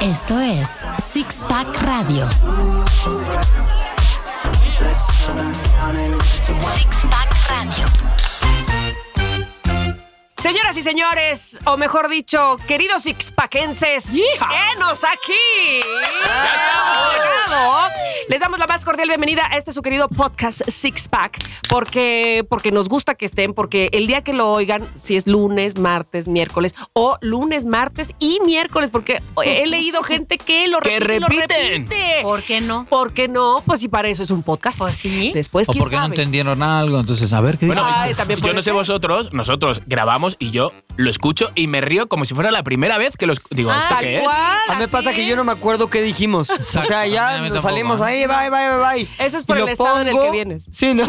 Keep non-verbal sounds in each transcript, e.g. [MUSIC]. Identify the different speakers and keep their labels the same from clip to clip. Speaker 1: Esto es Six Pack Radio. Six Pack Radio.
Speaker 2: Señoras y señores, o mejor dicho, queridos sixpackenses, ¡enos aquí! Llegado. Les damos la más cordial bienvenida a este su querido podcast Six Pack, porque, porque nos gusta que estén, porque el día que lo oigan, si es lunes, martes, miércoles, o lunes, martes y miércoles, porque he leído gente que lo
Speaker 3: Que
Speaker 2: repite. y lo
Speaker 3: repiten.
Speaker 2: repite.
Speaker 1: ¿Por qué no?
Speaker 2: ¿Por qué no? Pues si para eso es un podcast.
Speaker 1: Pues sí.
Speaker 2: Después,
Speaker 4: o
Speaker 2: ¿quién
Speaker 4: porque no
Speaker 2: sabe?
Speaker 4: entendieron algo, entonces a ver qué
Speaker 3: Bueno,
Speaker 4: digo?
Speaker 2: Ay, también
Speaker 3: yo
Speaker 2: puede
Speaker 3: no sé
Speaker 2: ser.
Speaker 3: vosotros, nosotros grabamos y yo lo escucho y me río como si fuera la primera vez que lo escucho. Digo, ¿esto
Speaker 2: Ah, Tal
Speaker 3: qué es?
Speaker 2: cual,
Speaker 5: A mí me
Speaker 2: así
Speaker 5: pasa que yo
Speaker 2: es.
Speaker 5: no me acuerdo qué dijimos. o sea,
Speaker 4: a mí
Speaker 5: ya nos
Speaker 4: tampoco,
Speaker 5: salimos
Speaker 4: ¿eh?
Speaker 5: ahí, bye, bye, bye.
Speaker 2: Eso es por
Speaker 5: Y
Speaker 2: el
Speaker 5: lo
Speaker 2: estado en el
Speaker 5: pongo-
Speaker 2: que vienes.
Speaker 5: Sí, ¿no?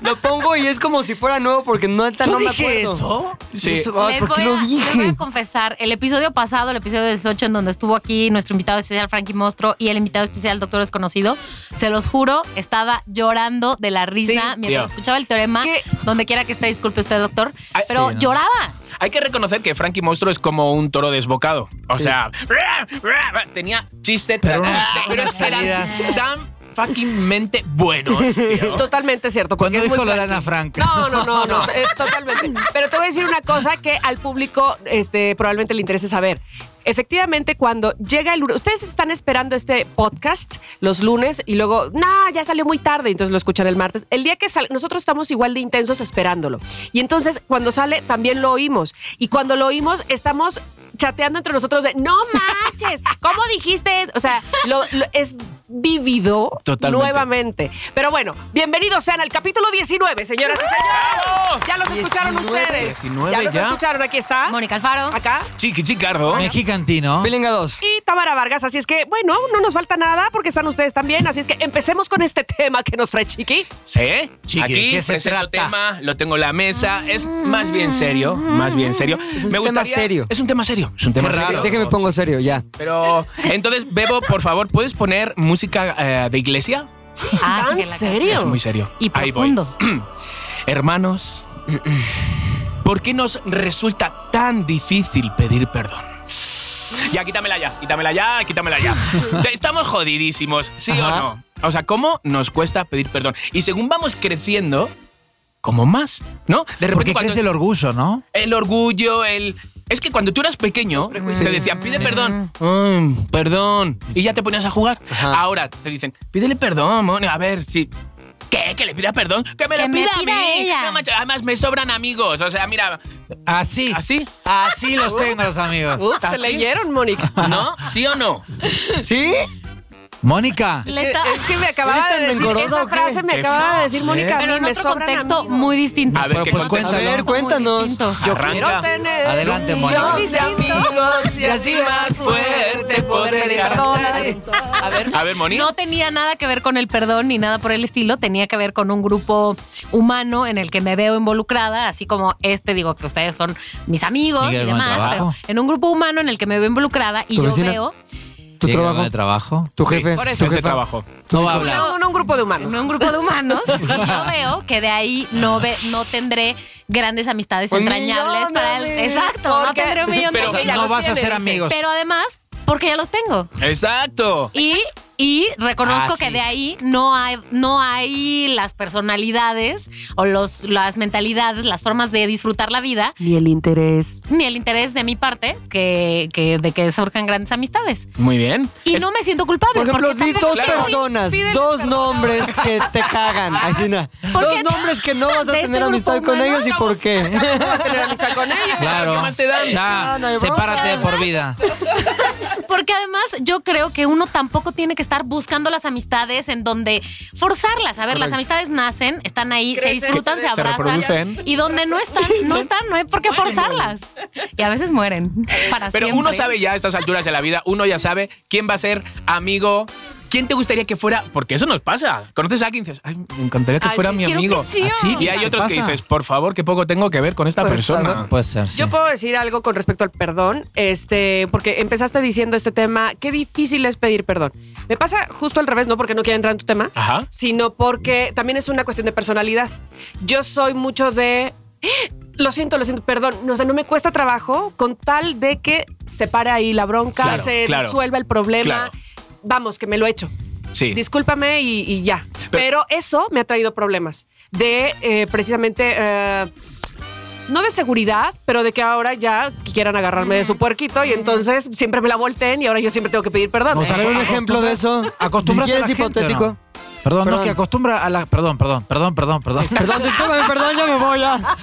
Speaker 5: lo pongo y es como si fuera nuevo porque no, neta no me acuerdo.
Speaker 3: Sí.
Speaker 5: Ay,
Speaker 1: Les
Speaker 5: ¿por
Speaker 1: voy,
Speaker 5: qué lo
Speaker 1: a, les
Speaker 5: dije?
Speaker 1: voy a confesar, el episodio pasado, el episodio 18, en donde estuvo aquí nuestro invitado especial Frankie Mostro y el invitado especial Doctor Desconocido, se los juro, estaba llorando de la risa
Speaker 2: Sí,
Speaker 1: mientras
Speaker 3: tío. Ah,
Speaker 1: escuchaba el teorema,
Speaker 2: ¿Qué?
Speaker 1: donde quiera que esté, disculpe usted, doctor,
Speaker 3: Ay,
Speaker 1: pero
Speaker 4: sí, ¿no?
Speaker 1: lloraba.
Speaker 3: Hay que reconocer que Frankie Monstruo es como un toro desbocado. O sea, tenía chiste,
Speaker 4: Pero
Speaker 3: tras
Speaker 4: unas-
Speaker 3: chiste, pero
Speaker 4: unas
Speaker 3: eran
Speaker 4: salidas.
Speaker 3: tan fuckingmente
Speaker 2: [LAUGHS]
Speaker 3: buenos, tío.
Speaker 2: Totalmente cierto. porque
Speaker 4: Cuando
Speaker 2: es
Speaker 4: dijo
Speaker 2: muy
Speaker 4: lo de
Speaker 2: Frankie.
Speaker 4: Ana Frank.
Speaker 2: No, no, no, no, eh, totalmente. Pero te voy a decir una cosa que al público este, probablemente le interese saber. Efectivamente, cuando llega el lunes, ustedes están esperando este podcast los lunes y luego, no, ya salió muy tarde, entonces lo escuchan el martes. El día que sale, nosotros estamos igual de intensos esperándolo. Y entonces cuando sale, también lo oímos. Y cuando lo oímos, estamos chateando entre nosotros de, no manches, ¿cómo dijiste? O sea, lo- lo- es vivido
Speaker 3: Totalmente.
Speaker 2: nuevamente. Pero bueno, bienvenidos sean al capítulo 19, señoras y señores. Ya los escucharon
Speaker 5: 19,
Speaker 2: ustedes.
Speaker 3: 19
Speaker 2: ya los
Speaker 3: ya.
Speaker 2: escucharon, aquí está.
Speaker 1: Mónica Alfaro.
Speaker 2: Acá.
Speaker 3: Chiqui, chicardo.
Speaker 4: Mexicantino.
Speaker 5: Pilinga 2.
Speaker 2: Y Tamara Vargas, así es que, bueno, no nos falta nada porque están ustedes también, así es que empecemos con este [LAUGHS] tema que nos trae Chiqui.
Speaker 3: ¿Sí?
Speaker 4: Chiqui, ¿de
Speaker 3: Aquí
Speaker 4: qué se
Speaker 3: presento
Speaker 4: trata?
Speaker 3: tema, lo tengo en la mesa. Es más bien serio, más bien serio.
Speaker 5: un tema serio.
Speaker 3: Es un tema serio. Es un tema
Speaker 5: Qué
Speaker 3: serio.
Speaker 5: raro. Déjeme pongo serio, ya.
Speaker 3: Pero entonces, Bebo, por favor, ¿puedes poner música eh, de iglesia?
Speaker 1: Ah,
Speaker 2: ¿Tan
Speaker 1: que la-
Speaker 2: serio?
Speaker 3: Es muy serio.
Speaker 1: Y
Speaker 3: Ahí voy.
Speaker 1: profundo.
Speaker 3: Hermanos, ¿por qué nos resulta tan difícil pedir perdón? Ya, quítamela ya, quítamela ya, quítamela ya. O sea, estamos jodidísimos, ¿sí
Speaker 5: Ajá.
Speaker 3: o no? O sea, ¿cómo nos cuesta pedir perdón? Y según vamos creciendo, como más, ¿no? De repente
Speaker 4: Porque
Speaker 3: cuando
Speaker 4: crece el orgullo, ¿no?
Speaker 3: el orgullo, el... Es que cuando tú eras pequeño, te decían, pide perdón, Mm, perdón, y ya te ponías a jugar.
Speaker 5: Ajá.
Speaker 3: Ahora te dicen, pídele perdón, mon". a ver, sí. ¿Qué? ¿Que le pida perdón? ¡Que me
Speaker 1: Que
Speaker 3: lo
Speaker 1: me
Speaker 3: pida,
Speaker 1: pida
Speaker 3: a mí!
Speaker 1: ella.
Speaker 3: No, macho, además, me sobran amigos. O sea, mira,
Speaker 4: Así.
Speaker 3: así,
Speaker 4: Así los tengo los amigos.
Speaker 2: Ups, te
Speaker 3: ¿Así?
Speaker 1: [LAUGHS]
Speaker 2: leyeron, Mónica.
Speaker 3: ¿no? ¿Sí o no?
Speaker 5: ¿Sí?
Speaker 4: Mónica.
Speaker 1: Le está-
Speaker 2: Es que me acababa
Speaker 5: ¿Eres
Speaker 2: de
Speaker 5: tan
Speaker 2: decir,
Speaker 5: rencorosa
Speaker 2: esa
Speaker 5: o qué?
Speaker 2: frase me
Speaker 3: Qué
Speaker 2: acababa de decir Mónica. a
Speaker 1: pero
Speaker 2: mí,
Speaker 1: en
Speaker 2: me
Speaker 1: otro
Speaker 2: sobran
Speaker 1: contexto
Speaker 2: amigos.
Speaker 1: muy distinto.
Speaker 3: A ver,
Speaker 4: Pero
Speaker 3: ¿qué
Speaker 4: pues
Speaker 3: contexto?
Speaker 5: A ver,
Speaker 4: cuéntalo.
Speaker 5: cuéntanos.
Speaker 2: Yo
Speaker 3: Arranca.
Speaker 2: quiero tener
Speaker 4: Adelante,
Speaker 2: un
Speaker 4: Mónica.
Speaker 2: millón de amigos y así más fuerte poder pedir perdón. A ver,
Speaker 3: A ver, Moni.
Speaker 1: No tenía nada que ver con el perdón ni nada por el estilo, tenía que ver con un grupo humano en el que me veo involucrada, así como este, digo que ustedes son mis amigos y
Speaker 4: Miguel, buen
Speaker 1: demás, pero
Speaker 4: trabajo.
Speaker 1: en un grupo humano en el que me veo involucrada y
Speaker 5: Tu
Speaker 1: yo
Speaker 5: vecina.
Speaker 1: veo
Speaker 5: Tu
Speaker 4: Llega
Speaker 5: trabajo.
Speaker 4: de trabajo.
Speaker 5: Tu jefe.
Speaker 2: por eso
Speaker 5: tu
Speaker 3: ese
Speaker 5: jefa.
Speaker 3: trabajo.
Speaker 4: No va a
Speaker 2: no,
Speaker 4: hablar.
Speaker 2: no, no, un grupo de humanos.
Speaker 1: en un grupo de humanos
Speaker 5: [LAUGHS]
Speaker 1: y yo veo que de ahí no ve, no tendré grandes amistades
Speaker 5: Un
Speaker 1: entrañables
Speaker 5: millón de
Speaker 1: para el
Speaker 5: amigos.
Speaker 1: exacto, no
Speaker 2: Porque-
Speaker 1: tendré un millón de
Speaker 3: Pero-
Speaker 4: O sea,
Speaker 2: ya
Speaker 4: no
Speaker 2: los
Speaker 4: vas a
Speaker 2: tiene,
Speaker 4: ser
Speaker 2: dice.
Speaker 4: amigos.
Speaker 1: pero además porque ya los tengo.
Speaker 3: Exacto.
Speaker 1: Y, y reconozco
Speaker 4: Ah, sí.
Speaker 1: que de ahí no hay, no hay las personalidades o los, las mentalidades, las formas de disfrutar la vida,
Speaker 2: Ni el interés.
Speaker 1: ni el interés de mi parte que, que- de que surjan grandes amistades.
Speaker 3: Muy bien.
Speaker 1: Y
Speaker 3: Es-
Speaker 1: no me siento culpable.
Speaker 5: Por ejemplo,
Speaker 1: porque
Speaker 5: di
Speaker 1: tampoco
Speaker 5: dos
Speaker 1: quiero-
Speaker 5: personas,
Speaker 2: Pídele
Speaker 5: dos
Speaker 2: perdón.
Speaker 5: nombres que te cagan. Así na.
Speaker 1: ¿Por
Speaker 5: Dos
Speaker 1: qué?
Speaker 5: nombres que no vas
Speaker 1: ¿De
Speaker 5: a
Speaker 1: este
Speaker 5: tener
Speaker 1: grupo
Speaker 5: amistad con
Speaker 1: humano?
Speaker 5: ellos y
Speaker 1: No,
Speaker 5: por qué.
Speaker 2: Tener amistad con ellos.
Speaker 4: Claro.
Speaker 3: ¿Qué más te dan?
Speaker 4: Ya,
Speaker 5: No, no hay bronca.
Speaker 4: sepárate de por vida.
Speaker 1: Porque además yo creo que uno tampoco tiene que estar buscando las amistades en donde forzarlas. A ver, las amistades nacen, están ahí, se
Speaker 2: Crecen,
Speaker 1: disfrutan, se
Speaker 2: se
Speaker 1: abrazan.
Speaker 3: reproducen.
Speaker 1: y donde no están, no están, no hay por qué forzarlas. Y a veces mueren. Para
Speaker 3: Pero
Speaker 1: siempre.
Speaker 3: uno sabe ya a estas alturas de la vida, uno ya sabe quién va a ser amigo, quién te gustaría que fuera, porque eso nos pasa. Conoces a alguien y dices, ay, me encantaría que
Speaker 2: Ay,
Speaker 3: fuera
Speaker 2: sí,
Speaker 3: mi
Speaker 1: quiero que
Speaker 3: amigo. Ah,
Speaker 1: sea.
Speaker 4: Así,
Speaker 3: Y hay
Speaker 4: ¿Qué
Speaker 3: otros que
Speaker 4: pasa?
Speaker 3: dices, por favor, que poco tengo que ver con esta
Speaker 5: Por
Speaker 3: persona.
Speaker 5: favor.
Speaker 4: Puede ser. sí.
Speaker 2: Yo puedo decir algo con respecto al perdón, este, porque empezaste diciendo este tema, qué difícil es pedir perdón. Me pasa justo al revés, no porque no quiera entrar en tu tema,
Speaker 3: Ajá.
Speaker 2: sino porque también es una cuestión de personalidad. Yo soy mucho de "Ah, lo siento, lo siento, perdón, no, o sea, no me cuesta trabajo con tal de que se pare ahí la bronca,
Speaker 3: Claro,
Speaker 2: se
Speaker 3: claro.
Speaker 2: resuelva el problema.
Speaker 3: Claro.
Speaker 2: Vamos, que me lo he hecho.
Speaker 3: Sí.
Speaker 2: Discúlpame y, y ya. Pero, eso me ha traído problemas de eh, precisamente... eh, no de seguridad, pero de que ahora ya quieran agarrarme de su puerquito y entonces siempre me la volteen y ahora yo siempre tengo que pedir perdón.
Speaker 5: O sea,
Speaker 4: Pero
Speaker 5: un
Speaker 4: acostumbra-
Speaker 5: ejemplo de eso.
Speaker 4: ¿Acostumbras
Speaker 5: Si
Speaker 4: a
Speaker 5: quieres
Speaker 4: la gente o no?
Speaker 5: hipotético.
Speaker 4: Perdón, no,
Speaker 5: Perdón.
Speaker 4: que acostumbra a la. Perdón, perdón, perdón, perdón, perdón.
Speaker 5: Perdón, discúlpame, perdón, ya me voy ya.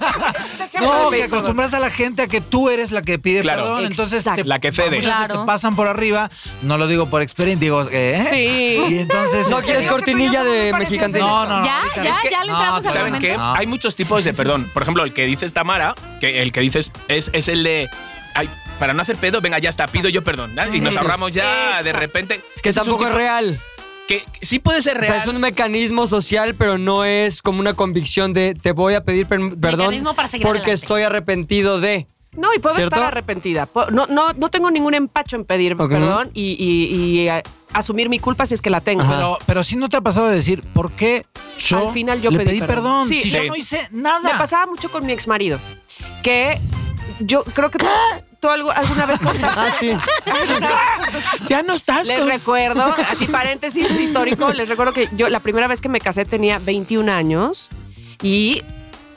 Speaker 2: Déjame
Speaker 4: No, que
Speaker 2: pedir perdón.
Speaker 4: acostumbras a la gente a que tú eres la que pide
Speaker 3: Claro.
Speaker 4: perdón, entonces
Speaker 2: Exacto.
Speaker 4: te,
Speaker 3: La que cede.
Speaker 4: muchas veces
Speaker 1: Claro.
Speaker 4: te pasan por arriba, no lo digo por experiencia, digo, ¿eh?
Speaker 2: Sí.
Speaker 4: Y entonces este,
Speaker 5: No quieres
Speaker 2: digo que
Speaker 5: cortinilla
Speaker 2: pero yo no me
Speaker 5: de
Speaker 2: parece
Speaker 5: mexicante.
Speaker 4: No, no, no.
Speaker 1: Ya,
Speaker 4: ahorita-
Speaker 1: ya,
Speaker 4: Es que-
Speaker 1: ya le entramos
Speaker 4: no,
Speaker 1: al
Speaker 3: ¿Saben
Speaker 1: Totalmente.
Speaker 3: qué?
Speaker 4: No.
Speaker 3: Hay muchos tipos de perdón. Por ejemplo, el que dices Tamara, que el que dices es, es el de. Ay, para no hacer pedo, venga, ya está, pido yo perdón. ¿no? Y nos
Speaker 2: Exacto.
Speaker 3: ahorramos ya de
Speaker 2: Exacto.
Speaker 3: repente.
Speaker 5: Que
Speaker 3: Ese un
Speaker 5: tampoco es
Speaker 3: tipo
Speaker 5: real.
Speaker 3: Que sí puede ser
Speaker 5: O sea,
Speaker 3: real.
Speaker 5: es un mecanismo social, pero no es como una convicción de te voy a pedir per- perdón
Speaker 1: Mecanismo para seguir
Speaker 5: porque
Speaker 1: adelante.
Speaker 5: estoy arrepentido de.
Speaker 2: No, y puedo
Speaker 5: ¿Cierto?
Speaker 2: estar arrepentida. Po- No, no, no tengo ningún empacho en pedir
Speaker 5: Ok.
Speaker 2: perdón y, y- y, eh, asumir mi culpa si es que la tengo.
Speaker 4: Pero, pero si no te ha pasado de decir, ¿por qué yo,
Speaker 2: Al final yo
Speaker 4: le
Speaker 2: pedí
Speaker 4: pedí
Speaker 2: perdón?
Speaker 4: perdón?
Speaker 2: Sí.
Speaker 4: Si yo
Speaker 3: Sí.
Speaker 4: no hice nada.
Speaker 2: Me pasaba mucho con mi ex marido, que yo creo que tú, tú algo- alguna vez contaste.
Speaker 5: Ah, sí.
Speaker 3: ya no estás
Speaker 2: Les
Speaker 3: con-
Speaker 5: [LAUGHS]
Speaker 2: recuerdo, así paréntesis histórico, les recuerdo que yo la primera vez que me casé tenía 21 años y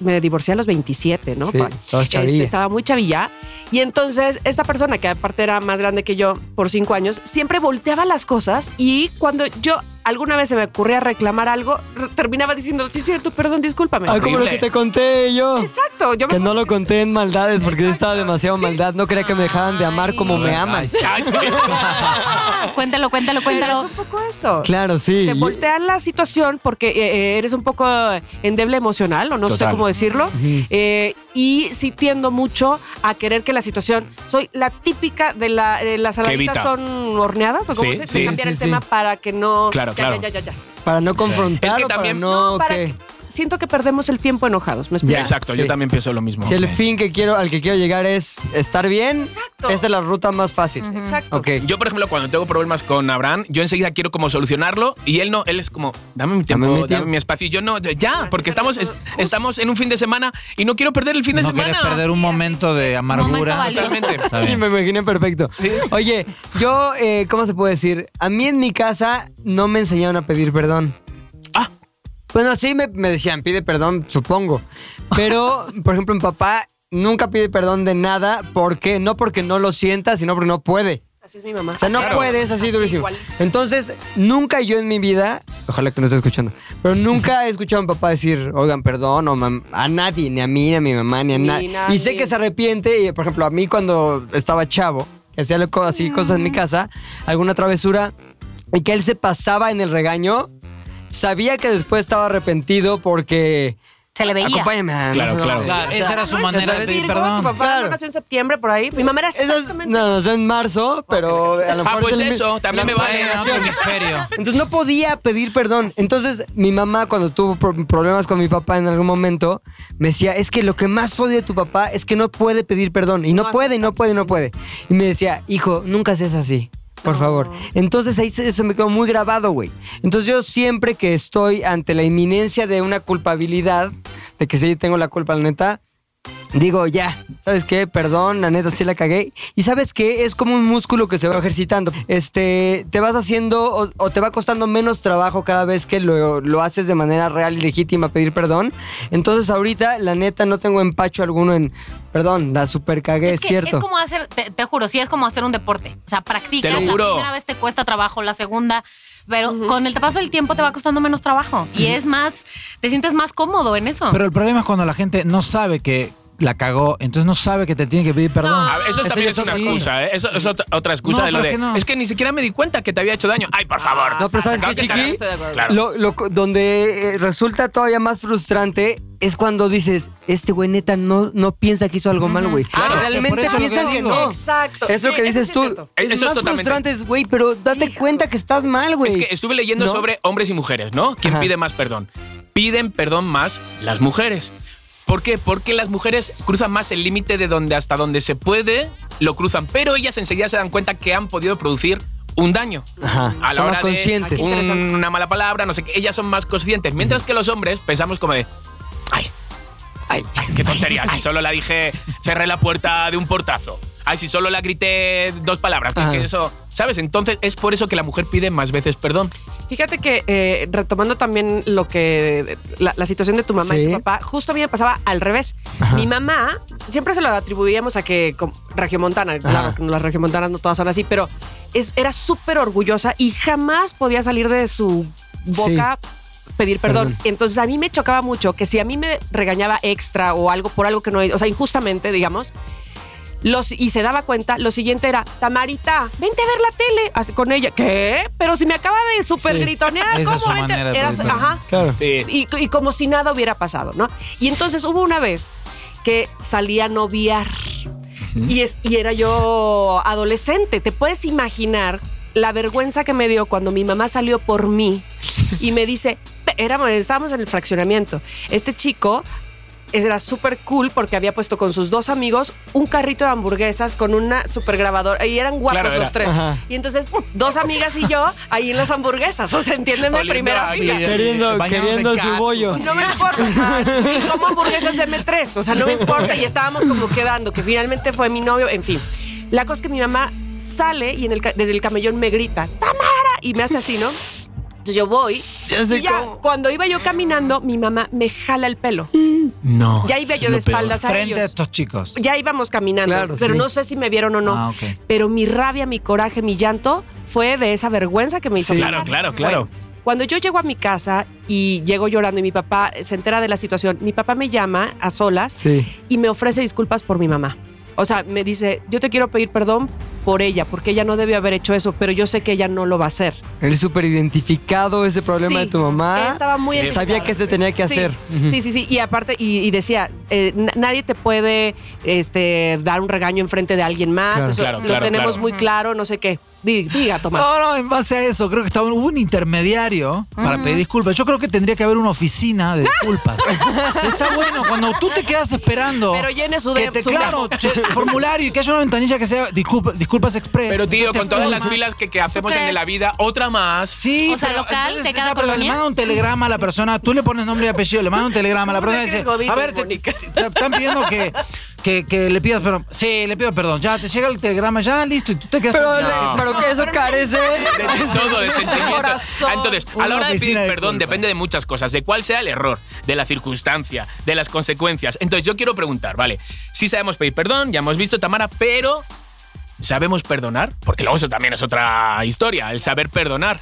Speaker 2: me divorcié a los 27, ¿no?
Speaker 5: Sí,
Speaker 2: Juan?
Speaker 5: estabas chavilla.
Speaker 2: estaba muy chavilla. Y entonces esta persona, que aparte era más grande que yo por 5 años, siempre volteaba las cosas y cuando yo alguna vez se me ocurría reclamar algo, re- terminaba diciendo, sí, es cierto, perdón, discúlpame.
Speaker 5: Ah, como lo que te conté yo.
Speaker 2: Exacto, yo me
Speaker 5: Que no lo conté en maldades porque estaba demasiado maldad. No quería que me dejaran de amar como me aman.
Speaker 3: Ay, sí.
Speaker 1: Ah, [LAUGHS] Cuéntalo, cuéntalo,
Speaker 2: Pero es
Speaker 1: cuéntalo.
Speaker 2: un poco eso.
Speaker 5: Claro, sí.
Speaker 2: te voltean la situación porque eh, eh, eres un poco endeble emocional, o no sé
Speaker 3: Total.
Speaker 2: cómo decirlo. Eh, y sí tiendo mucho a querer que la situación. Soy la típica de la, eh, las saladitas
Speaker 3: evita.
Speaker 2: son horneadas, o como
Speaker 3: Sí,
Speaker 2: se dice,
Speaker 3: sí,
Speaker 2: cambiar
Speaker 5: sí,
Speaker 2: el
Speaker 5: sí.
Speaker 2: tema para que no.
Speaker 3: Claro,
Speaker 2: ya,
Speaker 3: claro.
Speaker 2: Ya, ya, ya, ya.
Speaker 5: Para no confrontar
Speaker 3: Es que
Speaker 5: o para
Speaker 3: también-
Speaker 5: no,
Speaker 2: para
Speaker 5: que-
Speaker 2: que- siento que perdemos el tiempo enojados, ¿me explico?
Speaker 5: [LAUGHS] Ya,
Speaker 3: Exacto, yo
Speaker 5: sí.
Speaker 3: también pienso lo mismo.
Speaker 5: Si el
Speaker 3: Ok.
Speaker 5: fin que quiero, al que quiero llegar es estar bien,
Speaker 2: Exacto.
Speaker 5: esta es la ruta más fácil.
Speaker 2: Exacto.
Speaker 5: Ok.
Speaker 3: Yo, por ejemplo, cuando tengo problemas con Abraham, yo enseguida quiero como solucionarlo y él no, él es como, dame mi tiempo,
Speaker 5: mi
Speaker 3: dame mi,
Speaker 5: tiempo.
Speaker 3: espacio. Y yo no, ya, porque
Speaker 2: Así
Speaker 3: estamos,
Speaker 2: se hace todo.
Speaker 3: est- estamos en un fin de semana y no quiero perder el fin de
Speaker 4: no
Speaker 3: semana.
Speaker 4: quieres perder un momento de amargura.
Speaker 1: valioso.
Speaker 3: Totalmente.
Speaker 5: [LAUGHS]
Speaker 4: Está
Speaker 5: Sí,
Speaker 4: bien.
Speaker 5: me imaginé perfecto. Oye, yo, eh, ¿cómo se puede decir? A mí en mi casa no me enseñaron a pedir perdón.
Speaker 3: Ah.
Speaker 5: Bueno, sí me, me decían, pide perdón, supongo. Pero, por ejemplo, mi papá nunca pide perdón de nada porque, no porque no lo sienta, sino porque no puede.
Speaker 2: Así es mi mamá.
Speaker 5: O sea, no
Speaker 3: Claro.
Speaker 5: puedes así,
Speaker 2: Así,
Speaker 5: durísimo.
Speaker 2: igual.
Speaker 5: Entonces, nunca yo en mi vida, ojalá que no esté escuchando, pero nunca he escuchado a mi papá decir, oigan, perdón, o mam- a nadie, ni a mí, ni a mi mamá, ni a
Speaker 2: Ni
Speaker 5: nadie.
Speaker 2: nadie.
Speaker 5: Y sé que se arrepiente, y, por ejemplo, a mí cuando estaba chavo, que hacía loco- así cosas en mi casa, alguna travesura, y que él se pasaba en el regaño, sabía que después estaba arrepentido porque...
Speaker 1: Se le veía.
Speaker 5: Acompáñame a...
Speaker 3: Claro, claro.
Speaker 4: Claro, esa era su
Speaker 2: ¿no?
Speaker 4: manera
Speaker 2: ¿Sabes?
Speaker 4: de pedir
Speaker 2: pues, Virgo, Tu
Speaker 4: perdón.
Speaker 2: papá
Speaker 5: Claro.
Speaker 2: nació en septiembre por ahí. Mi mamá era
Speaker 5: Eso es,
Speaker 2: exactamente.
Speaker 5: no, es en marzo, pero a lo mejor...
Speaker 3: Ah,
Speaker 5: es
Speaker 3: pues
Speaker 5: del mi-
Speaker 3: eso, también me vale.
Speaker 4: Bueno, otro hemisferio.
Speaker 5: Entonces no podía pedir perdón. Entonces mi mamá cuando tuvo pro- problemas con mi papá en algún momento, me decía, es que lo que más odio de tu papá es que no puede pedir perdón. Y no,
Speaker 2: No
Speaker 5: puede, y no puede, y no puede. Y me decía, hijo, nunca seas así. Por favor. Entonces ahí se- eso me quedó muy grabado, güey. Entonces yo siempre que estoy ante la inminencia de una culpabilidad, de que sí tengo la culpa, la neta, digo, ya, ¿sabes qué? Perdón, la neta sí la cagué. Y ¿sabes qué? Es como un músculo que se va ejercitando. Este, te vas haciendo o, o te va costando menos trabajo cada vez que lo, lo haces de manera real y legítima pedir perdón. Entonces ahorita, la neta, no tengo empacho alguno en, perdón, la super cagué, es,
Speaker 1: que
Speaker 5: cierto.
Speaker 1: Es como hacer, te, te juro, sí es como hacer un deporte. O sea, practicas.
Speaker 3: Te lo
Speaker 1: la
Speaker 3: juro.
Speaker 1: primera vez te cuesta trabajo, la segunda. Pero con el paso del tiempo te va costando menos trabajo. Y es más, te sientes más cómodo en eso.
Speaker 4: Pero el problema es cuando la gente no sabe que la cagó, entonces no sabe que te tiene que pedir perdón.
Speaker 3: A ver, Ah, eso
Speaker 4: Ese
Speaker 3: también
Speaker 4: ya
Speaker 3: es una
Speaker 4: otro-
Speaker 3: excusa, ¿eh? Eso es otra, otra excusa
Speaker 4: No,
Speaker 3: de lo
Speaker 4: pero
Speaker 3: de.
Speaker 4: que no.
Speaker 3: Es que ni siquiera me di cuenta que te había hecho daño. Ay, por favor. Ah,
Speaker 5: No, pero ¿sabes
Speaker 3: Claro
Speaker 5: qué,
Speaker 3: que
Speaker 5: Chiqui?
Speaker 3: te- Claro.
Speaker 5: Lo, lo- donde eh, resulta todavía más frustrante es cuando dices, este güey neta no, no piensa que hizo algo mal, güey.
Speaker 3: Claro,
Speaker 4: por
Speaker 5: realmente
Speaker 4: eso es lo
Speaker 5: piensa
Speaker 4: que
Speaker 5: que,
Speaker 4: digo.
Speaker 5: no.
Speaker 2: Exacto.
Speaker 5: Es lo
Speaker 2: Sí,
Speaker 5: que
Speaker 2: eso
Speaker 5: dices
Speaker 2: sí es
Speaker 5: tú.
Speaker 2: cierto.
Speaker 5: Es
Speaker 3: E- Eso es
Speaker 5: más
Speaker 3: totalmente.
Speaker 5: frustrante, es, güey, pero date cuenta que estás mal, güey.
Speaker 3: Es que estuve leyendo
Speaker 5: No.
Speaker 3: sobre hombres y mujeres, ¿no? ¿Quién
Speaker 5: Ajá.
Speaker 3: pide más perdón? Piden perdón más las mujeres. ¿Por qué? Porque las mujeres cruzan más el límite de donde hasta donde se puede, lo cruzan, pero ellas enseguida se dan cuenta que han podido producir un daño.
Speaker 5: Ajá,
Speaker 3: A la
Speaker 5: son
Speaker 3: hora
Speaker 5: más
Speaker 3: de
Speaker 5: conscientes.
Speaker 3: un-
Speaker 2: Interesante.
Speaker 3: una mala palabra, no sé qué, ellas son más conscientes, mientras que los hombres pensamos como de, ay,
Speaker 5: Ay, Ay.
Speaker 3: Qué tontería, si solo la dije, cerré la puerta de un portazo. Ay, si solo la grité dos palabras, que-
Speaker 5: Ajá.
Speaker 3: que eso, ¿sabes? Entonces es por eso que la mujer pide más veces perdón.
Speaker 2: Fíjate que eh, retomando también lo que la, la situación de tu mamá y
Speaker 5: Sí.
Speaker 2: tu papá, justo a mí me pasaba al revés. Mi mamá siempre se lo atribuíamos a que como regiomontana, claro, que las regiomontanas no todas son así, pero es, era súper orgullosa y jamás podía salir de su boca pedir perdón.
Speaker 5: Perdón.
Speaker 2: Entonces a mí me chocaba mucho que si a mí me regañaba extra o algo por algo que no, o sea, injustamente, digamos, los, y se daba cuenta, lo siguiente era, Tamarita, vente a ver la tele así, con ella. ¿Qué? Pero si me acaba de súper
Speaker 5: Sí.
Speaker 2: gritonear,
Speaker 4: Esa es
Speaker 2: ¿cómo
Speaker 4: su
Speaker 2: vente?
Speaker 4: manera de
Speaker 2: Era-
Speaker 4: pedir perdón.
Speaker 2: ajá.
Speaker 5: Claro.
Speaker 3: Sí.
Speaker 2: Y, y como si nada hubiera pasado, ¿no? Y entonces hubo una vez que salí a noviar y, es, y era yo adolescente. Te puedes imaginar la vergüenza que me dio cuando mi mamá salió por
Speaker 3: [LAUGHS]
Speaker 2: mí y me dice, éramos, estábamos en el fraccionamiento. Este chico era súper cool porque había puesto con sus dos amigos un carrito de hamburguesas con una super grabadora y eran guapos
Speaker 3: Claro,
Speaker 2: los
Speaker 3: era.
Speaker 2: tres.
Speaker 5: Ajá.
Speaker 2: Y entonces dos amigas y yo ahí en las hamburguesas, o sea, entiéndeme
Speaker 3: Oliendo
Speaker 2: primera
Speaker 3: a
Speaker 2: fila.
Speaker 3: Mira,
Speaker 5: Queriendo-
Speaker 4: Eh, bañándose
Speaker 5: queriendo
Speaker 4: en
Speaker 5: su
Speaker 4: catsup,
Speaker 5: bollo.
Speaker 4: así.
Speaker 2: No me importa. Y como hamburguesas de M3, o sea, no me importa. Y estábamos como quedando, que finalmente fue mi novio, en fin. La cosa es que mi mamá sale y en el, ca- desde el camellón me grita, ¡Tamara! Y me hace así, ¿no? Entonces yo voy.
Speaker 5: Ya sé
Speaker 2: y ya,
Speaker 5: cómo.
Speaker 2: cuando iba yo caminando, mi mamá me jala el pelo.
Speaker 3: No.
Speaker 2: Ya iba
Speaker 3: es
Speaker 2: yo de
Speaker 3: lo peor.
Speaker 2: espaldas a
Speaker 4: Frente a
Speaker 2: ellos.
Speaker 4: estos chicos.
Speaker 2: Ya íbamos caminando,
Speaker 5: Claro,
Speaker 2: pero
Speaker 5: sí.
Speaker 2: no sé si me vieron o no.
Speaker 4: Ah, ok.
Speaker 2: Pero mi rabia, mi coraje, mi llanto fue de esa vergüenza que me hizo.
Speaker 5: Sí.
Speaker 2: pasar.
Speaker 3: Claro, claro, claro.
Speaker 2: Cuando yo llego a mi casa y llego llorando y mi papá se entera de la situación, mi papá me llama a solas
Speaker 5: Sí.
Speaker 2: y me ofrece disculpas por mi mamá. O sea, me dice, yo te quiero pedir perdón por ella, porque ella no debió haber hecho eso, pero yo sé que ella no lo va a hacer.
Speaker 5: Él súper identificado ese problema
Speaker 2: Sí,
Speaker 5: de tu mamá.
Speaker 2: Estaba muy
Speaker 3: Qué
Speaker 5: Sabía
Speaker 2: enojada.
Speaker 5: que se tenía que hacer.
Speaker 2: Sí, sí, sí, sí. Y aparte, y, y decía, eh, na- nadie te puede este, dar un regaño enfrente de alguien más.
Speaker 5: Claro,
Speaker 2: eso
Speaker 3: claro,
Speaker 2: lo
Speaker 3: claro,
Speaker 2: tenemos
Speaker 3: claro.
Speaker 2: muy claro, no sé qué. Di- Diga, Tomás.
Speaker 4: No, no, en base a eso, creo que estaba, hubo un intermediario para pedir disculpas. Yo creo que tendría que haber una oficina de
Speaker 3: [LAUGHS]
Speaker 4: disculpas. Está bueno, cuando tú te quedas esperando.
Speaker 2: Pero llene su
Speaker 4: que
Speaker 2: de-
Speaker 4: te,
Speaker 2: su
Speaker 4: claro,
Speaker 2: de-
Speaker 4: che, formulario y que haya una ventanilla que sea disculpa- disculpas express.
Speaker 3: Pero tío,
Speaker 4: No te
Speaker 3: con todas las
Speaker 4: formas.
Speaker 3: filas que, que hacemos en
Speaker 1: crees?
Speaker 3: la vida, otra más.
Speaker 4: Sí,
Speaker 1: O sea,
Speaker 4: pero
Speaker 1: local,
Speaker 4: entonces
Speaker 1: de cada
Speaker 4: esa, pero
Speaker 1: colonia.
Speaker 4: Le manda un telegrama a la persona, tú le pones nombre y apellido, le manda un telegrama a la
Speaker 2: ¿Cómo
Speaker 4: persona y
Speaker 2: te
Speaker 4: dice,
Speaker 2: crees, Godín,
Speaker 4: a ver, te,
Speaker 2: Mónica?
Speaker 4: te- te están pidiendo que, que, que le pidas perdón. Sí, le pido perdón. Ya, te llega el telegrama, ya, listo, y tú te quedas
Speaker 5: Pero,
Speaker 3: No.
Speaker 5: pero que eso carece.
Speaker 3: De, de todo, de sentimientos.
Speaker 2: Corazón.
Speaker 3: Ah, Entonces, a
Speaker 4: Una
Speaker 3: la hora de pedir
Speaker 4: oficina de
Speaker 3: perdón
Speaker 4: culpa.
Speaker 3: depende de muchas cosas, de cuál sea el error, de la circunstancia, de las consecuencias. Entonces, yo quiero preguntar, vale, sí sabemos pedir perdón, ya hemos visto, Tamara, pero ¿sabemos perdonar? Porque luego eso también es otra historia, el saber perdonar.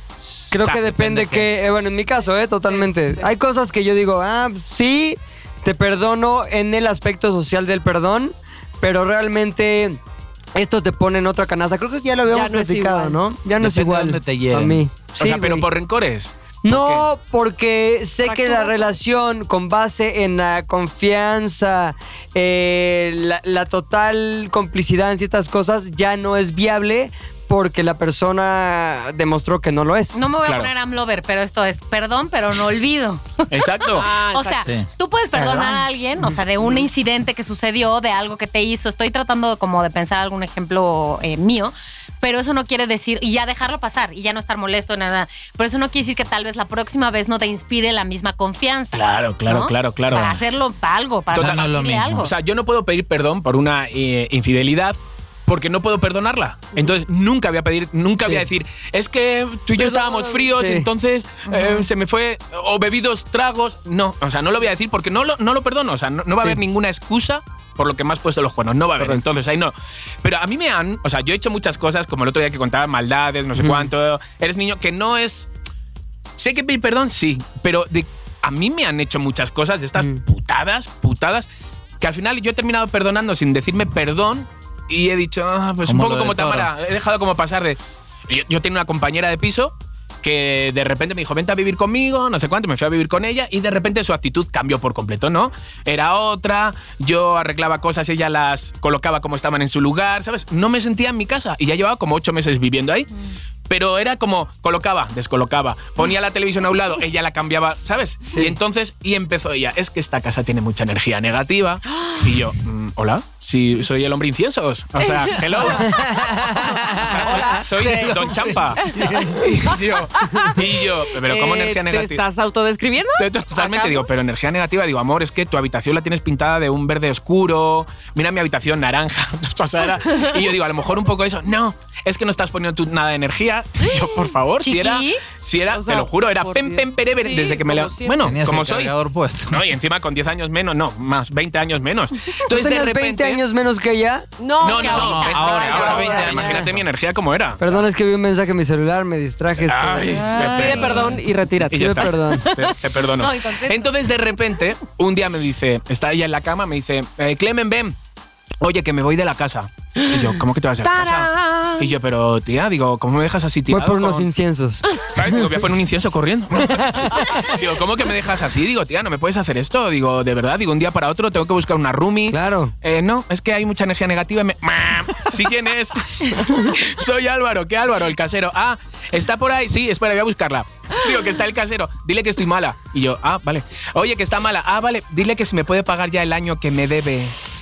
Speaker 5: Creo
Speaker 3: O sea,
Speaker 5: que depende que, eh, bueno, en mi caso, ¿eh? Totalmente. Hay cosas que yo digo, ah, sí, te perdono en el aspecto social del perdón, pero realmente esto te pone en otra canasta. Creo que ya lo habíamos
Speaker 2: no es
Speaker 5: platicado,
Speaker 2: igual.
Speaker 5: ¿no? Ya no es
Speaker 4: Depende
Speaker 5: igual.
Speaker 4: dónde te hieren.
Speaker 5: A mí.
Speaker 3: O
Speaker 5: Sí,
Speaker 3: sea, pero
Speaker 5: güey.
Speaker 3: por
Speaker 5: [LAUGHS]
Speaker 3: rencores.
Speaker 5: No, porque sé que la
Speaker 2: Fracturas.
Speaker 5: relación con base en la confianza, eh, la, la total complicidad en ciertas cosas ya no es viable porque la persona demostró que no lo es.
Speaker 1: No me voy
Speaker 3: Claro.
Speaker 1: a poner amlover, pero esto es perdón, pero no olvido.
Speaker 3: Exacto.
Speaker 2: Ah,
Speaker 1: O sea,
Speaker 2: exacto.
Speaker 4: Sí.
Speaker 1: tú puedes perdonar
Speaker 5: Perdón.
Speaker 1: a alguien, o sea, de un incidente que sucedió, de algo que te hizo. Estoy tratando como de pensar algún ejemplo eh, mío, pero eso no quiere decir, y ya dejarlo pasar, y ya no estar molesto, nada. Pero eso no quiere decir que tal vez la próxima vez no te inspire la misma confianza.
Speaker 3: Claro, claro,
Speaker 1: ¿no?
Speaker 3: claro, claro.
Speaker 1: Para hacerlo para algo, para
Speaker 3: Total,
Speaker 1: Total,
Speaker 3: no es lo
Speaker 4: mismo.
Speaker 1: algo.
Speaker 3: O sea, yo no puedo pedir perdón por una eh, infidelidad porque no puedo perdonarla. Entonces, nunca voy a pedir, nunca voy a decir, es que tú y yo estábamos fríos,
Speaker 5: Sí.
Speaker 3: entonces eh, se me fue, o bebí dos tragos. No, o sea, no lo voy a decir porque no lo, no lo perdono. O sea, no, no va a
Speaker 5: Sí.
Speaker 3: haber ninguna excusa por lo que me has puesto los cuernos. No va a haber. Entonces, ahí no. Pero a mí me han, o sea, yo he hecho muchas cosas, como el otro día que contaba maldades, no sé cuánto. Eres niño, que no es Sé que pedir perdón, sí, pero de- a mí me han hecho muchas cosas de estas
Speaker 5: Mm.
Speaker 3: putadas, putadas, que al final yo he terminado perdonando sin decirme perdón y he dicho, "Ah, pues un
Speaker 4: Como
Speaker 3: poco
Speaker 4: lo del
Speaker 3: como
Speaker 4: toro.
Speaker 3: Tamara, he dejado como pasar de... Yo, yo tenía una compañera de piso que de repente me dijo, vente a vivir conmigo, no sé cuánto, me fui a vivir con ella y de repente su actitud cambió por completo, ¿no? Era otra, yo arreglaba cosas, ella las colocaba como estaban en su lugar, ¿sabes? No me sentía en mi casa y ya llevaba como ocho meses viviendo ahí. Pero era como colocaba, descolocaba, ponía la televisión a un lado, ella la cambiaba, ¿sabes? Y entonces, y empezó ella, es que esta casa tiene mucha energía negativa. Y yo, mm, mm, hola, sí, soy el hombre inciensos. O sea, hello. O sea, [LAUGHS] soy, soy
Speaker 2: [LAUGHS]
Speaker 3: Don Champa. Y yo, y yo, pero como
Speaker 2: Eh, ¿Te
Speaker 3: energía negativa.
Speaker 2: estás autodescribiendo?
Speaker 3: Estoy Totalmente
Speaker 2: ¿Acaso?
Speaker 3: digo, pero energía negativa, digo, amor, es que tu habitación la tienes pintada de un verde oscuro, mira mi habitación naranja, [LAUGHS] o sea, era- y yo digo, a lo mejor un poco eso, no, es que no estás poniendo tú nada de energía, yo por favor, si era,
Speaker 2: Chiqui.
Speaker 3: si era,
Speaker 2: O sea,
Speaker 3: te lo juro, era
Speaker 2: por
Speaker 3: pem,
Speaker 2: Dios.
Speaker 3: pem, pere, pere,
Speaker 2: Sí,
Speaker 3: desde que me la...
Speaker 2: como siempre.
Speaker 3: Bueno,
Speaker 4: Tenías
Speaker 3: como
Speaker 4: el
Speaker 3: soy,
Speaker 4: cargador puesto.
Speaker 3: no, y encima con 10 años menos, no, más 20
Speaker 2: [LAUGHS]
Speaker 3: años menos. Entonces de
Speaker 5: ¿Tenías
Speaker 3: repente...
Speaker 5: 20 años menos que ella?
Speaker 2: No,
Speaker 3: No, no,
Speaker 2: que
Speaker 3: no,
Speaker 2: ahorita.
Speaker 3: ve-
Speaker 4: ahora,
Speaker 3: ahora,
Speaker 4: ahora,
Speaker 3: ahora,
Speaker 4: veinte años.
Speaker 3: imagínate mi energía como era.
Speaker 5: Perdón, es que vi un mensaje en mi celular, me distraje. es que-
Speaker 3: Ay, qué
Speaker 2: Pide
Speaker 3: pena.
Speaker 2: perdón y retírate.
Speaker 3: Y ya
Speaker 5: Pido
Speaker 3: está.
Speaker 5: perdón.
Speaker 3: Te, te perdono.
Speaker 1: No, y contesta.
Speaker 3: Entonces, de repente, un día me dice, está ella en la cama, me dice, eh, Clemen, ven, oye, que me voy de la casa. Y yo, ¿cómo que te vas de la casa?
Speaker 2: ¡Tarán!
Speaker 3: Y yo, pero tía, digo, ¿cómo me dejas así
Speaker 5: Voy
Speaker 3: tirado?
Speaker 5: por unos
Speaker 3: con-
Speaker 5: inciensos.
Speaker 3: [LAUGHS] ¿Sabes? Digo, voy a poner un incienso
Speaker 5: [LAUGHS]
Speaker 3: corriendo. digo, ¿cómo que me dejas así? Digo, tía, no me puedes hacer esto. Digo, de verdad, digo, un día para otro tengo que buscar una roomie.
Speaker 5: Claro.
Speaker 3: Eh, no, es que hay mucha energía negativa. y Me... ¿Sí quién es? [LAUGHS] Soy Álvaro. ¿Qué Álvaro? El casero. Ah, ¿está por ahí? Sí, espera, voy a buscarla. Digo, que está el casero. Dile que estoy mala. Y yo, ah, vale. Oye, que está mala. Ah, vale. Dile que si me puede pagar ya el año que me debe.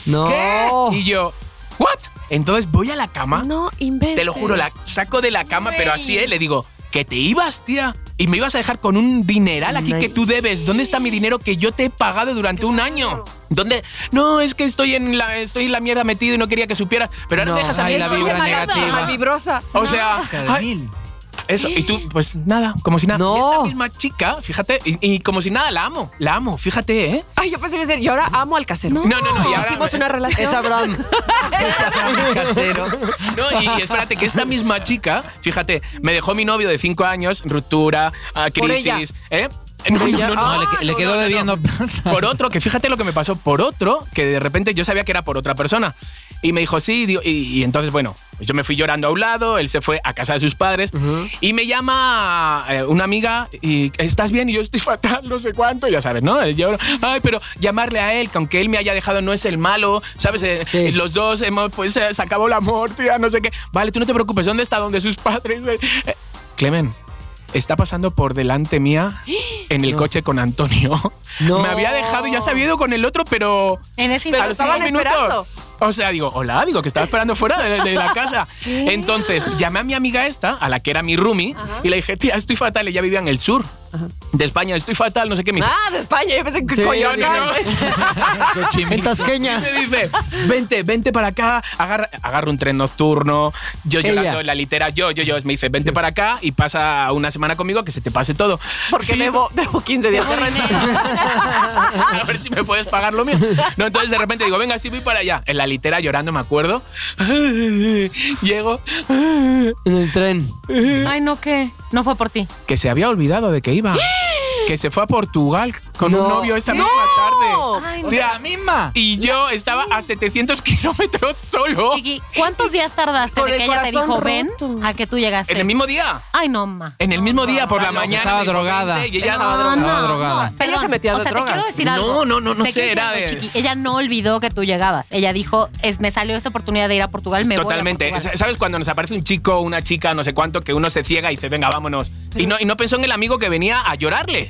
Speaker 5: No.
Speaker 3: Y yo, ¿what? Entonces voy a la cama.
Speaker 2: No inventes.
Speaker 3: Te lo juro, la saco de la cama, pero así, ¿eh? Le digo, que te ibas, tía. Y me ibas a dejar con un dineral aquí
Speaker 5: No.
Speaker 3: que tú debes. ¿Dónde está mi dinero que yo te he pagado durante un año? ¿Dónde? No, es que estoy en la, estoy en la mierda metido y no quería que supieras. Pero ahora
Speaker 5: No,
Speaker 3: me dejas a mí.
Speaker 4: ay, la
Speaker 3: esto.
Speaker 4: vibra negativa.
Speaker 2: Malvibrosa.
Speaker 3: O sea,
Speaker 4: Cerca de
Speaker 3: ay,
Speaker 4: mil. [LAUGHS]
Speaker 3: eso. Y tú, pues nada, como si nada.
Speaker 5: No.
Speaker 3: Y esta misma chica, fíjate, y, y como si nada, la amo. La amo, fíjate, ¿eh?
Speaker 2: Ay, yo pensé que iba a decir, y ahora amo al casero.
Speaker 3: No, no, no, y ahora-
Speaker 2: Hicimos
Speaker 5: [LAUGHS]
Speaker 2: una relación.
Speaker 5: Es Abraham.
Speaker 4: Casero.
Speaker 3: No, y, y espérate, que esta misma chica, fíjate, me dejó mi novio de cinco años, ruptura, ah,
Speaker 2: Por ella.
Speaker 3: crisis, ¿eh? No, no, no, no,
Speaker 4: Ah, No, le, le
Speaker 2: no,
Speaker 4: quedó
Speaker 2: no, no,
Speaker 4: debiendo
Speaker 3: Por otro, que fíjate lo que me pasó, por otro, que de repente yo sabía que era por otra persona. Y me dijo, sí, digo- y, y entonces, bueno, yo me fui llorando a un lado, él se fue a casa de sus padres y me llama eh, una amiga y, ¿estás bien? Y yo estoy fatal, no sé cuánto, ya sabes, ¿no? Yo, ay, pero llamarle a él, que aunque él me haya dejado, no es el malo, ¿sabes? Eh,
Speaker 5: Sí.
Speaker 3: Los dos hemos, pues, eh, se acabó el amor, tía, no sé qué. Vale, tú no te preocupes, ¿dónde está? ¿Dónde sus padres? Eh, eh, Clemen, está pasando por delante mía en el coche con Antonio.
Speaker 5: No.
Speaker 3: Me había dejado, ya se había ido con el otro, pero.
Speaker 1: En ese
Speaker 3: pero
Speaker 1: instante.
Speaker 3: estaba
Speaker 2: estaban esperando.
Speaker 3: O sea, digo, hola, digo que estaba esperando fuera de,
Speaker 2: [LAUGHS]
Speaker 3: de la casa. Entonces, llamé a mi amiga esta, a la que era mi roomie, y le dije, tía, estoy fatal, ella vivía en el sur de España, estoy fatal, no sé qué. [LAUGHS] Me dijo,
Speaker 2: Ah, de España. Yo pensé que
Speaker 5: Sí,
Speaker 2: coño.
Speaker 3: no, no, no.
Speaker 5: [LAUGHS] En
Speaker 3: Y
Speaker 5: Tasqueña.
Speaker 3: me dice, vente, vente para acá, agarra, agarra un tren nocturno, yo
Speaker 5: Ella.
Speaker 3: llorando en la litera, yo, yo, yo, me dice, vente para acá y pasa una semana conmigo que se te pase todo.
Speaker 2: [LAUGHS] Porque
Speaker 3: [LAUGHS] Sí,
Speaker 2: debo, debo 15 días de renta.
Speaker 3: a ver si me puedes pagar lo mío. No, entonces de repente digo, venga, sí, voy para allá. En la litera llorando, me acuerdo. [LAUGHS] Llego,
Speaker 5: En el tren.
Speaker 1: Ay, no, ¿qué? No fue por ti.
Speaker 3: que se había olvidado de que iba. Que se fue a Portugal con un
Speaker 5: No.
Speaker 3: novio esa misma tarde.
Speaker 1: Ay,
Speaker 4: O
Speaker 1: no.
Speaker 4: sea, la misma.
Speaker 3: Y yo estaba a 700 [LAUGHS] kilómetros solo.
Speaker 1: Chiqui, ¿cuántos días tardaste
Speaker 2: Con
Speaker 1: de
Speaker 2: el
Speaker 1: que ella te dijo
Speaker 2: corazón
Speaker 1: ven
Speaker 2: roto.
Speaker 1: a que tú llegaste?
Speaker 3: En el mismo día.
Speaker 1: Ay, no, ma.
Speaker 3: En el mismo día, por la
Speaker 4: O sea,
Speaker 3: mañana.
Speaker 4: estaba
Speaker 3: me dijo,
Speaker 4: drogada.
Speaker 3: "Vente", y ella-
Speaker 2: Estaba drogada.
Speaker 1: No,
Speaker 4: Estaba
Speaker 1: no,
Speaker 4: drogada.
Speaker 1: perdón.
Speaker 2: Ella se metía
Speaker 1: o
Speaker 2: de
Speaker 1: sea, te
Speaker 2: drogas.
Speaker 1: quiero decir
Speaker 3: No,
Speaker 1: algo.
Speaker 3: no, no, no
Speaker 1: Te
Speaker 3: sé,
Speaker 1: quiero decir
Speaker 3: era
Speaker 1: algo,
Speaker 3: de-
Speaker 1: Chiqui. Ella no olvidó que tú llegabas. Ella dijo, es, me salió esta oportunidad de ir a Portugal, me
Speaker 3: Totalmente.
Speaker 1: voy a Portugal.
Speaker 3: ¿Sabes cuando nos aparece un chico, una chica, no sé cuánto, que uno se ciega y dice, venga, vámonos? Y no, y no pensó en el amigo que venía a llorarle.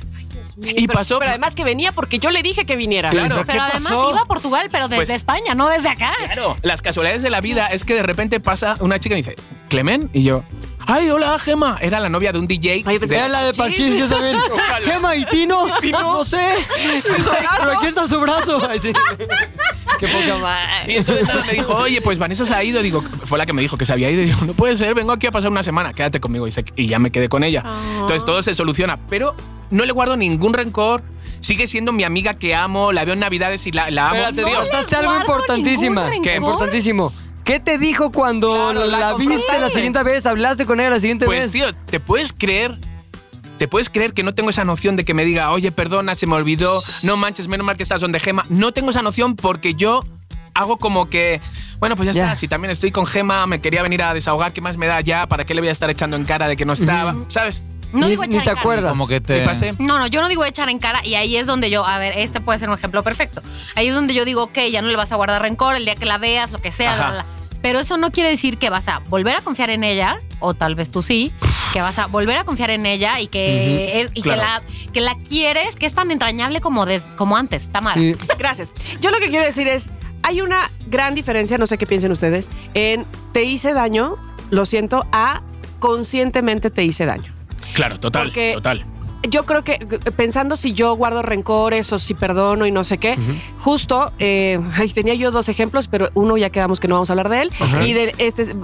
Speaker 3: y
Speaker 2: Pero-
Speaker 3: pasó.
Speaker 2: Pero además que venía porque yo le dije que viniera.
Speaker 3: Sí. Claro.
Speaker 4: ¿Pero qué
Speaker 1: Pero además
Speaker 4: pasó?
Speaker 1: iba a Portugal, pero desde
Speaker 3: Pues-
Speaker 1: España, no desde acá.
Speaker 3: Claro, las casualidades de la vida es que de repente pasa una chica y me dice, ¿Clemen? Y yo, ¡ay, hola, Gema! Era la novia de un DJ.
Speaker 2: Ay, pensé
Speaker 3: de-
Speaker 5: Era la de Parchís, yo también. Gema y Tino. [LAUGHS] No sé. Pero aquí está su brazo. [LAUGHS] Ay, sí. Qué poca madre.
Speaker 3: Y entonces nada, me dijo, oye, pues Vanessa se ha ido. Digo, fue la que me dijo que se había ido. Y digo, no puede ser, vengo aquí a pasar una semana, quédate conmigo. Y, se- y ya me quedé con ella. Entonces todo se soluciona. Pero no le guardo ningún rencor. Sigue siendo mi amiga que amo, la veo en Navidades y la, la amo.
Speaker 5: Espérate,
Speaker 3: Tío,
Speaker 5: contaste algo
Speaker 1: guardo
Speaker 5: importantísima.
Speaker 1: ningún
Speaker 3: ¿Qué?
Speaker 1: rencor.
Speaker 5: Importantísimo. ¿Qué te dijo cuando
Speaker 2: Claro, la
Speaker 5: la, viste la
Speaker 2: confrontaste.
Speaker 5: siguiente vez? ¿Hablaste con ella la siguiente
Speaker 3: Pues
Speaker 5: vez?
Speaker 3: tío, ¿te puedes creer? ¿Te puedes creer que no tengo esa noción de que me diga, oye, perdona, se me olvidó, no manches, menos mal que estás donde Gema? No tengo esa noción porque yo hago como que, bueno, pues ya,
Speaker 5: Ya.
Speaker 3: está, si también estoy con Gema, me quería venir a desahogar, ¿qué más me da ya? ¿Para qué le voy a estar echando en cara de que no estaba? ¿Sabes?
Speaker 1: No
Speaker 5: Ni-
Speaker 1: digo
Speaker 5: ni
Speaker 1: echar
Speaker 5: te
Speaker 1: en cara.
Speaker 5: acuerdas.
Speaker 4: Como que
Speaker 3: ¿Qué
Speaker 4: te.
Speaker 3: pasé?
Speaker 1: No, no, yo no digo echar en cara y ahí es donde yo, a ver, este puede ser un ejemplo perfecto. Ahí es donde yo digo, ok, ya no le vas a guardar rencor el día que la veas, lo que sea,
Speaker 3: Ajá.
Speaker 1: bla, bla, bla. pero eso no quiere decir que vas a volver a confiar en ella, o tal vez tú sí, que vas a volver a confiar en ella y que, es- y
Speaker 3: claro.
Speaker 1: que, la, que la quieres, que es tan entrañable como, des- como antes, Tamara.
Speaker 5: Sí.
Speaker 2: Gracias. Yo lo que quiero decir es, Hay una gran diferencia, no sé qué piensen ustedes, en te hice daño, lo siento, a conscientemente te hice daño.
Speaker 3: Claro, total,
Speaker 2: Porque-
Speaker 3: total.
Speaker 2: Yo creo que eh, pensando si yo guardo rencores o si perdono y no sé qué, justo, eh, [LAUGHS] ay, tenía yo dos ejemplos, pero uno ya quedamos que no vamos a hablar de él.
Speaker 3: Ajá.
Speaker 2: Y de este,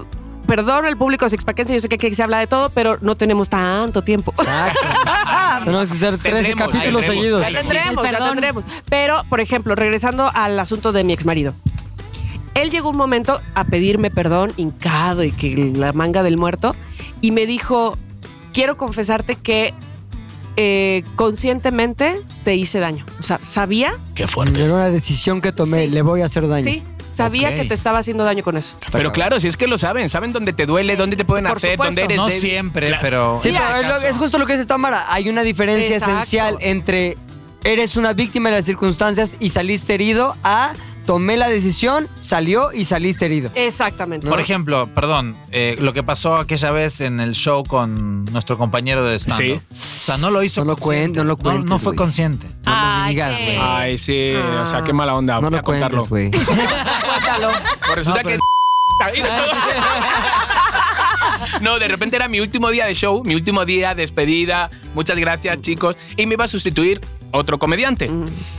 Speaker 2: perdón al público sexpaquense, yo sé que aquí se habla de todo, pero no tenemos tanto tiempo. [LAUGHS]
Speaker 5: [LAUGHS] Exacto. Tenemos que hacer 13
Speaker 3: Tendremos,
Speaker 5: capítulos
Speaker 3: tendremos.
Speaker 5: seguidos.
Speaker 2: Ya
Speaker 3: Sí,
Speaker 2: tendremos,
Speaker 1: el
Speaker 2: ya
Speaker 1: perdón.
Speaker 2: tendremos. Pero, por ejemplo, regresando al asunto de mi exmarido. Él llegó un momento a pedirme perdón, hincado y que la manga del muerto, y me dijo, quiero confesarte que eh, conscientemente te hice daño. O sea, sabía,
Speaker 3: Qué
Speaker 5: Era
Speaker 3: fuerte.
Speaker 5: una decisión que tomé,
Speaker 2: Sí.
Speaker 5: le voy a hacer daño.
Speaker 2: sí, sabía
Speaker 4: Ok.
Speaker 2: que te estaba haciendo daño con eso.
Speaker 3: Pero claro, si es que lo saben, saben dónde te duele, dónde te pueden
Speaker 2: Por
Speaker 3: hacer,
Speaker 2: supuesto.
Speaker 3: dónde eres
Speaker 4: No
Speaker 3: débil.
Speaker 4: siempre,
Speaker 3: Claro.
Speaker 4: pero.
Speaker 5: Sí,
Speaker 4: en
Speaker 5: pero
Speaker 4: este
Speaker 5: es, lo-
Speaker 4: caso-
Speaker 5: es justo lo que dice Tamara. Hay una diferencia
Speaker 2: Exacto.
Speaker 5: esencial entre eres una víctima de las circunstancias y saliste herido a tomé la decisión, salió y saliste herido.
Speaker 2: Exactamente.
Speaker 4: Por ejemplo, perdón, eh, lo que pasó aquella vez en el show con nuestro compañero de stand
Speaker 3: Sí.
Speaker 4: O sea, no lo hizo
Speaker 5: No lo
Speaker 4: consciente.
Speaker 5: cuen- no lo cuentes,
Speaker 4: No, fue
Speaker 5: güey.
Speaker 4: consciente.
Speaker 5: No me
Speaker 1: Ay,
Speaker 5: digas,
Speaker 1: qué-
Speaker 5: güey.
Speaker 3: Ay, sí, o sea, qué mala onda.
Speaker 5: No
Speaker 3: voy
Speaker 5: lo
Speaker 3: a contarlo.
Speaker 5: cuentes, güey.
Speaker 2: Cuéntalo.
Speaker 3: Pues resulta [LAUGHS]
Speaker 4: No, pero-
Speaker 3: que. Hice todo. No, de repente era mi último día de show, mi último día, despedida, muchas gracias chicos, y me iba a sustituir otro comediante.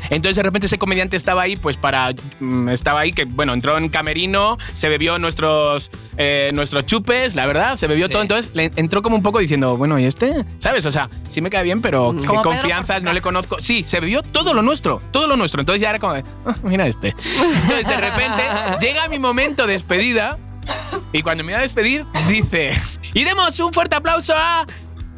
Speaker 3: Entonces de repente ese comediante estaba ahí, pues para, mm, estaba ahí, que bueno, entró en camerino, se bebió nuestros, eh, nuestros chupes, la verdad, se bebió todo, entonces le entró como un poco diciendo, bueno, ¿y este? ¿Sabes? O sea, sí me cae bien, pero qué
Speaker 1: Como Pedro por
Speaker 3: confianza,
Speaker 1: su
Speaker 3: no le
Speaker 1: casa.
Speaker 3: conozco. Sí, se bebió todo lo nuestro, todo lo nuestro, entonces ya era como, de, "Ah, mira este. Entonces de repente llega mi momento de despedida. Y cuando me iba a despedir, dice: Y demos un fuerte aplauso a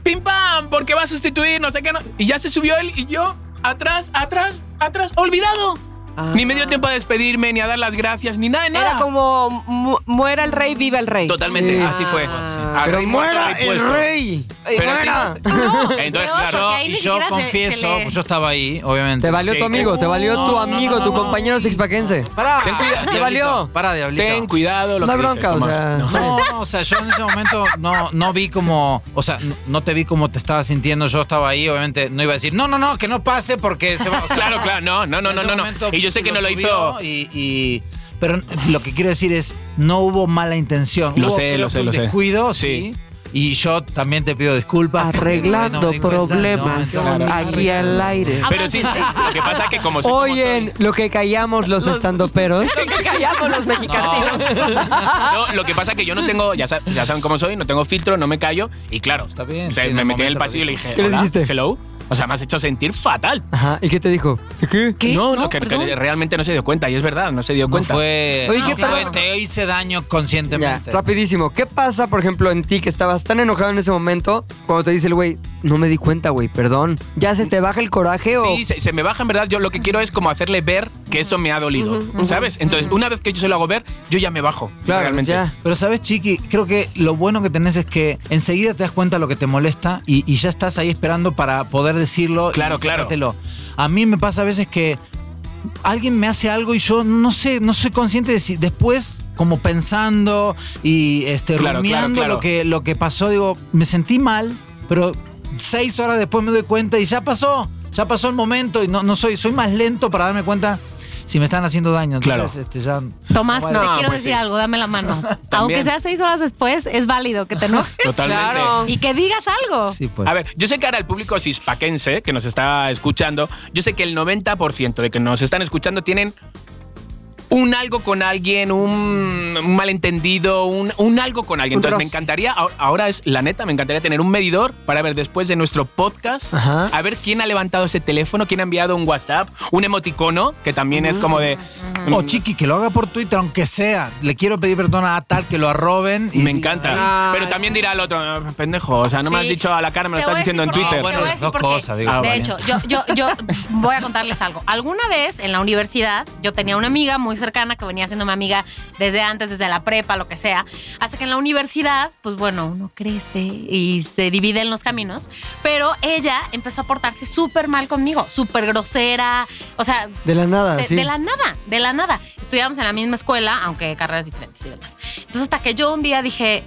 Speaker 3: Pim Pam, porque va a sustituir, no sé qué. no- Y ya se subió él y yo, atrás, atrás, atrás, olvidado.
Speaker 2: Ah.
Speaker 3: Ni me dio tiempo a despedirme, ni a dar las gracias, ni nada, de nada.
Speaker 2: Era como mu- muera el rey, viva el rey.
Speaker 3: Totalmente,
Speaker 5: Sí.
Speaker 3: así fue.
Speaker 2: Ah.
Speaker 3: Al
Speaker 5: Pero
Speaker 3: rey muerto,
Speaker 5: muera
Speaker 3: rey
Speaker 5: el
Speaker 3: puesto.
Speaker 5: rey.
Speaker 2: Oye,
Speaker 3: Pero
Speaker 2: bueno,
Speaker 5: Muera.
Speaker 1: No,
Speaker 3: [LAUGHS] Entonces,
Speaker 1: peor,
Speaker 3: claro,
Speaker 1: porque ahí
Speaker 4: Y
Speaker 1: ni
Speaker 4: yo
Speaker 1: siquiera se-
Speaker 4: confieso,
Speaker 1: se le-
Speaker 4: pues yo estaba ahí, obviamente.
Speaker 5: Te valió
Speaker 3: Sí,
Speaker 5: tu
Speaker 3: que-
Speaker 5: amigo, te valió
Speaker 4: No,
Speaker 5: tu
Speaker 4: no,
Speaker 5: amigo,
Speaker 4: no,
Speaker 5: tu
Speaker 4: no,
Speaker 5: compañero sexpaquense.
Speaker 4: Pará,
Speaker 3: Ten cuidado.
Speaker 4: diablito,
Speaker 5: valió.
Speaker 4: Pará, diablito.
Speaker 3: Ten cuidado lo
Speaker 5: No hay
Speaker 3: que
Speaker 5: bronca,
Speaker 3: dices,
Speaker 5: o
Speaker 3: Tomás.
Speaker 5: sea.
Speaker 3: No.
Speaker 4: No, o sea, yo en ese momento no, no vi como, o sea, no, no te vi como te estaba sintiendo, yo estaba ahí, obviamente no iba a decir, no, no, no, que no pase porque se va. o sea,
Speaker 3: Claro, claro, no, no, no,
Speaker 4: en
Speaker 3: no,
Speaker 4: ese
Speaker 3: no. no.
Speaker 4: momento
Speaker 3: Y yo sé que no lo hizo.
Speaker 4: subió Y, y- pero lo que quiero decir es, no hubo mala intención.
Speaker 3: Lo
Speaker 4: Hubo,
Speaker 3: sé,
Speaker 4: creo
Speaker 3: lo
Speaker 4: que
Speaker 3: sé,
Speaker 4: un
Speaker 3: lo sé.
Speaker 4: descuido,
Speaker 3: Sí.
Speaker 4: sí. Y yo también te pido disculpas. porque,
Speaker 2: Arreglando
Speaker 4: bueno, me di cuenta en ese
Speaker 2: problemas
Speaker 4: momento.
Speaker 3: Claro.
Speaker 2: aquí al
Speaker 3: [LAUGHS]
Speaker 2: aire.
Speaker 3: Pero sí, sí, lo que pasa es que
Speaker 5: [LAUGHS]
Speaker 3: como sé cómo
Speaker 5: Oyen lo que callamos los estandoperos.
Speaker 2: que callamos los mexicanos.
Speaker 3: No, lo que pasa es que yo no tengo, ya, sa- ya saben cómo soy, no tengo filtro, no me callo. Y claro,
Speaker 4: Está bien,
Speaker 3: o sea,
Speaker 4: sí, en
Speaker 3: me
Speaker 4: el
Speaker 3: metí en el
Speaker 4: momento
Speaker 3: pasillo y
Speaker 4: lo
Speaker 3: le dije,
Speaker 5: ¿Qué le
Speaker 3: "Hola,
Speaker 5: dijiste?
Speaker 3: hello. O sea, me has hecho sentir fatal.
Speaker 5: Ajá, ¿y qué te dijo? ¿Qué?
Speaker 3: No, no,
Speaker 1: No,
Speaker 3: que, que
Speaker 1: perdón.
Speaker 3: realmente no se dio cuenta, y es verdad, no se dio
Speaker 4: No
Speaker 3: cuenta.
Speaker 4: fue,
Speaker 5: Oye,
Speaker 4: no
Speaker 5: ¿qué
Speaker 4: fue,
Speaker 5: pasa?
Speaker 4: te hice daño
Speaker 5: Ya,
Speaker 4: conscientemente.
Speaker 5: rapidísimo. ¿Qué pasa, por ejemplo, en ti que estabas tan enojado en ese momento cuando te dice el güey, no me di cuenta, güey, perdón? ¿Ya se te baja el coraje o...?
Speaker 3: Sí, se, se me baja en verdad. Yo lo que quiero es como hacerle ver que eso me ha dolido, ¿sabes? Entonces, una vez que yo se lo hago ver, yo ya me bajo.
Speaker 5: Claro,
Speaker 3: realmente.
Speaker 5: ya.
Speaker 4: Pero sabes, Chiqui, creo que lo bueno que tenés es que enseguida te das cuenta lo que te molesta y, y ya estás ahí esperando para poder decirlo.
Speaker 3: Claro,
Speaker 4: y
Speaker 3: claro.
Speaker 4: sacártelo. A mí me pasa a veces que alguien me hace algo y yo no sé, no soy consciente de si después, como pensando y este,
Speaker 3: Claro, claro,
Speaker 4: rumiando
Speaker 3: claro.
Speaker 4: Lo, que, lo que pasó, digo, me sentí mal, pero seis horas después me doy cuenta y ya pasó, ya pasó el momento y no, no soy, soy más lento para darme cuenta. Si me están haciendo daño,
Speaker 3: Claro.
Speaker 4: entonces este, ya.
Speaker 1: Tomás,
Speaker 3: No,
Speaker 1: te quiero
Speaker 3: pues
Speaker 1: decir
Speaker 3: sí.
Speaker 1: algo, dame la mano. Aunque sea seis horas después, es válido que te
Speaker 3: [LAUGHS]
Speaker 1: enojes
Speaker 3: Totalmente.
Speaker 2: Claro.
Speaker 1: y que digas algo.
Speaker 4: Sí, pues.
Speaker 3: A ver, yo sé que ahora el público cispaquense que nos está escuchando, yo sé que el 90% de que nos están escuchando tienen un algo con alguien, un, un malentendido, un, un algo con alguien.
Speaker 2: Un
Speaker 3: Entonces, me
Speaker 2: roce.
Speaker 3: encantaría, ahor- ahora es la neta, me encantaría tener un medidor para ver después de nuestro podcast,
Speaker 5: Ajá.
Speaker 3: a ver quién ha levantado ese teléfono, quién ha enviado un WhatsApp, un emoticono, que también es como de...
Speaker 4: Mm.
Speaker 3: "Mm,
Speaker 4: O
Speaker 2: Mm.
Speaker 4: Chiqui, que lo haga por Twitter, aunque sea. Le quiero pedir perdón a tal que lo arroben. y-
Speaker 3: Me encanta.
Speaker 2: Ah,
Speaker 3: Pero también dirá el otro, "Ah, pendejo, o sea, no me has
Speaker 1: Sí.
Speaker 3: dicho a la cara, me lo
Speaker 1: Te
Speaker 3: estás
Speaker 1: voy a
Speaker 3: diciendo en
Speaker 1: decir por
Speaker 3: Twitter.
Speaker 1: qué, te voy a
Speaker 4: Bueno,
Speaker 1: decir
Speaker 4: dos
Speaker 1: por qué.
Speaker 4: cosas, digo.
Speaker 3: Ah,
Speaker 1: de
Speaker 3: vale.
Speaker 1: hecho, yo, yo, yo [LAUGHS] voy a contarles algo. Alguna vez en la universidad, yo tenía una amiga muy cercana que venía siendo mi amiga desde antes, desde la prepa, lo que sea. Hasta que en la universidad, pues bueno, uno crece y se divide en los caminos. Pero ella empezó a portarse súper mal conmigo, súper grosera. O sea,
Speaker 5: De la nada,
Speaker 1: de,
Speaker 5: Ah, sí.
Speaker 1: de la nada, de la nada. Estudiábamos en la misma escuela, aunque carreras diferentes y demás. Entonces, hasta que yo un día dije,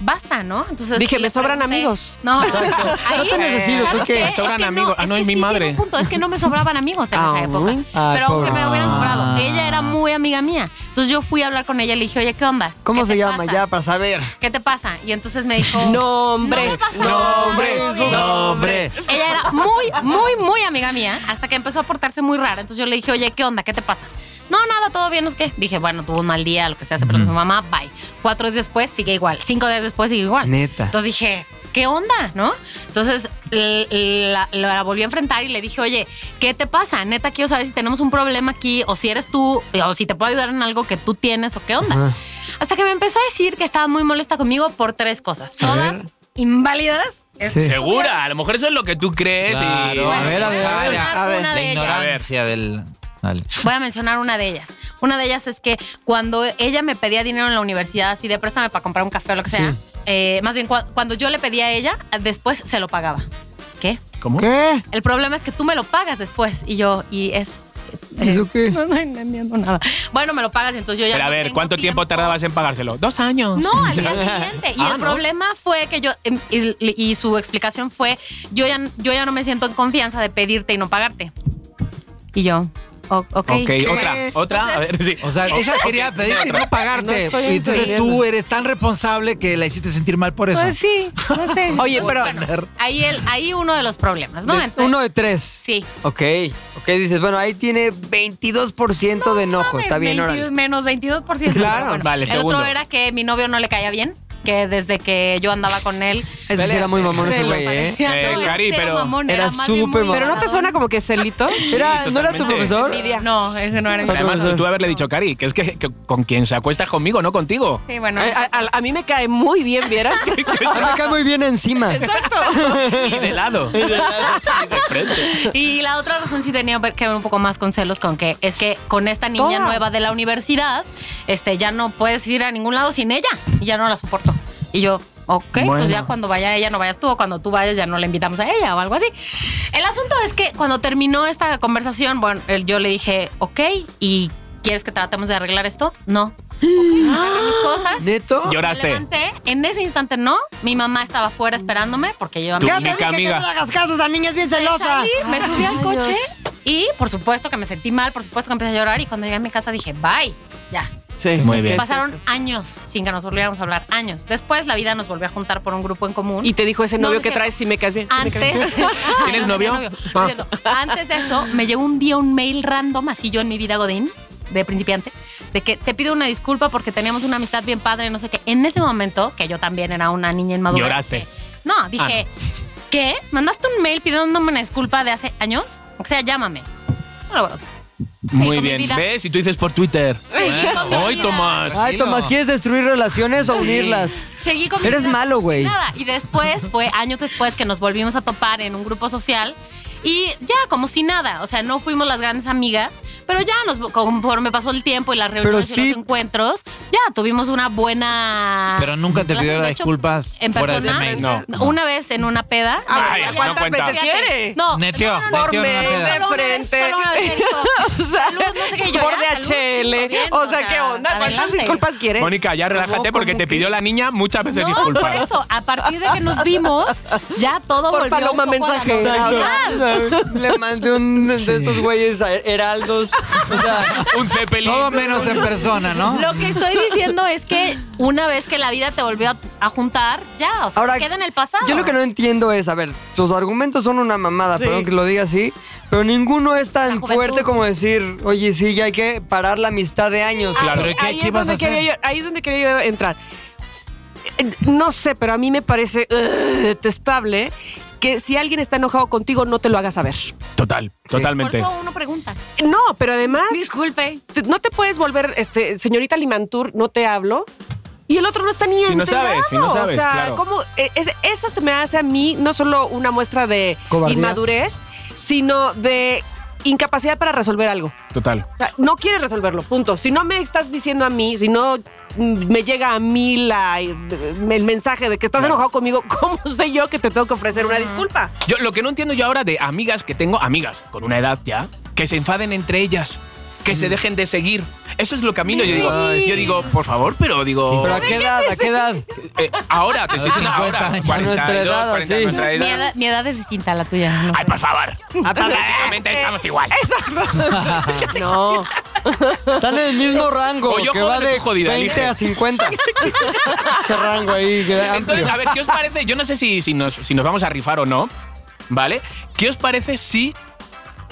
Speaker 1: basta, ¿no? Entonces
Speaker 2: Dije,
Speaker 1: le
Speaker 2: me sobran
Speaker 1: pregunté-
Speaker 2: amigos.
Speaker 1: No,
Speaker 3: [LAUGHS]
Speaker 5: No te necesito, ¿tú
Speaker 1: ¿sabes
Speaker 5: qué?
Speaker 1: qué?
Speaker 5: Me
Speaker 1: Es
Speaker 3: sobran
Speaker 1: que no,
Speaker 3: amigos. Ah, no, es mi
Speaker 1: sí tiene
Speaker 3: madre.
Speaker 1: un punto, es que no me sobraban amigos en
Speaker 2: Ah,
Speaker 1: esa época.
Speaker 2: ¿no?
Speaker 5: Ay,
Speaker 1: pero aunque
Speaker 5: pobre.
Speaker 1: me hubieran sobrado,
Speaker 4: Ah.
Speaker 1: ella era muy amiga mía. Entonces yo fui a hablar con ella y le dije, oye, ¿qué onda?
Speaker 5: ¿Cómo
Speaker 1: ¿Qué
Speaker 5: se
Speaker 1: te
Speaker 5: llama?
Speaker 1: pasa?
Speaker 5: Ya, para saber.
Speaker 1: ¿Qué te pasa? Y entonces me dijo,
Speaker 2: Nombre.
Speaker 1: No me pasa nada.
Speaker 3: Nombre.
Speaker 4: Nombre.
Speaker 1: Ella era muy, muy, muy amiga mía hasta que empezó a portarse muy rara. Entonces yo le dije, oye, ¿qué onda? ¿Qué te pasa? No, nada, todo bien, no es que. Dije, bueno, tuvo un mal día, lo que sea, se peleó con su mamá, bye. Cuatro días después sigue igual. Cinco días después sigue igual.
Speaker 5: Neta.
Speaker 1: Entonces dije, ¿qué onda? ¿No? Entonces l- la, la volví a enfrentar y le dije, oye, ¿qué te pasa? Neta, quiero saber si tenemos un problema aquí o si eres tú o si te puedo ayudar en algo que tú tienes o qué onda.
Speaker 3: Ah,
Speaker 5: Ajá.
Speaker 1: Hasta que me empezó a decir que estaba muy molesta conmigo por tres cosas. Todas inválidas.
Speaker 5: Sí.
Speaker 3: Segura, a lo mejor eso es lo que tú crees. y-
Speaker 4: Claro, a ver, a ver, a ver.
Speaker 1: mencionar
Speaker 2: a ver,
Speaker 1: una
Speaker 4: La
Speaker 1: de ellas.
Speaker 4: ignorancia del. Dale.
Speaker 1: Voy a mencionar una de ellas. Una de ellas es que cuando ella me pedía dinero en la universidad, así de préstame para comprar un café o lo que sea, eh, más bien cua- cuando yo le pedía a ella, después se lo pagaba. ¿Qué?
Speaker 3: ¿Cómo?
Speaker 5: ¿Qué?
Speaker 1: El problema es que tú me lo pagas después y yo, y es...
Speaker 5: ¿Eso qué?
Speaker 1: No, no entiendo nada. Bueno, me lo pagas y entonces yo ya...
Speaker 3: Pero a
Speaker 1: no
Speaker 3: ver,
Speaker 1: tengo
Speaker 3: ¿cuánto tiempo tardabas en pagárselo? Dos años. [LAUGHS]
Speaker 1: No, al día siguiente. Y
Speaker 3: Ah,
Speaker 1: el
Speaker 3: ¿no?
Speaker 1: problema fue que yo, em, y, y su explicación fue, yo ya, yo ya no me siento en confianza de pedirte y no pagarte. Y yo, o- ok.
Speaker 3: Ok, otra, otra. A ver, sí.
Speaker 4: O sea, ella quería pedirte y no
Speaker 2: No
Speaker 4: pagarte.
Speaker 2: estoy
Speaker 4: y entonces tú
Speaker 2: entendiendo.
Speaker 4: eres tan responsable que la hiciste sentir mal por eso.
Speaker 1: Pues sí, no sé.
Speaker 2: Oye, pero
Speaker 1: Ahí, el, ahí uno de los problemas, ¿no?
Speaker 5: De-
Speaker 1: Entonces-
Speaker 5: uno de tres.
Speaker 1: Sí.
Speaker 5: Ok. Ok, dices, bueno, ahí tiene 22% de enojo. Está bien,
Speaker 1: 20
Speaker 5: órale.
Speaker 1: Menos 22%.
Speaker 2: Claro.
Speaker 1: pero
Speaker 3: Vale,
Speaker 1: El
Speaker 3: segundo.
Speaker 1: otro era que mi novio no le caía bien, que desde que yo andaba con él...
Speaker 5: Es que sí era muy mamón
Speaker 2: Se
Speaker 5: ese
Speaker 2: lo
Speaker 5: güey, ¿eh?
Speaker 2: parecía.
Speaker 3: Eh,
Speaker 1: No,
Speaker 3: Cari,
Speaker 1: cero
Speaker 3: pero-
Speaker 1: mamón,
Speaker 5: Era
Speaker 1: más bien
Speaker 5: súper
Speaker 1: muy
Speaker 5: mamón.
Speaker 2: ¿Pero no te
Speaker 1: agradable.
Speaker 2: suena como que celito?
Speaker 5: Era- ¿No era tu
Speaker 3: totalmente.
Speaker 5: profesor?
Speaker 1: Envidia. No, ese no era mi
Speaker 3: Pero además
Speaker 5: profesor.
Speaker 3: tú haberle dicho, Cari, que es que, que con quien se acuestas conmigo, no contigo.
Speaker 1: [LAUGHS] Sí,
Speaker 3: [LAUGHS]
Speaker 1: bueno.
Speaker 2: A, a- a mí me cae muy bien, ¿vieras?
Speaker 5: Se me cae muy bien
Speaker 1: [LAUGHS]
Speaker 5: encima.
Speaker 3: Y de lado. Y de frente.
Speaker 1: Y la otra razón sí tenía que ver un poco más con celos, con que es que con esta niña
Speaker 2: Todas.
Speaker 1: nueva de la universidad, este, ya no puedes ir a ningún lado sin ella. Y ya no la soporto. Y yo, ok,
Speaker 3: Bueno.
Speaker 1: pues ya cuando vaya ella no vayas tú, o cuando tú vayas ya no la invitamos a ella o algo así. El asunto es que cuando terminó esta conversación, bueno, él- yo le dije, ok, ¿y quieres que tratemos de arreglar esto?
Speaker 3: [GASPS]
Speaker 1: No. Ok, agarré mis cosas.
Speaker 5: ¿Neto?
Speaker 1: Me
Speaker 3: Lloraste.
Speaker 1: levanté. En ese instante no. Mi mamá estaba afuera esperándome porque yo a
Speaker 3: Tu
Speaker 1: mi
Speaker 3: única amiga.
Speaker 5: hagas caso, esa niña es bien
Speaker 1: salí, me subí al coche y por supuesto que me sentí mal, por supuesto que empecé a llorar y cuando llegué a mi casa dije, bye, ya.
Speaker 2: Sí,
Speaker 3: Muy bien.
Speaker 2: ¿qué es
Speaker 1: Pasaron
Speaker 2: esto?
Speaker 1: años sin que nos volviéramos a hablar, años. Después la vida nos volvió a juntar por un grupo en común.
Speaker 2: Y te dijo ese
Speaker 1: No,
Speaker 2: novio
Speaker 1: no
Speaker 2: que
Speaker 1: sé. Ah,
Speaker 2: traes si me caes bien. sí me caes bien.
Speaker 1: antes,
Speaker 2: [LAUGHS]
Speaker 1: Ay,
Speaker 3: ¿Tienes
Speaker 1: no [LAUGHS]
Speaker 3: novio?
Speaker 1: tenía
Speaker 2: Ah.
Speaker 1: No es cierto. Antes de eso, me llegó un día un mail random, así yo en mi vida Godín, de principiante, de que te pido una disculpa porque teníamos una amistad bien padre, no sé qué. En ese momento, que yo también era una niña inmadura.
Speaker 3: Lloraste.
Speaker 1: No, dije, ¿qué? ¿Mandaste un mail pidiéndome una disculpa de hace años? O sea, llámame. No lo voy a contestar.
Speaker 3: Muy
Speaker 1: con mi
Speaker 3: bien.
Speaker 1: vida.
Speaker 3: ¿Ves? Y tú dices por Twitter.
Speaker 1: Seguí con mi
Speaker 3: Hoy,
Speaker 1: vida.
Speaker 3: Tomás.
Speaker 5: Ay, Tomás, ¿quieres destruir relaciones o unirlas?
Speaker 1: Seguí con mi
Speaker 5: Eres
Speaker 1: vida
Speaker 5: malo, güey.
Speaker 1: nada. Y después fue años después que nos volvimos a topar en un grupo social. Y ya, como si nada, o sea, no fuimos las grandes amigas, pero ya nos, conforme pasó el tiempo y las reuniones
Speaker 5: sí-
Speaker 1: y los encuentros, ya tuvimos una buena...
Speaker 4: Pero nunca te
Speaker 1: relación.
Speaker 4: pidió
Speaker 1: De
Speaker 4: las
Speaker 1: hecho,
Speaker 4: disculpas
Speaker 1: en
Speaker 4: fuera de ese
Speaker 1: persona,
Speaker 4: mail.
Speaker 3: No.
Speaker 1: Una vez en una peda.
Speaker 2: A ver,
Speaker 3: Ay, no
Speaker 2: Ah, ¿cuántas
Speaker 3: cuenta.
Speaker 2: veces quiere?
Speaker 1: No,
Speaker 4: Neteó,
Speaker 1: no, no, no,
Speaker 2: Por
Speaker 4: neteó en
Speaker 2: mail
Speaker 4: una peda.
Speaker 2: de
Speaker 1: Solo una vez,
Speaker 2: frente.
Speaker 1: solo una vez me dijo,
Speaker 2: [LAUGHS] O sea,
Speaker 1: "Salud", no sé qué, yo,
Speaker 2: Por
Speaker 1: ya, salud,
Speaker 2: DHL.
Speaker 1: chico, bien,
Speaker 2: o sea,
Speaker 1: o
Speaker 2: ¿qué
Speaker 1: sea,
Speaker 2: onda? ¿Cuántas
Speaker 1: adelante.
Speaker 2: disculpas quieres?
Speaker 3: Mónica, ya relájate
Speaker 2: ¿Cómo,
Speaker 3: porque
Speaker 2: cómo
Speaker 3: te
Speaker 2: que?
Speaker 3: pidió la niña muchas [LAUGHS] veces
Speaker 1: No,
Speaker 3: disculpas.
Speaker 1: por eso, a partir de que nos vimos, ya todo
Speaker 2: Por
Speaker 1: volvió
Speaker 2: paloma
Speaker 1: un poco a la
Speaker 2: mensajera.
Speaker 1: normalidad.
Speaker 5: Le mandé un de estos güeyes a- heraldos. O sea,
Speaker 3: Un Zeppelin.
Speaker 4: Todo menos en persona, ¿no?
Speaker 1: Lo que estoy diciendo es que una vez que la vida te volvió a, a juntar, ya, o sea,
Speaker 5: ahora.
Speaker 1: queda en el pasado.
Speaker 5: Yo lo que no entiendo es, a ver, sus argumentos son una mamada,
Speaker 2: Sí.
Speaker 5: perdón que lo diga así, pero ninguno es
Speaker 1: La
Speaker 5: tan
Speaker 1: juventud.
Speaker 5: fuerte como decir, oye, sí, ya hay que parar la amistad de años.
Speaker 2: Ah,
Speaker 3: Claro.
Speaker 4: Pero ¿qué,
Speaker 2: ahí,
Speaker 4: qué
Speaker 2: es
Speaker 4: vas a
Speaker 2: donde
Speaker 4: hacer?
Speaker 2: quería yo, ahí es donde quería yo entrar. Eh, No sé, pero a mí me parece eh, detestable que si alguien está enojado contigo, no te lo hagas saber.
Speaker 3: Total,
Speaker 1: Por
Speaker 3: totalmente.
Speaker 1: eso uno pregunta.
Speaker 2: No, pero además,
Speaker 1: Disculpe.
Speaker 2: te- no te puedes volver, este, señorita Limantur, no te hablo. Y el otro no está ni
Speaker 3: Si no
Speaker 2: enterado.
Speaker 3: sabes, si no sabes,
Speaker 2: o sea,
Speaker 3: claro.
Speaker 2: ¿cómo? Eh, es- eso se me hace a mí no solo una muestra de
Speaker 5: Cobardía.
Speaker 2: inmadurez, sino de incapacidad para resolver algo.
Speaker 3: Total.
Speaker 2: O sea, no quieres resolverlo, punto. Si no me estás diciendo a mí, si no mm, me llega a mí la, el mensaje de que estás enojado conmigo, ¿cómo sé yo que te tengo que ofrecer una disculpa?
Speaker 3: Yo, lo que no entiendo yo ahora de amigas que tengo, amigas con una edad ya, que se enfaden entre ellas. que
Speaker 5: Mm.
Speaker 3: se dejen de seguir. Eso es lo que a mí no yo digo. Yo digo, por favor, pero digo.
Speaker 5: Pero a qué edad, a qué edad.
Speaker 3: eh, ahora, te estoy diciendo
Speaker 4: 50
Speaker 3: ahora.
Speaker 4: años.
Speaker 3: 42,
Speaker 5: Nuestra edad,
Speaker 3: 40,
Speaker 5: sí.
Speaker 3: nuestra
Speaker 1: Mi
Speaker 3: edad.
Speaker 1: edad, mi edad es distinta a la tuya. no
Speaker 3: Ay,
Speaker 1: sé.
Speaker 3: por favor.
Speaker 5: Ah,
Speaker 3: Básicamente estamos igual. [LAUGHS]
Speaker 2: Exacto. No.
Speaker 5: Están en el mismo rango,
Speaker 3: O yo
Speaker 5: que va
Speaker 3: jódete
Speaker 5: de
Speaker 3: tú, jodida,
Speaker 5: 20 a
Speaker 3: elige.
Speaker 5: 50. Ese rango ahí, que amplio.
Speaker 3: Entonces, a ver, ¿qué os parece? Yo no sé si, si, nos, si nos vamos a rifar o no, ¿vale? ¿Qué os parece si...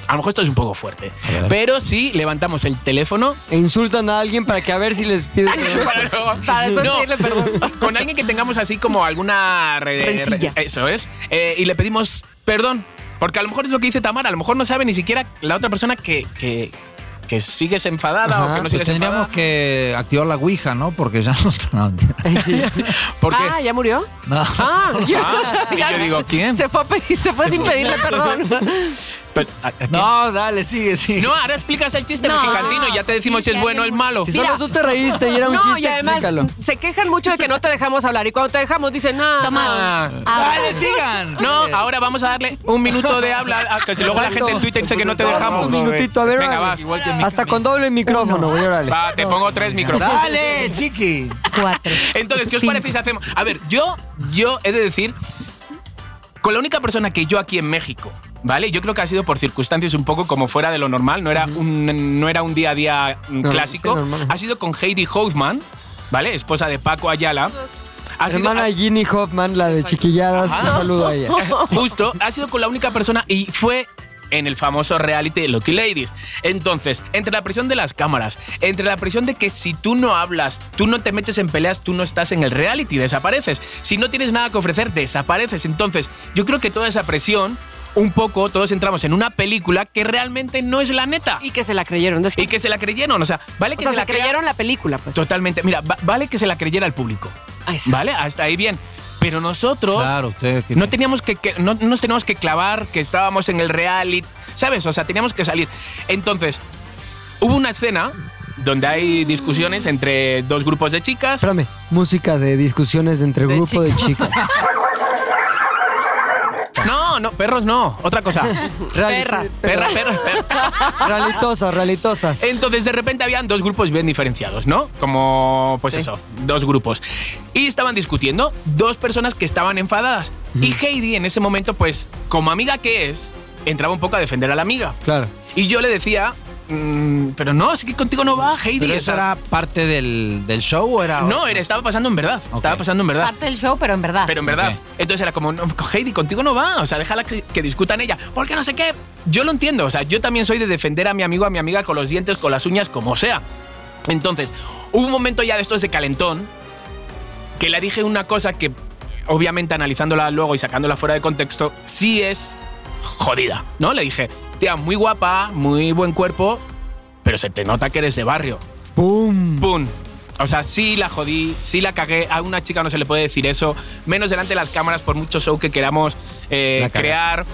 Speaker 3: A lo mejor esto es un poco fuerte, pero si levantamos el teléfono...
Speaker 5: E insultan a alguien para que a ver si les piden.
Speaker 3: Para, luego-
Speaker 2: Para
Speaker 3: [LAUGHS]
Speaker 2: después pedirle perdón.
Speaker 3: Con alguien que tengamos así como alguna... re-
Speaker 2: Rencilla.
Speaker 3: re- eso es. eh, y le pedimos perdón. Porque a lo mejor es lo que dice Tamara, a lo mejor no sabe ni siquiera la otra persona que... que que sigues enfadada
Speaker 5: Ajá,
Speaker 3: o que no
Speaker 5: pues
Speaker 3: sigues
Speaker 4: Pues tendríamos
Speaker 3: enfadada.
Speaker 4: que activar la Ouija, ¿no? Porque ya no está. No, mentira.
Speaker 3: ¿Por qué?
Speaker 2: Ah, ¿ya murió?
Speaker 4: No.
Speaker 2: Ah, yo,
Speaker 3: Ah, y yo digo, ¿quién?
Speaker 2: Se fue, a pedir- se fue
Speaker 3: Se
Speaker 2: sin
Speaker 3: fue.
Speaker 2: pedirle perdón.
Speaker 3: Pero, ¿a- a quién?
Speaker 4: No, dale, sigue, sigue.
Speaker 3: No, ahora explicas el chiste
Speaker 1: No.
Speaker 3: mexicantino y ya te decimos si es bueno o es malo.
Speaker 5: Si
Speaker 2: Mira.
Speaker 5: solo tú te reíste y era un
Speaker 2: no,
Speaker 5: chiste,
Speaker 2: y además
Speaker 5: explícalo.
Speaker 2: se quejan mucho de que no te dejamos hablar. Y cuando te dejamos, dicen, no,
Speaker 1: Tomás.
Speaker 3: Ah.
Speaker 1: ahora-
Speaker 4: Dale, sigan.
Speaker 3: No, ahora vamos a darle un minuto de habla, a- que si luego la
Speaker 5: Exacto.
Speaker 3: gente en Twitter dice que no te
Speaker 4: No,
Speaker 5: Un
Speaker 4: no,
Speaker 3: dejamos.
Speaker 4: no.
Speaker 5: minutito, a ver,
Speaker 3: eh. Venga,
Speaker 5: órale.
Speaker 3: vas.
Speaker 4: Igual que mi
Speaker 5: Hasta
Speaker 4: camisa.
Speaker 5: con doble micrófono, güey, órale. [LAUGHS]
Speaker 3: Va, te pongo tres micrófonos.
Speaker 4: Dale, chiqui.
Speaker 1: Cuatro.
Speaker 3: Entonces, ¿qué os
Speaker 1: Cinco.
Speaker 3: parece si hacemos? A ver, yo, yo he de decir, con la única persona que yo aquí en México, ¿vale? Yo creo que ha sido por circunstancias un poco como fuera de lo normal, no era un, no era un día a día mm,
Speaker 5: No,
Speaker 3: clásico.
Speaker 5: sí, normal.
Speaker 3: ha sido con Heidi Hoffman, ¿vale? Esposa de Paco Ayala. Ha sido-
Speaker 5: Hermana Ginny Hoffman, la de chiquilladas, un
Speaker 3: Ajá.
Speaker 5: saludo a ella.
Speaker 3: Justo, ha sido con la única persona y fue en el famoso reality Lucky Ladies. Entonces, entre la presión de las cámaras, entre la presión de que si tú no hablas, tú no te metes en peleas, tú no estás en el reality, desapareces. Si no tienes nada que ofrecer, desapareces. Entonces, yo creo que toda esa presión, un poco, todos entramos en una película que realmente no es la neta.
Speaker 2: Y que se la creyeron después.
Speaker 3: Y que se la creyeron, o sea, vale
Speaker 2: o
Speaker 3: que
Speaker 2: sea,
Speaker 3: se,
Speaker 2: se,
Speaker 3: la crea-
Speaker 2: creyeron la película, pues.
Speaker 3: Totalmente, mira, va- vale que se la creyera el público,
Speaker 2: Ah, exacto.
Speaker 3: ¿vale? Hasta ahí bien. Pero nosotros,
Speaker 4: Claro, ustedes. que-
Speaker 3: no teníamos que, que- no nos teníamos que clavar que estábamos en el reality, ¿sabes? O sea, teníamos que salir. Entonces, hubo una escena donde hay discusiones entre dos grupos de chicas.
Speaker 5: Espérame, música de discusiones entre
Speaker 2: De
Speaker 5: grupo de chicas.
Speaker 3: [LAUGHS] No, no, perros no, otra cosa.
Speaker 5: Reali-
Speaker 2: Perras.
Speaker 3: Perras, perros, perras.
Speaker 5: Realitosas, realitosas.
Speaker 3: Entonces, de repente habían dos grupos bien diferenciados, ¿no? Como, pues eso, dos grupos. Y estaban discutiendo dos personas que estaban enfadadas. Y Heidi, en ese momento, pues, como amiga que es, entraba un poco a defender a la amiga.
Speaker 5: Claro.
Speaker 3: Y yo le decía, mm, pero no, es que contigo no va, Heidi.
Speaker 4: ¿Pero
Speaker 3: o
Speaker 4: eso
Speaker 3: sea,
Speaker 4: era parte del, del show o era.?
Speaker 3: No, era- estaba pasando en verdad. Estaba
Speaker 4: Ok.
Speaker 3: pasando en verdad.
Speaker 1: Parte del show, pero en verdad.
Speaker 3: Pero en verdad.
Speaker 4: Ok.
Speaker 3: Entonces era como, no, Heidi, contigo no va. O sea, déjala que, que discutan ella. Porque no sé qué. Yo lo entiendo. O sea, yo también soy de defender a mi amigo, a mi amiga con los dientes, con las uñas, como sea. Entonces, hubo un momento ya de estos de calentón que le dije una cosa que, obviamente, analizándola luego y sacándola fuera de contexto, sí es jodida, ¿no? Le dije, tía, muy guapa, muy buen cuerpo, pero se te nota que eres de barrio.
Speaker 5: ¡Pum!
Speaker 3: ¡Pum! O sea, sí la jodí, sí la cagué. A una chica no se le puede decir eso. Menos delante de las cámaras, por mucho show que queramos eh,
Speaker 4: La cagaste.
Speaker 3: crear.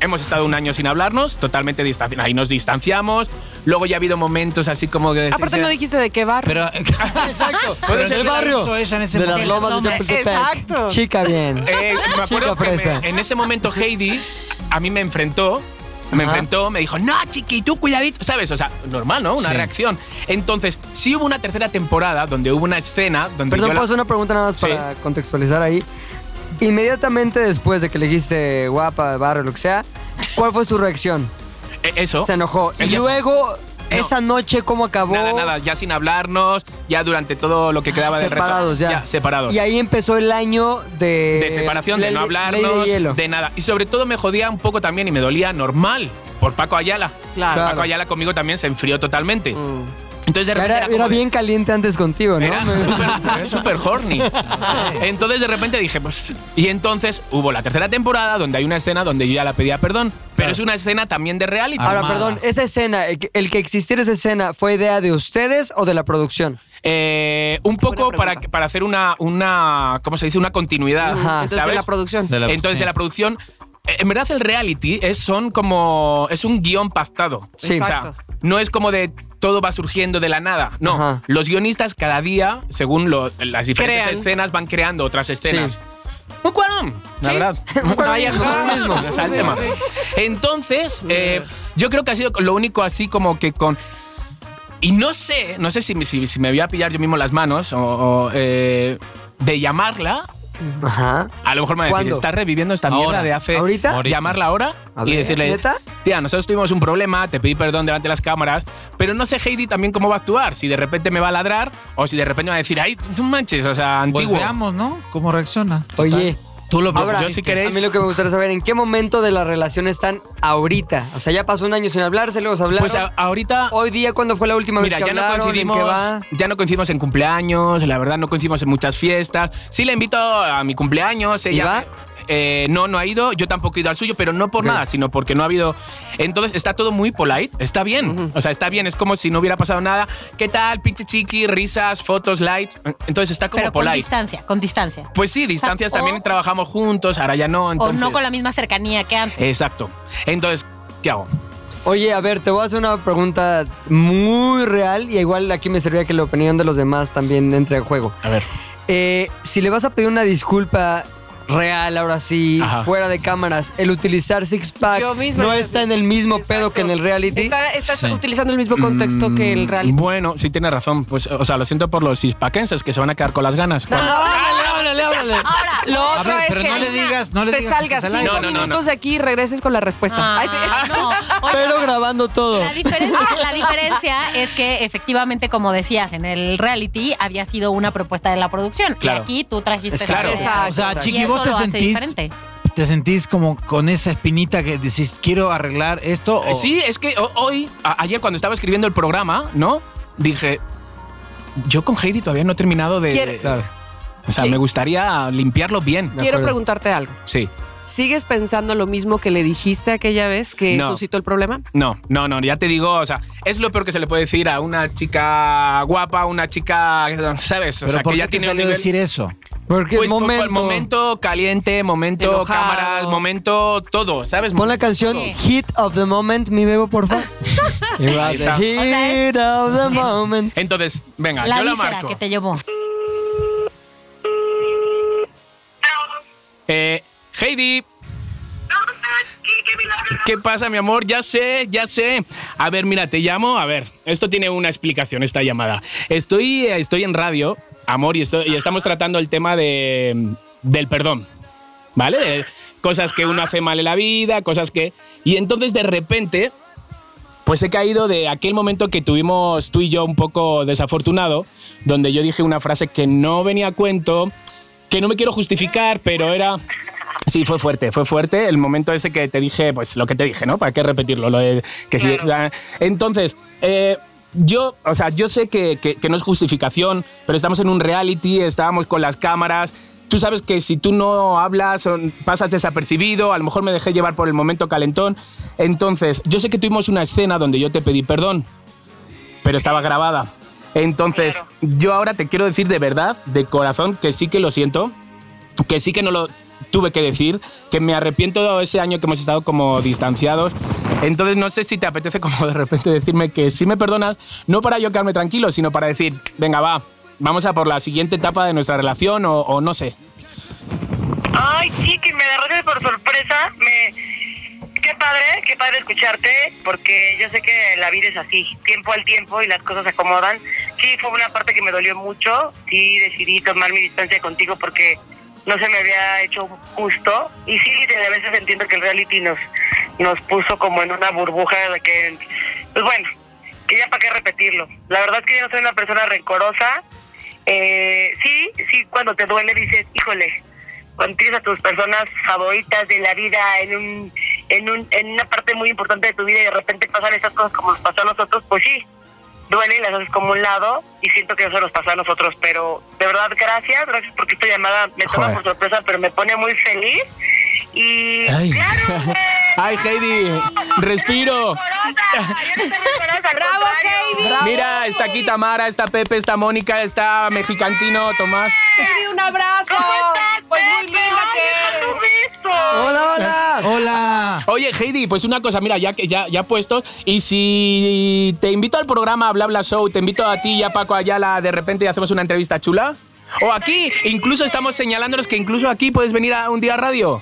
Speaker 3: Hemos estado un año sin hablarnos, totalmente distanciados. Ahí nos distanciamos. Luego ya ha habido momentos así como que...
Speaker 2: Aparte, no dijiste de qué bar.
Speaker 4: Pero.
Speaker 3: [LAUGHS]
Speaker 5: Exacto.
Speaker 3: Puede ser
Speaker 5: del
Speaker 3: que la
Speaker 5: barrio.
Speaker 4: hizo ella en ese
Speaker 5: de las
Speaker 4: momento.
Speaker 5: lomas de
Speaker 1: Del hombre.
Speaker 5: Chapultepec.
Speaker 2: Exacto.
Speaker 5: Chica bien.
Speaker 3: Eh, me acuerdo
Speaker 5: Chica
Speaker 3: que me-
Speaker 5: fresa.
Speaker 3: en ese momento Heidi a mí me enfrentó. Me
Speaker 5: Ajá.
Speaker 3: enfrentó, me dijo, no, chiqui, tú cuidadito. ¿Sabes? O sea, normal, ¿no? Una
Speaker 4: Sí.
Speaker 3: reacción. Entonces, sí hubo una tercera temporada donde hubo una escena donde
Speaker 5: Perdón,
Speaker 3: yo
Speaker 5: puedo
Speaker 3: la-
Speaker 5: hacer una pregunta nada más
Speaker 3: Sí.
Speaker 5: para contextualizar ahí. Inmediatamente después de que le dijiste guapa, barrio, lo que sea, ¿cuál fue su reacción?
Speaker 3: Eh, Eso.
Speaker 5: Se enojó.
Speaker 3: Sí,
Speaker 5: Y
Speaker 3: ya sé.
Speaker 5: luego, esa noche, ¿cómo acabó?
Speaker 3: Nada, nada, ya sin hablarnos, ya durante todo lo que quedaba del resto.
Speaker 5: Ah, Separados ya.
Speaker 3: separados.
Speaker 5: Y ahí empezó el año de...
Speaker 3: de separación, de
Speaker 5: ley-
Speaker 3: no
Speaker 5: Ley
Speaker 3: hablarnos,
Speaker 5: de hielo.
Speaker 3: nada. Y sobre todo me jodía un poco también y me dolía normal por Paco Ayala.
Speaker 2: Claro.
Speaker 3: Paco Ayala conmigo también se enfrió totalmente. Entonces de
Speaker 5: Mm. Era,
Speaker 3: repente era, como
Speaker 5: era
Speaker 3: de-
Speaker 5: bien caliente antes contigo, ¿no?
Speaker 3: Era súper- súper
Speaker 5: [LAUGHS]
Speaker 3: horny. Entonces de repente dije, pues... Y entonces hubo la tercera temporada donde hay una escena donde yo ya la pedía perdón, pero es una escena también de reality.
Speaker 5: Ahora,
Speaker 4: Armada.
Speaker 5: perdón, esa escena, el que, el que existiera esa escena, ¿fue idea de ustedes o de la producción?
Speaker 3: Eh, un poco
Speaker 2: pregunta.
Speaker 3: para, para hacer una, una, ¿cómo se dice? Una continuidad,
Speaker 5: Ajá.
Speaker 2: Entonces, de
Speaker 3: ¿sabes?
Speaker 2: la producción.
Speaker 4: De la-
Speaker 3: Entonces,
Speaker 4: sí.
Speaker 3: de la producción. eh, En verdad, el reality es, son como, es un guión pactado.
Speaker 5: Sí.
Speaker 3: O sea,
Speaker 2: Exacto.
Speaker 3: no es como de todo va surgiendo de la nada. No,
Speaker 5: Ajá.
Speaker 3: los guionistas cada día, según lo- las diferentes
Speaker 2: Crean.
Speaker 3: escenas, van creando otras escenas.
Speaker 5: Sí.
Speaker 3: Un cuarón, la
Speaker 2: Sí.
Speaker 3: verdad.
Speaker 2: Un cuarón. Ay, ajá.
Speaker 3: [LAUGHS] Un cuarón, o sea, el tema. Entonces, eh, yo creo que ha sido lo único así como que con... Y no sé, no sé si, me- si- si me voy a pillar yo mismo las manos o, o, eh, de llamarla.
Speaker 5: Ajá.
Speaker 3: A lo mejor me va a decir,
Speaker 5: ¿Cuándo?
Speaker 3: estás reviviendo esta
Speaker 6: Ahora.
Speaker 3: mierda de hace.
Speaker 5: ¿Ahorita?
Speaker 6: Ahorita.
Speaker 3: Llamarla ahora
Speaker 5: A
Speaker 3: y
Speaker 5: ver,
Speaker 3: decirle,
Speaker 5: ¿neta?
Speaker 3: tía, nosotros tuvimos un problema, te pedí perdón delante de las cámaras, pero no sé Heidi también cómo va a actuar. Si de repente me va a ladrar o si de repente va a decir, ay, tú manches, o sea,
Speaker 4: Pues
Speaker 3: antiguo.
Speaker 4: veamos, ¿no? ¿Cómo reacciona?
Speaker 5: Oye.
Speaker 4: Tú lo
Speaker 5: Ahora,
Speaker 3: yo si queréis-
Speaker 5: a mí lo que me gustaría saber, ¿en qué momento de la relación están ahorita? O sea, ya pasó un año sin hablarse, luego se hablaron.
Speaker 3: Pues a- ahorita
Speaker 5: Hoy día, ¿cuándo fue la última
Speaker 3: Mira,
Speaker 5: vez
Speaker 3: ya
Speaker 5: que
Speaker 3: no,
Speaker 5: hablaron? ¿En qué
Speaker 3: coincidimos,
Speaker 5: va?
Speaker 3: ya no coincidimos en cumpleaños, la verdad no coincidimos en muchas fiestas. Sí la invito a mi cumpleaños, ella...
Speaker 5: va?
Speaker 3: eh, no, no ha ido, yo tampoco he ido al suyo, pero no por
Speaker 5: Ok.
Speaker 3: nada, sino porque no ha habido... Entonces está todo muy polite, está bien, o sea, está bien, es como si no hubiera pasado nada. ¿Qué tal, pinche chiqui, risas, fotos, light? Entonces está como
Speaker 1: Pero con
Speaker 3: polite.
Speaker 1: distancia, con distancia.
Speaker 3: Pues sí,
Speaker 1: O
Speaker 3: distancias
Speaker 1: sea,
Speaker 3: también
Speaker 1: o-
Speaker 3: trabajamos juntos, ahora ya no,
Speaker 1: O
Speaker 3: entonces...
Speaker 1: no con la misma cercanía que
Speaker 3: [LAUGHS]
Speaker 1: antes.
Speaker 3: Exacto. Entonces, ¿qué hago?
Speaker 5: Oye, a ver, te voy a hacer una pregunta muy real y igual aquí me serviría que la opinión de los demás también entre en juego.
Speaker 3: A ver.
Speaker 5: Eh, si le vas a pedir una disculpa real, ahora sí,
Speaker 3: Ajá.
Speaker 5: fuera de cámaras, el utilizar Six Pack
Speaker 2: Yo misma
Speaker 5: no
Speaker 2: lo
Speaker 5: está en
Speaker 2: hice.
Speaker 5: el mismo
Speaker 2: Exacto.
Speaker 5: pedo que en el reality.
Speaker 2: Está- Estás
Speaker 6: Sí.
Speaker 2: utilizando el mismo contexto que el reality.
Speaker 3: Mm, Bueno, sí tienes razón. Pues, o sea, lo siento por los hispaquenses que se van a quedar con las ganas.
Speaker 5: háblale, háblale.
Speaker 1: Ahora,
Speaker 2: Lo
Speaker 1: lo.
Speaker 4: A
Speaker 2: otro
Speaker 4: ver,
Speaker 2: es
Speaker 4: pero
Speaker 2: que
Speaker 4: no le digas- no le
Speaker 2: te
Speaker 4: digas que
Speaker 2: salgas
Speaker 4: estás al
Speaker 2: cinco
Speaker 3: aire. No, no, no,
Speaker 2: minutos de aquí y regreses con la respuesta. Ay, sí.
Speaker 1: Ah, no. Oye,
Speaker 5: Pero grabando todo.
Speaker 1: La diferencia, la diferencia es que efectivamente, como decías, en el reality había sido una propuesta de la producción.
Speaker 3: Claro.
Speaker 1: Y aquí tú trajiste
Speaker 3: Claro.
Speaker 1: esa
Speaker 4: O
Speaker 1: propuesta.
Speaker 4: sea,
Speaker 5: Exacto.
Speaker 1: Y
Speaker 4: Chiqui,
Speaker 1: eso
Speaker 4: vos te
Speaker 1: lo hace
Speaker 4: sentís,
Speaker 1: diferente.
Speaker 4: te sentís como con esa espinita que decís, quiero arreglar esto. o-
Speaker 3: Ah, Sí, es que ho- hoy, a- ayer cuando estaba escribiendo el programa, ¿no? Dije, yo con Heidi todavía no he terminado de...
Speaker 2: Quiere-
Speaker 5: Claro.
Speaker 3: O sea,
Speaker 2: Sí.
Speaker 3: me gustaría limpiarlo bien.
Speaker 5: De
Speaker 2: Quiero
Speaker 5: acuerdo.
Speaker 2: preguntarte algo.
Speaker 3: Sí.
Speaker 2: ¿Sigues pensando lo mismo que le dijiste aquella vez que
Speaker 3: No.
Speaker 2: suscitó el problema?
Speaker 3: No, no, no, ya te digo, o sea, es lo peor que se le puede decir a una chica guapa, una chica, ¿sabes? O
Speaker 4: Pero
Speaker 3: sea,
Speaker 4: ¿por
Speaker 3: que
Speaker 4: qué
Speaker 3: ya
Speaker 4: te
Speaker 3: tiene un
Speaker 4: salió
Speaker 3: nivel...
Speaker 4: decir eso?
Speaker 5: Porque
Speaker 3: Pues
Speaker 5: el
Speaker 3: poco-
Speaker 5: momento.
Speaker 3: momento caliente, momento
Speaker 2: Enojado.
Speaker 3: cámara, momento todo, ¿sabes?
Speaker 5: Pon la canción
Speaker 1: Sí.
Speaker 5: Hit of the Moment, mi bebo, por favor. You are
Speaker 3: está.
Speaker 5: the hit
Speaker 1: O sea,
Speaker 5: of the moment.
Speaker 3: Entonces, venga,
Speaker 1: La
Speaker 3: Ah, yo la
Speaker 1: víscera
Speaker 3: marco.
Speaker 1: que te llevó.
Speaker 3: Eh, Heidi. ¿Qué pasa, mi amor? Ya sé, ya sé. A ver, mira, te llamo. A ver, esto tiene una explicación, esta llamada. Estoy, eh, estoy en radio, amor, y, estoy- y estamos tratando el tema de, del perdón. ¿Vale? De cosas que uno hace mal en la vida, cosas que... Y entonces de repente, pues he caído de aquel momento que tuvimos tú y yo un poco desafortunado, donde yo dije una frase que no venía a cuento, que no me quiero justificar, pero era... Sí, fue fuerte, fue fuerte el momento ese que te dije, pues lo que te dije, ¿no? ¿Para qué repetirlo? Lo de- que sí- ah, Entonces, eh, yo, o sea, yo sé que, que- que no es justificación, pero estamos en un reality, estábamos con las cámaras. Tú sabes que si tú no hablas, o pasas desapercibido, a lo mejor me dejé llevar por el momento calentón. Entonces, yo sé que tuvimos una escena donde yo te pedí perdón, pero estaba grabada. Entonces, yo ahora te quiero decir de verdad, de corazón, que sí que lo siento, que sí que no lo tuve que decir, que me arrepiento de ese año que hemos estado como distanciados. Entonces no sé si te apetece como de repente decirme que si me perdonas, no para yo quedarme tranquilo, sino para decir, venga, va, vamos a por la siguiente etapa de nuestra relación o, o no sé.
Speaker 7: Ay, sí, que me agarraste por sorpresa. Me... Qué padre, qué padre escucharte, porque yo sé que la vida es así, tiempo al tiempo y las cosas se acomodan. Sí, fue una parte que me dolió mucho. Sí, decidí tomar mi distancia contigo porque no se me había hecho justo. Y sí, de a veces entiendo que el reality nos, nos puso como en una burbuja de la que, pues bueno, que ya para qué repetirlo. La verdad es que yo no soy una persona rencorosa. Eh, sí, sí, cuando te duele dices, híjole, cuando tienes a tus personas favoritas de la vida en un, en un en una parte muy importante de tu vida y de repente pasan esas cosas como nos pasó a nosotros, pues sí, duele y las haces como un lado y siento que eso nos pasó a nosotros, pero de verdad gracias, gracias porque esta llamada me toma
Speaker 3: Joder.
Speaker 7: por sorpresa, pero me pone muy feliz y
Speaker 3: Ay.
Speaker 7: claro,
Speaker 3: [LAUGHS]
Speaker 7: güey,
Speaker 3: Ay, Heidi, respiro.
Speaker 7: yo no soy rencorosa, yo no soy rencorosa, al
Speaker 2: ¡Bravo,
Speaker 7: contrario.
Speaker 2: Heidi!
Speaker 3: Mira, está aquí Tamara, está Pepe, está Mónica, está Mexicantino, Tomás.
Speaker 2: Heidi, un abrazo!
Speaker 7: ¿Cómo estás,
Speaker 2: Pues muy
Speaker 7: Pepe?
Speaker 2: linda
Speaker 7: Ay,
Speaker 2: que
Speaker 7: deja tu
Speaker 2: eres.
Speaker 7: beso.
Speaker 5: Hola, hola.
Speaker 4: Hola.
Speaker 3: Oye, Heidi, pues una cosa, mira, ya que ya, ya puesto, y si te invito al programa Bla Bla Show, te invito a ti y a Paco Ayala, de repente y hacemos una entrevista chula. O aquí, incluso estamos señalándonos que incluso aquí puedes venir a un día a radio.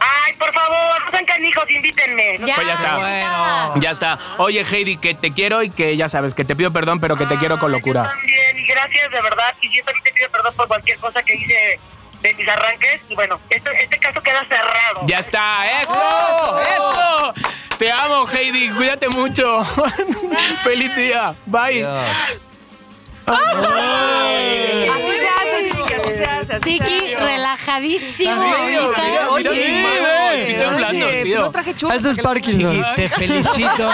Speaker 7: Ay, Ay, por favor, no sean canijos, invítenme.
Speaker 1: Ya,
Speaker 3: Pues ya está.
Speaker 1: ya.
Speaker 4: Bueno.
Speaker 3: Ya está. Oye, Heidi, que te quiero y que ya sabes, que te pido perdón, pero que te quiero con
Speaker 7: Yo
Speaker 3: locura.
Speaker 7: también, y gracias de verdad. Y yo también te pido perdón por cualquier cosa que hice de mis arranques. Y bueno, este, este caso queda cerrado.
Speaker 3: Ya está. ¡Eso! ¡Eso! Te amo, Heidi. Cuídate mucho. [LAUGHS] Feliz día. Bye. Ay.
Speaker 2: Así se hace, chicas, así se hace. así se hace.
Speaker 1: Chiqui, relajadísimo.
Speaker 3: Mira,
Speaker 1: ahorita.
Speaker 3: mira, mira
Speaker 1: Sí.
Speaker 3: mi madre.
Speaker 2: Oye,
Speaker 3: Estoy temblando, tío.
Speaker 2: No traje churros.
Speaker 5: Eso es
Speaker 2: porque-
Speaker 5: Parkinson.
Speaker 4: Chiqui, te felicito.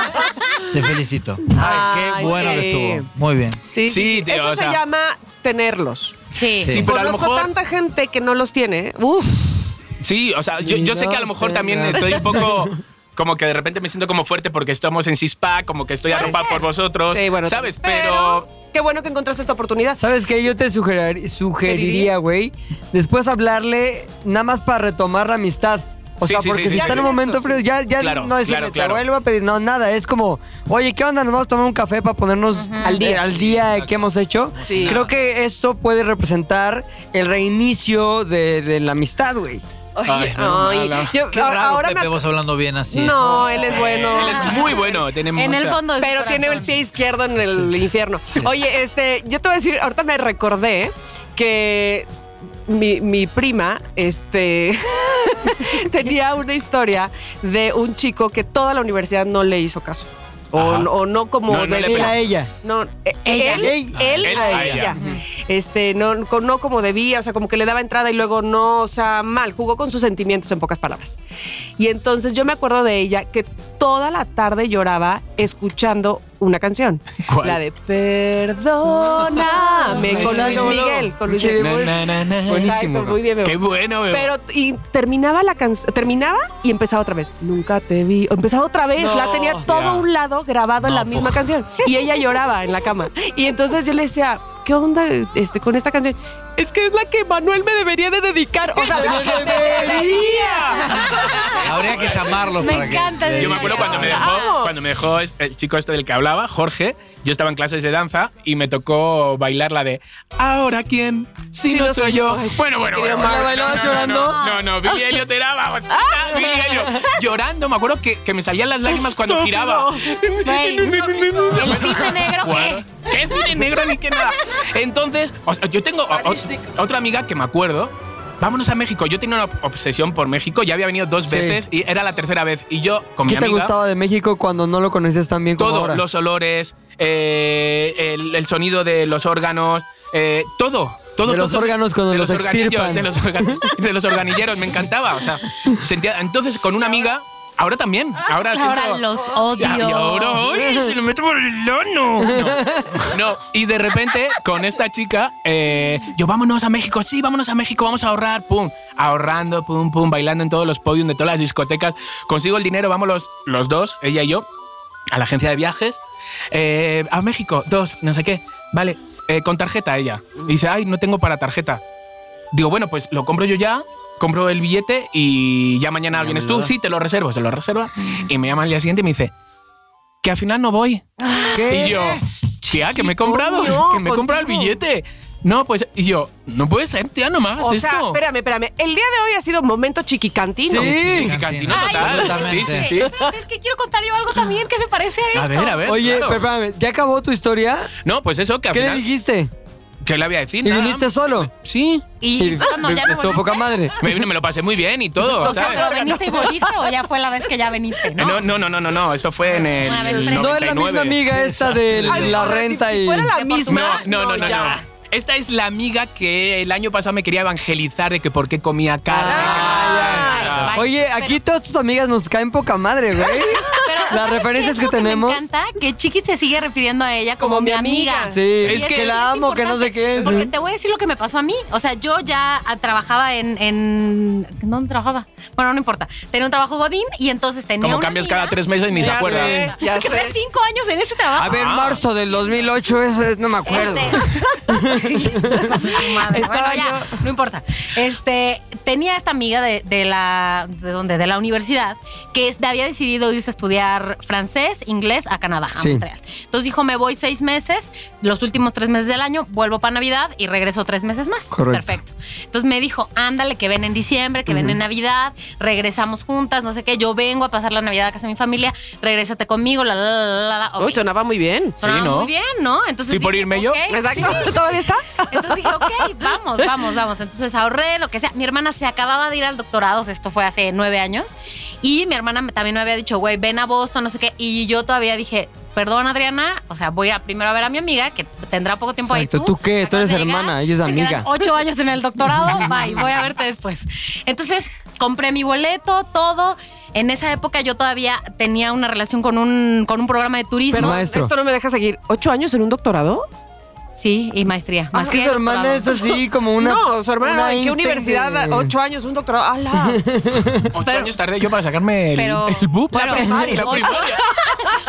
Speaker 4: Te felicito.
Speaker 2: Ay,
Speaker 4: Qué bueno
Speaker 2: sí.
Speaker 4: que estuvo. Muy bien.
Speaker 2: Sí,
Speaker 3: Sí,
Speaker 2: sí, sí.
Speaker 3: tío,
Speaker 2: Eso
Speaker 3: o
Speaker 2: se
Speaker 3: sea-
Speaker 2: llama tenerlos.
Speaker 1: Sí.
Speaker 4: Sí.
Speaker 3: Pero a lo
Speaker 2: Conozco
Speaker 3: mejor-
Speaker 2: tanta gente que no los tiene. ¿eh? Uf.
Speaker 3: Sí, o sea, yo, yo sé que a lo mejor también estoy
Speaker 2: [LAUGHS]
Speaker 3: un poco. Como que de repente me siento como fuerte porque estamos en CISPA, como que estoy
Speaker 2: Puede
Speaker 3: arropado
Speaker 2: ser.
Speaker 3: por vosotros.
Speaker 2: Sí, bueno,
Speaker 3: ¿Sabes? Pero.
Speaker 2: Qué bueno que encontraste esta oportunidad.
Speaker 5: ¿Sabes qué? Yo te sugerir- sugeriría, güey, después hablarle nada más para retomar la amistad. O
Speaker 3: Sí,
Speaker 5: sea,
Speaker 3: sí,
Speaker 5: porque
Speaker 3: sí,
Speaker 5: si
Speaker 3: sí,
Speaker 5: está en
Speaker 3: sí.
Speaker 5: un momento frío, ya, ya
Speaker 3: Claro,
Speaker 5: no decirle,
Speaker 3: claro, claro.
Speaker 5: te vuelvo a pedir, no, nada. Es como, oye, ¿qué onda? Nos vamos a tomar un café para ponernos al día, al día que hemos hecho.
Speaker 2: Sí.
Speaker 5: Creo que esto puede representar el reinicio de, de la amistad, güey.
Speaker 3: Ay, no, mala.
Speaker 2: yo-
Speaker 4: Qué
Speaker 2: a-
Speaker 4: raro,
Speaker 2: ahora me
Speaker 4: Pepe,
Speaker 2: ac-
Speaker 4: vos hablando bien así.
Speaker 2: No, él es bueno.
Speaker 3: Él es muy bueno. Tiene
Speaker 1: En el fondo de su
Speaker 2: Pero tiene el
Speaker 1: corazón.
Speaker 2: pie izquierdo en el infierno. Oye, este, yo te voy a decir, ahorita me recordé que mi, mi prima, este, [LAUGHS] tenía una historia de un chico que toda la universidad no le hizo caso. O,
Speaker 3: Ajá.
Speaker 2: o no como
Speaker 3: No, no
Speaker 2: de-
Speaker 3: le
Speaker 5: Él
Speaker 3: Pero-
Speaker 5: a ella.
Speaker 2: no, eh,
Speaker 1: Ella.
Speaker 2: él,
Speaker 5: Ey.
Speaker 2: él
Speaker 3: Él
Speaker 2: a
Speaker 3: a
Speaker 2: ella.
Speaker 3: ella.
Speaker 2: Este, no, con- no como debía, o sea, como que le daba entrada y luego no, o sea, mal, jugó con sus sentimientos en pocas palabras. Y entonces yo me acuerdo de ella que toda la tarde lloraba escuchando una canción.
Speaker 3: ¿Cuál?
Speaker 2: La de Perdóname con
Speaker 5: Está
Speaker 2: Luis
Speaker 5: como no.
Speaker 2: Miguel. Con Luis
Speaker 5: Sí,
Speaker 2: Miguel.
Speaker 3: Na, na, na, na.
Speaker 2: Exacto, muy bien, Bebo.
Speaker 3: Qué bueno, Bebo.
Speaker 2: Pero y terminaba la canción, terminaba y empezaba otra vez. Nunca te vi. Empezaba otra vez.
Speaker 3: No,
Speaker 2: la tenía todo
Speaker 3: ya.
Speaker 2: un lado grabado en
Speaker 4: No,
Speaker 2: la misma
Speaker 4: po.
Speaker 2: canción. Y ella lloraba en la cama. Y entonces yo le decía, ¿qué onda este, con esta canción? Es que es la que Manuel me debería de dedicar. O sea, la que debería.
Speaker 4: Habría que llamarlo
Speaker 1: Me
Speaker 4: para
Speaker 1: encanta
Speaker 4: que.
Speaker 1: el
Speaker 3: Yo me acuerdo cuando me
Speaker 2: Amo.
Speaker 3: dejó, cuando me dejó es- el chico este del que hablaba, Jorge. Yo estaba en clases de danza y me tocó bailar la de Ahora quién, si, no, soy yo. Bueno, bueno, bueno.
Speaker 5: ¿La
Speaker 3: bueno,
Speaker 5: bailabas
Speaker 3: no, no,
Speaker 5: llorando?
Speaker 3: No, no, no, Billy Elliot era, vamos, Billy Elliot. Llorando, me acuerdo que, que me salían las lágrimas cuando giraba.
Speaker 1: Güey, el cisne negro, ¿qué?
Speaker 3: What? ¿Qué cine negro ni qué nada? Entonces, o sea, yo tengo o- o- otra amiga que me acuerdo. Vámonos a México. Yo tenía una obsesión por México. Ya había venido dos
Speaker 5: Sí.
Speaker 3: veces y era la tercera vez. Y yo con
Speaker 5: ¿Qué
Speaker 3: mi
Speaker 5: te
Speaker 3: amiga.
Speaker 5: gustaba de México cuando no lo conocías tan bien como
Speaker 3: Todo,
Speaker 5: ahora?
Speaker 3: los olores, eh, el, el sonido de los órganos, eh, todo. Todo,
Speaker 5: De los
Speaker 3: todo.
Speaker 5: órganos cuando
Speaker 3: de
Speaker 5: los extirpan.
Speaker 3: organillos, de los,
Speaker 5: [LAUGHS]
Speaker 3: organ- de los organilleros, me encantaba. O sea, sentía, entonces con una amiga, ahora también. Ahora,
Speaker 1: Ahora
Speaker 3: siento-
Speaker 1: los
Speaker 3: y
Speaker 1: odio.
Speaker 3: ahora,
Speaker 1: [LAUGHS]
Speaker 3: ¡ay! Se lo meto por el ano. No, no. Y de repente, con esta chica, eh, yo, vámonos a México, sí, vámonos a México, vamos a ahorrar, pum. Ahorrando, pum, pum, bailando en todos los podios de todas las discotecas. Consigo el dinero, vamos los, los dos, ella y yo, a la agencia de viajes. Eh, a México, dos, no sé qué. Vale, eh, con tarjeta ella. Y dice, ay, no tengo para tarjeta. Digo, bueno, pues lo compro yo ya, compro el billete y ya mañana
Speaker 4: Ya me
Speaker 3: vienes
Speaker 4: lo
Speaker 3: tú.
Speaker 4: das.
Speaker 3: Sí, te lo reservo, se lo reserva. Y me llama al día siguiente y me dice, que al final no voy.
Speaker 5: ¿Qué?
Speaker 3: Y yo, tía, que me he comprado,
Speaker 2: coño,
Speaker 3: que me he comprado el
Speaker 2: contigo.
Speaker 3: billete. No, pues, y yo, no puede ser, tía, no me hagas
Speaker 2: O
Speaker 3: esto.
Speaker 2: sea, espérame, espérame. El día de hoy ha sido momento chiquicantino.
Speaker 5: Sí.
Speaker 3: Cantino
Speaker 1: Ay,
Speaker 3: total. Sí,
Speaker 4: absolutamente.
Speaker 3: sí, sí.
Speaker 1: Es que quiero contar yo algo también que se parece a esto.
Speaker 3: A ver, a ver.
Speaker 5: Oye,
Speaker 3: claro.
Speaker 5: pero espérame, ¿ya acabó tu historia?
Speaker 3: No, pues eso, que al
Speaker 5: ¿Qué le
Speaker 3: final.
Speaker 5: dijiste?
Speaker 3: ¿Qué le voy a decir?
Speaker 5: ¿Y
Speaker 3: Nada.
Speaker 5: viniste solo?
Speaker 3: Sí.
Speaker 1: Y cuando ya no
Speaker 5: Estuvo
Speaker 1: volviste.
Speaker 5: poca madre.
Speaker 3: Me, me lo pasé muy bien y todo.
Speaker 1: O sea,
Speaker 3: ¿sabes?
Speaker 1: pero veniste y volviste o ya fue la vez que ya veniste, ¿no?
Speaker 3: No, no, no, no, no, no, Eso fue en el.
Speaker 1: Una vez frente.
Speaker 5: No es la
Speaker 3: 99.
Speaker 5: misma amiga esta de
Speaker 2: Ay,
Speaker 5: la
Speaker 2: o sea,
Speaker 5: renta
Speaker 2: si
Speaker 5: y...
Speaker 2: fuera la
Speaker 1: No,
Speaker 2: misma.
Speaker 3: No, no, no, no,
Speaker 2: ya.
Speaker 3: no. Esta es la amiga que el año pasado me quería evangelizar de que por qué comía carne.
Speaker 5: Ah,
Speaker 3: que-
Speaker 1: ya, ya.
Speaker 5: Oye, aquí todas tus amigas nos caen poca madre, güey.
Speaker 1: Pero,
Speaker 5: Las
Speaker 1: ¿sabes qué
Speaker 5: referencias
Speaker 1: es
Speaker 5: que
Speaker 1: lo
Speaker 5: tenemos.
Speaker 1: Me encanta que Chiqui se sigue refiriendo a ella como, mi amiga.
Speaker 5: Sí,
Speaker 1: Y
Speaker 5: es
Speaker 1: eso
Speaker 5: que la amo, que no sé qué.
Speaker 1: importante,
Speaker 5: sí.
Speaker 1: Porque te voy a decir lo que me pasó a mí. O sea, yo ya ah, trabajaba en, en. ¿Dónde trabajaba? Bueno, no importa. Tenía un trabajo Godín y entonces tenía.
Speaker 3: Como
Speaker 1: una
Speaker 3: cambias
Speaker 1: amiga
Speaker 3: cada tres meses ni se
Speaker 2: Ya
Speaker 3: acuerda.
Speaker 2: sé.
Speaker 3: [LAUGHS]
Speaker 2: ya
Speaker 1: que tenía
Speaker 2: sé.
Speaker 1: cinco años en ese trabajo.
Speaker 5: A ver,
Speaker 3: Ah.
Speaker 5: marzo del 2008, eso es- no me acuerdo.
Speaker 1: Este. Madre,
Speaker 2: Estaba
Speaker 1: bueno, ya, no importa. Este, tenía esta amiga de, de la de dónde? de la universidad que es- había decidido irse a estudiar francés, inglés a Canadá, a
Speaker 5: Sí.
Speaker 1: Montreal. Entonces dijo, me voy seis meses, los últimos tres meses del año, vuelvo para Navidad y regreso tres meses más.
Speaker 5: Correcto.
Speaker 1: Perfecto. Entonces me dijo, ándale, que ven en diciembre, que ven en Navidad, regresamos juntas, no sé qué, yo vengo a pasar la Navidad a casa de mi familia, regrésate conmigo, la, la, la, la, la.
Speaker 2: Uy,
Speaker 1: Ok.
Speaker 2: sonaba muy bien.
Speaker 1: Sonaba
Speaker 3: Sí, ¿no?
Speaker 1: muy bien, ¿no? Entonces
Speaker 3: Sí, por
Speaker 1: dije,
Speaker 3: irme yo.
Speaker 1: ok,
Speaker 2: Exacto. ¿Todavía está?
Speaker 1: entonces dije, ok, vamos, vamos, vamos. Entonces ahorré lo que sea. Mi hermana se acababa de ir al doctorado, o sea, esto fue hace nueve años. Y mi hermana me- también me había dicho, güey, ven a Boston, no sé qué. Y yo todavía dije, perdón, Adriana, o sea, voy a primero a ver a mi amiga, que tendrá poco tiempo ahí.
Speaker 5: Exacto. ¿Tú qué? Tú
Speaker 1: acabas
Speaker 5: eres
Speaker 1: de llegar,
Speaker 5: hermana, ella es
Speaker 1: te quedan
Speaker 5: amiga.
Speaker 1: Ocho años en el
Speaker 5: [LAUGHS]
Speaker 1: doctorado, bye, voy a verte después. Entonces compré mi boleto, todo. En esa época yo todavía tenía una relación con un, con un programa de turismo.
Speaker 5: Pero maestro.
Speaker 2: Esto no me deja seguir. ¿Ocho años en un doctorado?
Speaker 1: Sí, y maestría.
Speaker 5: Más que
Speaker 1: maestría y
Speaker 5: su hermana
Speaker 1: doctorado.
Speaker 5: Ah, es así como una.
Speaker 2: no, su hermana,
Speaker 5: una
Speaker 2: ¿en qué
Speaker 5: Einstein
Speaker 2: universidad?
Speaker 5: de-
Speaker 2: Ocho años, un doctorado. [LAUGHS] ¡Hala!
Speaker 3: Ocho
Speaker 1: Pero-
Speaker 3: años tardé yo para sacarme el,
Speaker 1: pero
Speaker 3: el book.
Speaker 1: bueno,
Speaker 3: la primaria.
Speaker 1: ocho-
Speaker 3: La primaria.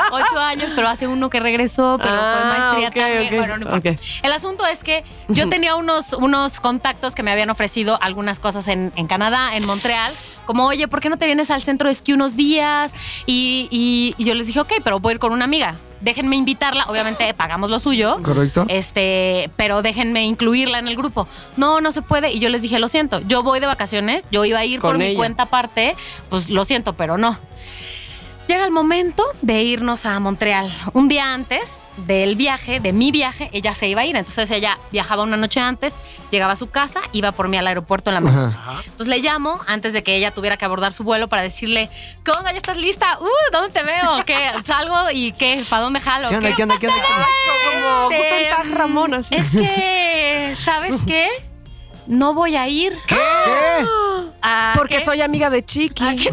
Speaker 1: [LAUGHS] ocho años, pero hace uno que regresó, pero fue
Speaker 2: Ah,
Speaker 1: maestría
Speaker 2: ok,
Speaker 1: también.
Speaker 2: ok,
Speaker 1: Bueno, no importa.
Speaker 2: ok.
Speaker 1: El asunto es que yo tenía unos, unos contactos que me habían ofrecido algunas cosas en, en Canadá, en Montreal, como, oye, ¿por qué no te vienes al centro de esquí unos días? Y, y- y yo les dije, ok, pero voy a ir con una amiga. Déjenme invitarla, obviamente pagamos lo suyo.
Speaker 5: Correcto.
Speaker 1: Este, pero déjenme incluirla en el grupo. No, no se puede. Y yo les dije, lo siento, yo voy de vacaciones, yo iba a ir
Speaker 2: Con
Speaker 1: por mi
Speaker 2: ella.
Speaker 1: cuenta aparte, pues lo siento, pero no. Llega el momento de irnos a Montreal. Un día antes del viaje, de mi viaje, ella se iba a ir. Entonces ella viajaba una noche antes, llegaba a su casa, iba por mí al aeropuerto en la mañana.
Speaker 5: Ajá.
Speaker 1: Entonces le llamo antes de que ella tuviera que abordar su vuelo para decirle, ¿qué onda? ¿Ya estás lista? Uh, ¿Dónde te veo?
Speaker 2: [LAUGHS]
Speaker 1: ¿Qué? ¿Salgo? ¿Y qué? ¿Para dónde jalo?
Speaker 5: ¿Qué onda? ¿Qué onda? ¿Qué onda?
Speaker 2: Como
Speaker 1: Este,
Speaker 2: Guten Tag, Ramón, así.
Speaker 1: Es que, ¿sabes qué? No voy a ir.
Speaker 5: ¿Qué?
Speaker 1: a-
Speaker 2: Porque
Speaker 1: ¿qué?
Speaker 2: soy amiga de Chiqui.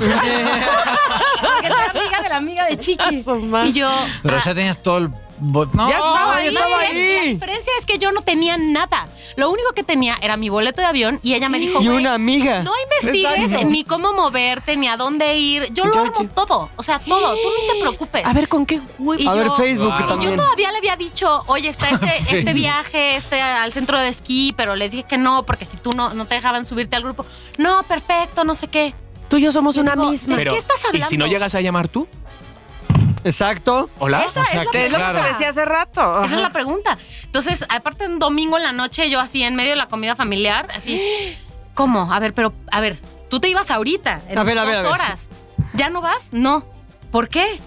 Speaker 1: Porque soy amiga de la amiga
Speaker 2: [LAUGHS]
Speaker 1: de Chiqui. Y yo.
Speaker 4: Pero
Speaker 1: ah,
Speaker 4: ya tenías todo el... bo- No,
Speaker 2: Ya estaba
Speaker 1: Ay,
Speaker 2: ahí.
Speaker 1: la diferencia- La diferencia es que yo no tenía nada. Lo único que tenía era mi boleto de avión y ella me dijo,
Speaker 5: Y
Speaker 1: "Güey,
Speaker 5: una amiga.
Speaker 1: no investigues
Speaker 2: Exacto.
Speaker 1: ni cómo moverte, ni a dónde ir. Yo lo
Speaker 2: Georgie.
Speaker 1: armo todo. O sea, todo. Tú no te preocupes.
Speaker 2: A ver, ¿con qué
Speaker 1: Y
Speaker 2: huevo?
Speaker 5: A ver,
Speaker 1: yo-
Speaker 5: Facebook
Speaker 3: Wow.
Speaker 1: Y yo
Speaker 5: también.
Speaker 1: todavía le había dicho, oye,
Speaker 2: [LAUGHS]
Speaker 1: está este, este viaje este, al centro de esquí, pero les dije que no, porque si tú no, no te dejaban subirte al grupo. No, perfecto, no sé qué.
Speaker 2: Tú y yo somos una
Speaker 1: Digo,
Speaker 2: misma.
Speaker 1: ¿de
Speaker 3: Pero,
Speaker 1: qué estás
Speaker 3: ¿y si no
Speaker 1: hablando?
Speaker 3: llegas a llamar tú?
Speaker 5: Exacto.
Speaker 3: ¿Hola?
Speaker 1: Esa es la
Speaker 2: Que es lo que
Speaker 1: Claro.
Speaker 2: te decía hace rato.
Speaker 1: Esa es la pregunta. Entonces, aparte un domingo en la noche, yo así en medio de la comida familiar, así. ¿Cómo? A ver, pero, a ver, tú te ibas ahorita. En
Speaker 5: A ver, a
Speaker 1: dos
Speaker 5: ver, a ver.
Speaker 1: horas. ¿Ya no vas? No. ¿Por qué?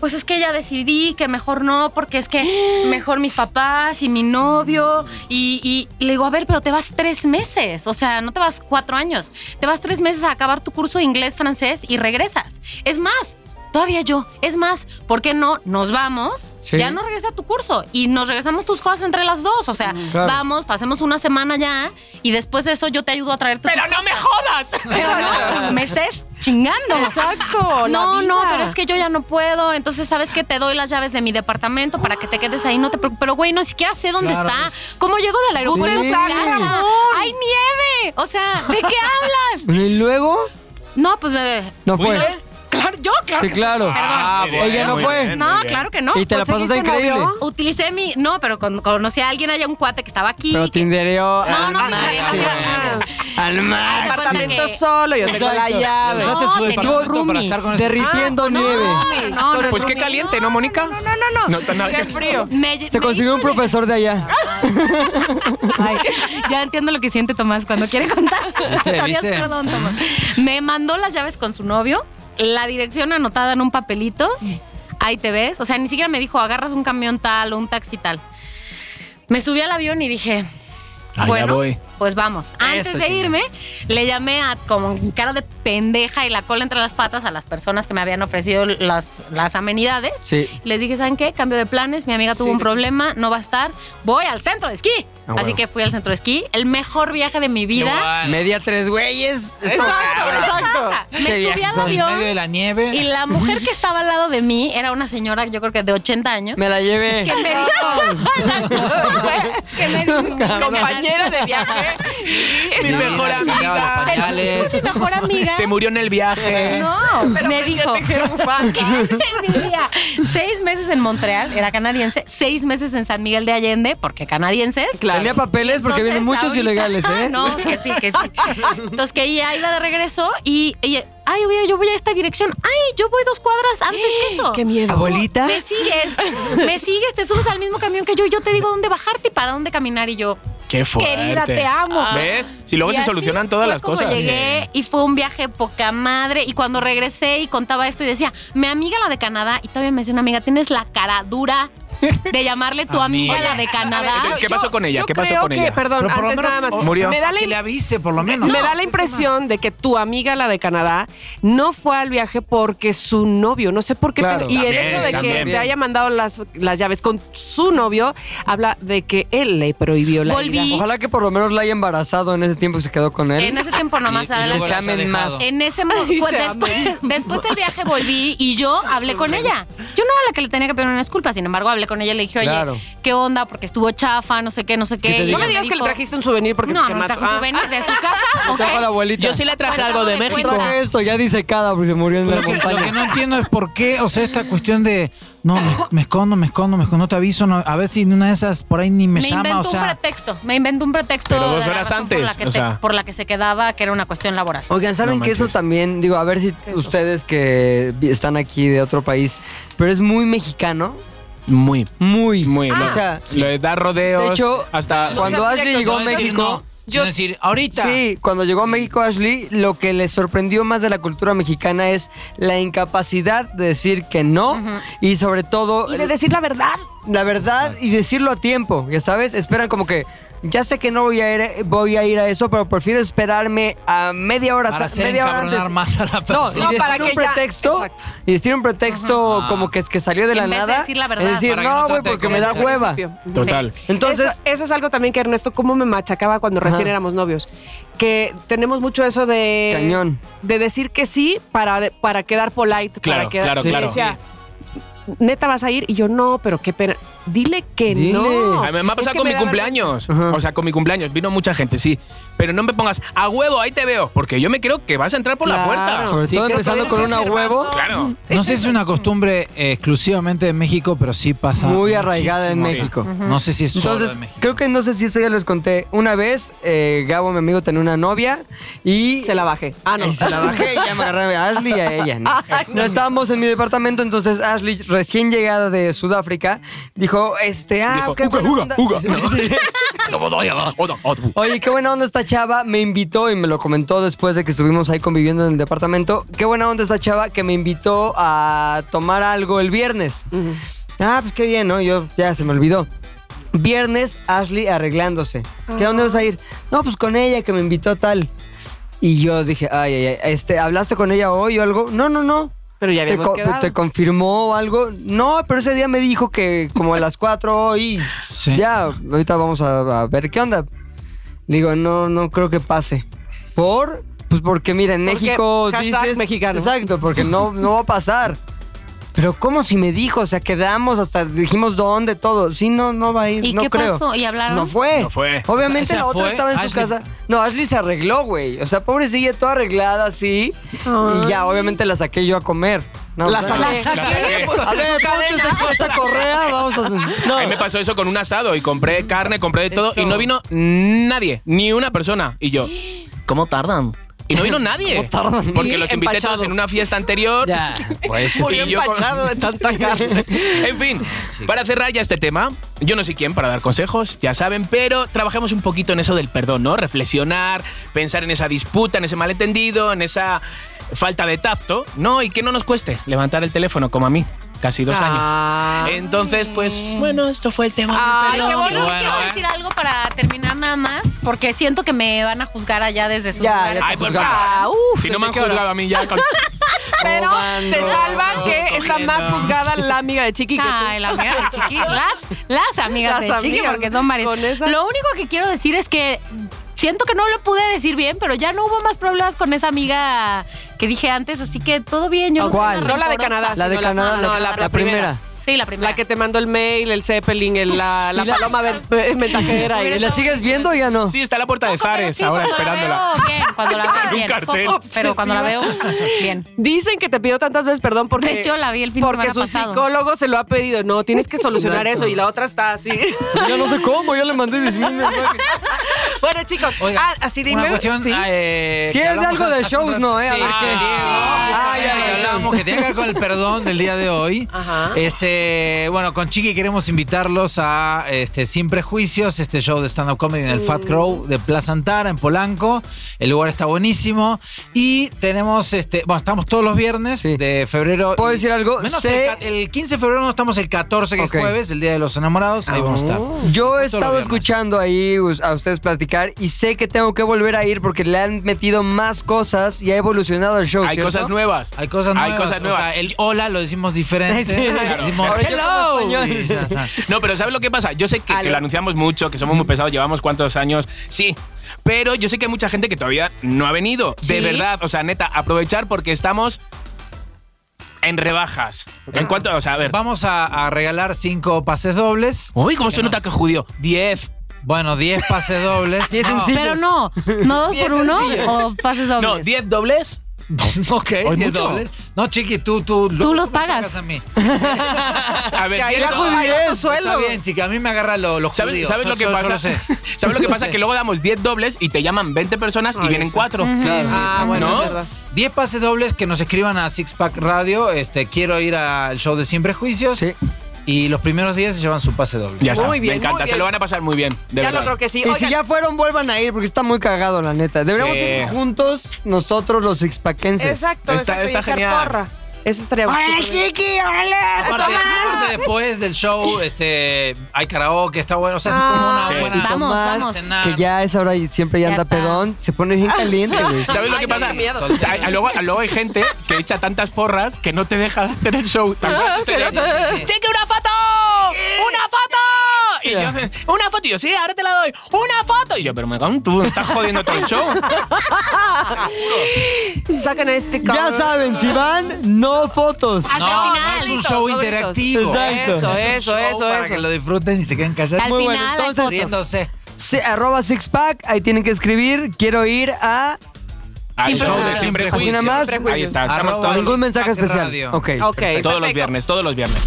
Speaker 1: Pues es que ya decidí que mejor no, porque es
Speaker 5: [GASPS]
Speaker 1: que mejor mis papás y mi novio. Y, y le digo, a ver, pero te vas tres meses. O sea, no te vas cuatro años. Te vas tres meses a acabar tu curso de inglés, francés y regresas. Es más, todavía yo. Es más, ¿por qué no? Nos vamos.
Speaker 5: Sí.
Speaker 1: Ya no regresa a tu curso y nos regresamos tus cosas entre las dos. O sea,
Speaker 5: claro.
Speaker 1: vamos, pasemos una semana ya y después de eso yo te ayudo a traerte.
Speaker 3: ¡Pero
Speaker 1: tus
Speaker 3: no me
Speaker 1: cosas.
Speaker 3: jodas!
Speaker 1: Pero no, me estés chingando. [LAUGHS]
Speaker 2: Exacto. la
Speaker 1: No, no,
Speaker 2: vida.
Speaker 1: pero es que yo ya no puedo. Entonces, ¿sabes qué? Te doy las llaves de mi departamento para que te quedes ahí. No te preocupes. Pero, güey, no siquiera sé dónde
Speaker 4: Claro,
Speaker 1: está.
Speaker 4: pues-
Speaker 1: ¿Cómo llego del aeropuerto a
Speaker 5: Sí.
Speaker 1: tu casa?
Speaker 2: Ramón.
Speaker 1: ¡Hay nieve! O sea, ¿de qué hablas?
Speaker 5: Y luego
Speaker 1: No, pues... eh,
Speaker 5: no fue.
Speaker 1: yo- claro, yo, claro.
Speaker 5: Sí,
Speaker 1: que-
Speaker 5: claro.
Speaker 3: Ah,
Speaker 5: bueno, Ella no
Speaker 3: muy
Speaker 5: fue.
Speaker 3: bien, muy
Speaker 1: No,
Speaker 3: bien.
Speaker 1: claro que no.
Speaker 5: Y te la
Speaker 2: ¿Conseguiste
Speaker 5: pasaste increíble.
Speaker 2: novio?
Speaker 1: Utilicé mi. No, pero con- conocí a alguien allá, un cuate que estaba aquí.
Speaker 5: Pero Ah,
Speaker 1: que- No,
Speaker 5: tindereó al
Speaker 1: no, no,
Speaker 5: máximo.
Speaker 1: no, no.
Speaker 5: Al máximo.
Speaker 2: Apartamento solo, yo tengo la
Speaker 5: Exacto.
Speaker 2: llave.
Speaker 4: usaste
Speaker 1: No,
Speaker 4: su
Speaker 1: tenía
Speaker 4: departamento para
Speaker 1: roomie.
Speaker 4: estar con ese...
Speaker 5: Derritiendo
Speaker 2: no.
Speaker 5: nieve.
Speaker 1: Ah, No, no, no,
Speaker 3: Pues
Speaker 1: no,
Speaker 3: qué
Speaker 1: no.
Speaker 3: caliente, ¿no, Mónica?
Speaker 2: No, no, no, no.
Speaker 3: No, tan-
Speaker 2: Qué frío.
Speaker 1: Me-
Speaker 5: Se
Speaker 1: me
Speaker 5: consiguió
Speaker 1: hizo
Speaker 5: un
Speaker 1: el-
Speaker 5: profesor de allá.
Speaker 1: [LAUGHS] Ay, ya entiendo lo que siente Tomás cuando quiere
Speaker 5: [LAUGHS]
Speaker 1: contar. [LAUGHS] Todavía,
Speaker 4: ¿Viste?
Speaker 1: perdón, Tomás. Me mandó las llaves con su novio, la dirección anotada en un papelito. Ahí te ves. O sea, ni siquiera me dijo, agarras un camión tal o un taxi tal. Me subí al avión y dije,
Speaker 3: Allá
Speaker 1: bueno,
Speaker 3: voy.
Speaker 1: pues vamos. Antes
Speaker 4: Eso,
Speaker 1: de
Speaker 4: chingada.
Speaker 1: irme, le llamé a como cara de pendeja y la cola entre las patas a las personas que me habían ofrecido las, las amenidades.
Speaker 5: Sí.
Speaker 1: Les dije, ¿saben qué? Cambio de planes, mi amiga tuvo un problema, no va a estar, voy al centro de esquí.
Speaker 5: Ah,
Speaker 1: Así
Speaker 5: bueno.
Speaker 1: que fui al centro de esquí, el mejor viaje de mi
Speaker 3: Qué
Speaker 1: vida.
Speaker 4: Ah.
Speaker 3: guay.
Speaker 5: Media tres güeyes. Esto-
Speaker 1: ¿Qué les pasa?
Speaker 5: Che,
Speaker 1: Me subí
Speaker 5: viajes
Speaker 1: al
Speaker 5: son
Speaker 4: En medio de
Speaker 1: avión
Speaker 4: la nieve.
Speaker 1: y la mujer que estaba al lado de mí era una señora, yo creo que de 80 años. [LAUGHS]
Speaker 5: Me la llevé.
Speaker 1: que me dijo- que me di-
Speaker 5: No, cabrón.
Speaker 2: compañera de viaje.
Speaker 3: Mi mejor amiga.
Speaker 1: Pero pues, sí fue mi mejor amiga.
Speaker 3: Se murió en el
Speaker 1: [LAUGHS]
Speaker 3: viaje.
Speaker 1: No, me dijo.
Speaker 2: Fíjate
Speaker 1: [LAUGHS]
Speaker 2: que bufanda.
Speaker 1: Envidia. Seis meses en Montreal, era canadiense. Seis meses en San Miguel de Allende, porque canadienses.
Speaker 5: Tenía papeles porque
Speaker 1: Entonces,
Speaker 5: vienen muchos
Speaker 1: ahorita-
Speaker 5: ilegales, ¿eh?
Speaker 1: [LAUGHS] No, que sí, que sí. Entonces que ella iba de regreso y, y, ay, oye, yo voy a esta dirección. Ay, yo voy dos cuadras antes que eso.
Speaker 2: Qué
Speaker 3: Ah,
Speaker 2: miedo.
Speaker 5: Abuelita.
Speaker 1: pues, Me sigues, me sigues, te subes al mismo camión que yo y yo te digo dónde bajarte y para dónde caminar y yo.
Speaker 3: Qué fuerte.
Speaker 1: Querida, te amo.
Speaker 3: ¿Ves? Si luego
Speaker 1: Ah, Y
Speaker 3: se
Speaker 1: así
Speaker 3: solucionan todas
Speaker 1: fue
Speaker 3: las
Speaker 1: como
Speaker 3: cosas.
Speaker 1: Llegué y fue un viaje poca madre. Y cuando regresé y contaba esto y decía, mi amiga la de Canadá, y todavía me decía una amiga, tienes la cara dura de llamarle tu amiga
Speaker 3: Amiga.
Speaker 1: la de
Speaker 2: A ver,
Speaker 1: Canadá.
Speaker 3: Entonces, ¿qué pasó con ella?
Speaker 2: yo
Speaker 3: ¿Qué pasó
Speaker 2: creo
Speaker 3: con
Speaker 2: que-
Speaker 3: ella?
Speaker 2: Perdón,
Speaker 4: Pero por lo
Speaker 2: antes
Speaker 4: menos
Speaker 2: nada más.
Speaker 4: o-
Speaker 3: Murió.
Speaker 2: Me da la
Speaker 4: que le avise, por lo menos.
Speaker 2: Eh, Me da la impresión de que tu amiga, la de Canadá, no fue al viaje porque su novio, no sé por qué.
Speaker 5: Claro.
Speaker 2: pero- y el
Speaker 3: También,
Speaker 2: hecho de que
Speaker 3: también.
Speaker 2: te haya mandado las, las llaves con su novio, habla de que él le prohibió la
Speaker 1: Volví.
Speaker 2: ida.
Speaker 5: Ojalá que por lo menos la haya embarazado en Ah, ese tiempo que se quedó con él.
Speaker 1: En ese tiempo nomás
Speaker 4: Sí, y
Speaker 1: adelante.
Speaker 5: que
Speaker 4: luego
Speaker 5: se
Speaker 4: las ha
Speaker 5: amen más.
Speaker 4: dejado.
Speaker 1: En ese momento, pues,
Speaker 2: se
Speaker 1: después, después del viaje volví y yo hablé con ella. Yo no era la que le tenía que pedir una disculpa, sin embargo, hablé con ella y le dije, oye,
Speaker 5: Claro.
Speaker 1: ¿qué onda? Porque estuvo chafa, no sé qué, no sé
Speaker 5: te
Speaker 1: qué. Y
Speaker 5: digo?
Speaker 2: No
Speaker 1: ella
Speaker 2: me digas que le
Speaker 1: dijo,
Speaker 2: trajiste un souvenir porque
Speaker 1: no,
Speaker 2: te
Speaker 1: no me
Speaker 2: mató.
Speaker 1: trajo un
Speaker 2: Ah,
Speaker 1: souvenir de su
Speaker 5: [LAUGHS]
Speaker 1: casa.
Speaker 5: Trajo a la
Speaker 1: ok.
Speaker 5: abuelita.
Speaker 3: Yo sí le traje
Speaker 1: Pues,
Speaker 3: algo de
Speaker 1: dame
Speaker 3: México.
Speaker 1: cuenta.
Speaker 5: Traje esto, ya disecada porque se murió en la
Speaker 4: Lo que, lo que
Speaker 5: montaña.
Speaker 4: no entiendo es por qué, o sea, esta cuestión de no, me, me escondo, me escondo, me escondo, no te aviso, no, a ver si en una de esas por ahí ni me,
Speaker 1: Me
Speaker 4: llama, o
Speaker 1: invento un
Speaker 4: sea.
Speaker 1: pretexto, me invento un pretexto.
Speaker 3: Pero dos
Speaker 1: de la
Speaker 3: horas
Speaker 1: razón Por la,
Speaker 3: antes,
Speaker 1: que
Speaker 3: o
Speaker 1: te-
Speaker 3: sea.
Speaker 1: por la que se quedaba, que era una cuestión laboral.
Speaker 5: Oigan, ¿saben
Speaker 3: No
Speaker 5: que eso
Speaker 3: manches.
Speaker 5: también? Digo, a ver si ustedes que vi- están aquí de otro país, pero es muy mexicano.
Speaker 3: Muy,
Speaker 5: Muy.
Speaker 3: muy.
Speaker 5: O
Speaker 3: lo-
Speaker 5: sea,
Speaker 3: Lo de dar rodeos.
Speaker 5: De hecho,
Speaker 3: hasta.
Speaker 5: cuando
Speaker 2: sea,
Speaker 5: Ashley
Speaker 2: directo,
Speaker 5: llegó a
Speaker 4: No decir
Speaker 5: México.
Speaker 4: no, sino decir, ahorita.
Speaker 5: Sí, cuando llegó a México Ashley, lo que le sorprendió más de la cultura mexicana es la incapacidad de decir que no y sobre todo
Speaker 2: Y de decir la verdad.
Speaker 5: la verdad y decirlo a tiempo, ya sabes, esperan como que ya sé que no voy a ir, voy a, ir a eso, pero prefiero esperarme a media hora,
Speaker 4: Para
Speaker 5: sa-
Speaker 4: hacer
Speaker 5: media hora
Speaker 4: encabronar
Speaker 5: antes.
Speaker 4: más a la
Speaker 5: No,
Speaker 4: persona.
Speaker 5: y
Speaker 2: No,
Speaker 5: decir
Speaker 2: para
Speaker 5: un
Speaker 2: que ya-
Speaker 5: pretexto,
Speaker 2: Exacto.
Speaker 5: y decir un pretexto como que es que salió de la
Speaker 1: En vez de
Speaker 5: nada,
Speaker 1: decir la verdad.
Speaker 5: es decir,
Speaker 4: Para que
Speaker 5: no,
Speaker 4: no
Speaker 5: güey,
Speaker 4: trate de
Speaker 5: porque me da
Speaker 4: convencer.
Speaker 5: hueva.
Speaker 2: Principio.
Speaker 3: Total.
Speaker 5: Entonces,
Speaker 2: eso, eso es algo también que Ernesto, cómo me machacaba cuando recién
Speaker 5: Ajá.
Speaker 2: éramos novios. Que tenemos mucho eso de.
Speaker 5: Cañón.
Speaker 2: De decir que sí para, de- para quedar polite. para
Speaker 3: Claro,
Speaker 2: quedar,
Speaker 3: claro,
Speaker 2: Sí.
Speaker 3: claro.
Speaker 2: Decía, Neta vas a ir y yo no, pero qué pena. Dile que
Speaker 5: Dile.
Speaker 2: no.
Speaker 3: A mí me ha
Speaker 2: Es
Speaker 3: pasado
Speaker 2: que
Speaker 3: con
Speaker 2: me
Speaker 3: mi
Speaker 2: da vergüenza.
Speaker 3: cumpleaños.
Speaker 5: Ajá.
Speaker 3: O sea, con mi cumpleaños. Vino mucha gente, sí. Pero no me pongas a huevo, ahí te veo. Porque yo me creo que vas a entrar por la
Speaker 2: Claro.
Speaker 3: puerta.
Speaker 5: sobre
Speaker 4: Sí,
Speaker 5: todo
Speaker 4: que
Speaker 5: empezando
Speaker 4: todavía
Speaker 5: con
Speaker 4: no
Speaker 5: una
Speaker 4: se
Speaker 5: huevo
Speaker 3: Claro.
Speaker 4: No sé si es una costumbre eh, exclusivamente de México, pero sí pasa.
Speaker 5: muy arraigada en
Speaker 4: muchísimo.
Speaker 5: México.
Speaker 4: Sí. No sé si es solo
Speaker 5: Entonces,
Speaker 4: de México.
Speaker 5: creo que no sé si eso ya les conté. Una vez, eh, Gabo, mi amigo, tenía una novia y.
Speaker 2: Se la bajé. Ah, no.
Speaker 5: y se la bajé y ya me agarré a Ashley y a
Speaker 2: [LAUGHS]
Speaker 5: ella. ¿no? No estábamos en mi departamento, entonces Ashley, recién llegada de Sudáfrica, dijo: Este, ah,
Speaker 3: Dijo,
Speaker 5: qué
Speaker 3: "Uga,
Speaker 5: buena
Speaker 3: uga,
Speaker 5: onda".
Speaker 3: uga.
Speaker 5: Sí,
Speaker 3: No. [LAUGHS]
Speaker 5: sí. Oye, qué buena onda esta chava. Me invitó y me lo comentó después de que estuvimos ahí conviviendo en el departamento. Qué buena onda esta chava que me invitó a tomar algo el viernes. Ah, pues qué bien, ¿no? Yo ya se me olvidó. Viernes, Ashley arreglándose. ¿Qué dónde vas a ir? No, pues con ella que me invitó a tal. Y yo dije, ay, ay, ay, este, ¿hablaste con ella hoy o algo? No, no, no.
Speaker 2: Pero ya
Speaker 5: ¿Te,
Speaker 2: habíamos
Speaker 5: co-
Speaker 2: quedado.
Speaker 5: te confirmó algo? No, pero ese día me dijo que como a las [LAUGHS] 4 hoy.
Speaker 4: Sí.
Speaker 5: Ya, ahorita vamos a, a ver qué onda. Le Digo, no, no creo que pase. ¿Por? Pues porque mira, en
Speaker 2: Porque
Speaker 5: México
Speaker 2: hashtag
Speaker 5: dices.
Speaker 2: mexicano.
Speaker 5: Exacto, porque no, no va a pasar. Pero ¿cómo si me dijo? O sea, quedamos hasta dijimos dónde, todo. Sí, no, no va a ir.
Speaker 1: ¿Y
Speaker 5: no
Speaker 1: qué
Speaker 5: creo.
Speaker 1: pasó? ¿Y hablaron?
Speaker 5: No fue.
Speaker 3: No fue.
Speaker 5: Obviamente
Speaker 4: Esa- esa
Speaker 5: la otra
Speaker 4: fue Ah,
Speaker 5: estaba en su
Speaker 4: Ashley.
Speaker 5: casa. No, Ashley se arregló, güey. O sea, pobrecilla, toda arreglada así. Y ya, obviamente la saqué yo a comer. No,
Speaker 2: La
Speaker 5: no.
Speaker 2: saqué.
Speaker 1: La saqué.
Speaker 3: La saqué.
Speaker 2: Pues,
Speaker 5: A ver,
Speaker 2: su
Speaker 5: ponte
Speaker 2: cadena.
Speaker 5: esta- esta correa, vamos a... No.
Speaker 3: A mí me pasó eso con un asado y compré carne, compré de todo
Speaker 2: Eso.
Speaker 3: y no vino nadie, ni una persona. Y yo, ¿cómo tardan? Y no vino nadie.
Speaker 5: ¿Cómo tardan?
Speaker 3: Porque
Speaker 2: Y
Speaker 3: los invité
Speaker 2: empachado.
Speaker 3: todos en una fiesta anterior.
Speaker 4: Ya.
Speaker 3: Pues que
Speaker 2: Murió empachado de
Speaker 3: [LAUGHS]
Speaker 2: tanta carne.
Speaker 3: en fin, para cerrar ya este tema, yo no sé quién para dar consejos, ya saben, pero trabajemos un poquito en eso del perdón, ¿no? Reflexionar, pensar en esa disputa, en ese malentendido, en esa falta de tacto, ¿no? Y que no nos cueste levantar el teléfono como a mí, casi dos
Speaker 2: Ah.
Speaker 3: años. Entonces, pues bueno, esto fue el tema
Speaker 2: Ay,
Speaker 3: del
Speaker 1: Pero
Speaker 2: qué
Speaker 3: perdón.
Speaker 1: quiero,
Speaker 4: bueno,
Speaker 1: quiero
Speaker 4: ¿eh?
Speaker 1: decir algo para terminar nada más, porque siento que me van a juzgar allá desde sus
Speaker 5: Ya,
Speaker 1: lugares.
Speaker 5: ya
Speaker 3: Ay, por
Speaker 5: Juzgamos.
Speaker 3: favor.
Speaker 2: Ah, uf,
Speaker 3: Si no
Speaker 2: ¿desde
Speaker 3: me han
Speaker 2: qué hora?
Speaker 3: juzgado a mí ya.
Speaker 2: [LAUGHS]
Speaker 3: con-
Speaker 2: Pero te
Speaker 5: Robando.
Speaker 2: salvan que está más
Speaker 3: Cogiendo.
Speaker 2: juzgada la amiga de Chiqui que tú.
Speaker 1: Ay, la amiga de Chiqui. Las, las amigas
Speaker 2: Las
Speaker 1: de Chiqui,
Speaker 2: amigas.
Speaker 1: porque son varias.
Speaker 2: Con esas-
Speaker 1: Lo único que quiero decir es que siento que no lo pude decir bien, pero ya no hubo más problemas con esa amiga que dije antes, así que todo bien. Yo no soy
Speaker 5: ¿Cuál?
Speaker 1: una
Speaker 2: No la de
Speaker 1: rencorosa.
Speaker 2: Canadá.
Speaker 5: La de
Speaker 2: sino
Speaker 5: Canadá,
Speaker 2: no,
Speaker 5: la-
Speaker 2: la,
Speaker 5: la primera.
Speaker 1: Sí, Sí, la primera.
Speaker 2: La que te mandó el mail, el Zeppelin, el- la, la
Speaker 5: Y la-
Speaker 2: paloma eh, ven- ven- mensajera.
Speaker 5: ¿Y
Speaker 2: y-
Speaker 5: la sigues viendo o ya no?
Speaker 3: Sí, está en la puerta de
Speaker 1: Poco, pero
Speaker 3: Fares
Speaker 1: sí,
Speaker 3: ahora
Speaker 1: cuando la
Speaker 3: esperándola.
Speaker 1: veo, bien, cuando la veo
Speaker 3: Con un
Speaker 1: bien.
Speaker 3: cartel.
Speaker 1: Poco, pero cuando la veo, bien.
Speaker 2: Dicen que te pidió tantas veces perdón porque.
Speaker 1: De hecho, la vi el fin de
Speaker 2: Porque
Speaker 1: semana
Speaker 2: su
Speaker 1: pasado.
Speaker 2: psicólogo se lo ha pedido. No, tienes que solucionar
Speaker 5: Exacto.
Speaker 2: eso. Y la otra está así. [LAUGHS]
Speaker 5: Ya no sé cómo, ya le mandé 10 mil mensajes.
Speaker 2: bueno, chicos,
Speaker 4: Oiga,
Speaker 2: ah, así dime.
Speaker 4: Una cuestión.
Speaker 2: ¿sí?
Speaker 4: ah, eh,
Speaker 5: Si
Speaker 4: que
Speaker 5: es de
Speaker 4: hablamos
Speaker 5: algo de
Speaker 4: hace
Speaker 5: shows,
Speaker 4: un
Speaker 5: no,
Speaker 4: rato-
Speaker 5: ¿eh? A
Speaker 4: Sí,
Speaker 5: ver qué.
Speaker 4: Diego,
Speaker 5: Ah,
Speaker 4: que
Speaker 5: ya, ya, ya.
Speaker 4: hablamos, que tiene que ver con el perdón del día de hoy.
Speaker 2: Ajá.
Speaker 4: Este, bueno, con Chiqui queremos invitarlos a este, Sin Prejuicios, este show de stand-up comedy en el
Speaker 2: Mm.
Speaker 4: Fat Crow de Plaza Antara, en Polanco. El lugar está buenísimo. Y tenemos, este, bueno, estamos todos los viernes
Speaker 5: Sí.
Speaker 4: de febrero.
Speaker 5: ¿Puedo
Speaker 4: Y-
Speaker 5: decir algo?
Speaker 4: Menos
Speaker 5: Sé-
Speaker 4: el, ca- el 15 de febrero no estamos el 14, que
Speaker 5: Ok. Oh.
Speaker 4: es jueves, el Día de los Enamorados. Ahí vamos a estar.
Speaker 5: Yo he
Speaker 4: Todos los
Speaker 5: estado
Speaker 4: viernes.
Speaker 5: escuchando ahí us- a ustedes platicar y sé que tengo que volver a ir porque le han metido más cosas y ha evolucionado el show.
Speaker 3: Hay
Speaker 5: ¿cierto?
Speaker 3: cosas nuevas.
Speaker 4: Hay cosas nuevas.
Speaker 3: Hay cosas nuevas.
Speaker 4: O sea, el hola lo decimos diferente.
Speaker 5: Sí, claro.
Speaker 4: Decimos
Speaker 5: Ahora yo hablo
Speaker 4: hello.
Speaker 5: español.
Speaker 4: Y ya [LAUGHS] está.
Speaker 3: [LAUGHS] No, pero ¿sabes lo que pasa? Yo sé que,
Speaker 1: Ale.
Speaker 3: que lo anunciamos mucho, que somos muy pesados, llevamos cuántos años. Sí. Pero yo sé que hay mucha gente que todavía no ha venido.
Speaker 1: Sí.
Speaker 3: De verdad. O sea, neta, aprovechar porque estamos en rebajas. En cuanto. O sea, a ver.
Speaker 4: Vamos a, a regalar cinco pases dobles.
Speaker 3: Uy, ¿cómo se nota que es judío? 10.
Speaker 4: Bueno, 10 pases dobles.
Speaker 5: Diez sencillos.
Speaker 1: Pero no, no dos
Speaker 2: Bien
Speaker 1: por uno
Speaker 2: sencillo.
Speaker 1: o pases dobles.
Speaker 3: No, 10 dobles.
Speaker 4: [LAUGHS] ok,
Speaker 3: Hoy
Speaker 4: 10
Speaker 3: mucho.
Speaker 4: dobles. No, chiqui, tú, tú.
Speaker 1: Tú los
Speaker 4: me
Speaker 1: pagas.
Speaker 4: a mí.
Speaker 3: A ver,
Speaker 2: Que ahí
Speaker 3: 10
Speaker 2: la
Speaker 3: dobles.
Speaker 2: judía- Ay, tu sueldo.
Speaker 4: Está bien, chiqui, a mí me agarra lo- los
Speaker 3: ¿Sabes,
Speaker 4: judíos.
Speaker 3: sabes lo
Speaker 4: Yo-
Speaker 3: que
Speaker 4: yo- yo
Speaker 3: pasa?
Speaker 4: lo sé.
Speaker 3: [LAUGHS] ¿Sabes lo que
Speaker 4: [LAUGHS]
Speaker 3: pasa?
Speaker 4: sé.
Speaker 3: Que luego damos 10 dobles y te llaman 20 personas y vienen 4.
Speaker 4: Sí, sí,
Speaker 2: Ah,
Speaker 4: sí.
Speaker 2: bueno,
Speaker 3: ¿No?
Speaker 2: es verdad.
Speaker 4: 10 pases dobles que nos escriban a Six Pack Radio. Este, quiero ir al show de Sin Prejuicios.
Speaker 5: Sí.
Speaker 4: Y los primeros 10 se llevan su pase doble.
Speaker 3: Ya está.
Speaker 2: Muy bien,
Speaker 3: Me encanta,
Speaker 2: muy
Speaker 3: se
Speaker 2: bien.
Speaker 3: lo van a pasar muy bien. De
Speaker 2: Ya
Speaker 3: verdad.
Speaker 2: lo creo que sí.
Speaker 5: Y si
Speaker 2: Oigan,
Speaker 5: ya fueron, vuelvan a ir porque está muy cagado, la neta. Deberíamos
Speaker 3: Sí.
Speaker 5: ir juntos nosotros los sixpackenses.
Speaker 2: Exacto,
Speaker 3: Está-
Speaker 2: exacto,
Speaker 3: está
Speaker 2: y echar
Speaker 3: genial.
Speaker 2: porra. Eso estaría
Speaker 7: ¡Hola,
Speaker 2: súper bien.
Speaker 7: chiqui! ¡Hola!
Speaker 4: Aparte,
Speaker 7: Tomás.
Speaker 4: aparte después del show, este, hay karaoke, está bueno. O sea, es como una
Speaker 3: Ah, sí.
Speaker 4: buena.
Speaker 1: Vamos,
Speaker 5: Tomás,
Speaker 1: vamos.
Speaker 4: Cenar.
Speaker 5: Que ya es ahora y siempre ya,
Speaker 1: Ya
Speaker 5: anda
Speaker 1: está.
Speaker 5: pedón. Se pone bien caliente, güey.
Speaker 3: ¿Sabes lo
Speaker 2: Ay,
Speaker 3: que
Speaker 2: sí,
Speaker 3: pasa?
Speaker 2: qué miedo.
Speaker 3: O sea, hay- luego, luego hay gente que echa tantas porras que no te deja de hacer el show. ¿Te acuerdas de ese
Speaker 2: que no
Speaker 3: día?
Speaker 2: te-
Speaker 3: ¡Cheque una foto! ¡Una foto! Y yo, una foto. Y yo, sí, ahora te la doy. ¡Una foto! Y yo, pero me cago en tú, me estás jodiendo todo el show.
Speaker 2: Sacan a este
Speaker 5: Ya
Speaker 2: cabrón.
Speaker 5: saben, si van, no fotos.
Speaker 1: Hasta
Speaker 4: No,
Speaker 1: el
Speaker 4: no
Speaker 1: final.
Speaker 4: es un show
Speaker 2: favoritos.
Speaker 4: interactivo.
Speaker 5: Exacto.
Speaker 2: Eso,
Speaker 4: Es un
Speaker 2: eso,
Speaker 4: show
Speaker 2: eso,
Speaker 4: Para
Speaker 2: eso.
Speaker 4: que lo disfruten y se queden callados.
Speaker 1: Al
Speaker 5: Muy bueno,
Speaker 1: final hay
Speaker 5: entonces-
Speaker 1: fotos.
Speaker 4: riéndose.
Speaker 5: Se, arroba sixpack, ahí tienen que escribir. Quiero ir a
Speaker 3: Al show de
Speaker 1: prejuicios.
Speaker 3: sin
Speaker 5: Así nada más.
Speaker 3: prejuicios. Ahí está, estamos
Speaker 4: Arroba
Speaker 3: todos,
Speaker 5: ningún mensaje
Speaker 4: Sixpack
Speaker 5: especial.
Speaker 4: Radio.
Speaker 5: Ok.
Speaker 2: Ok,
Speaker 3: todos los
Speaker 2: perfecto.
Speaker 3: viernes, todos los viernes.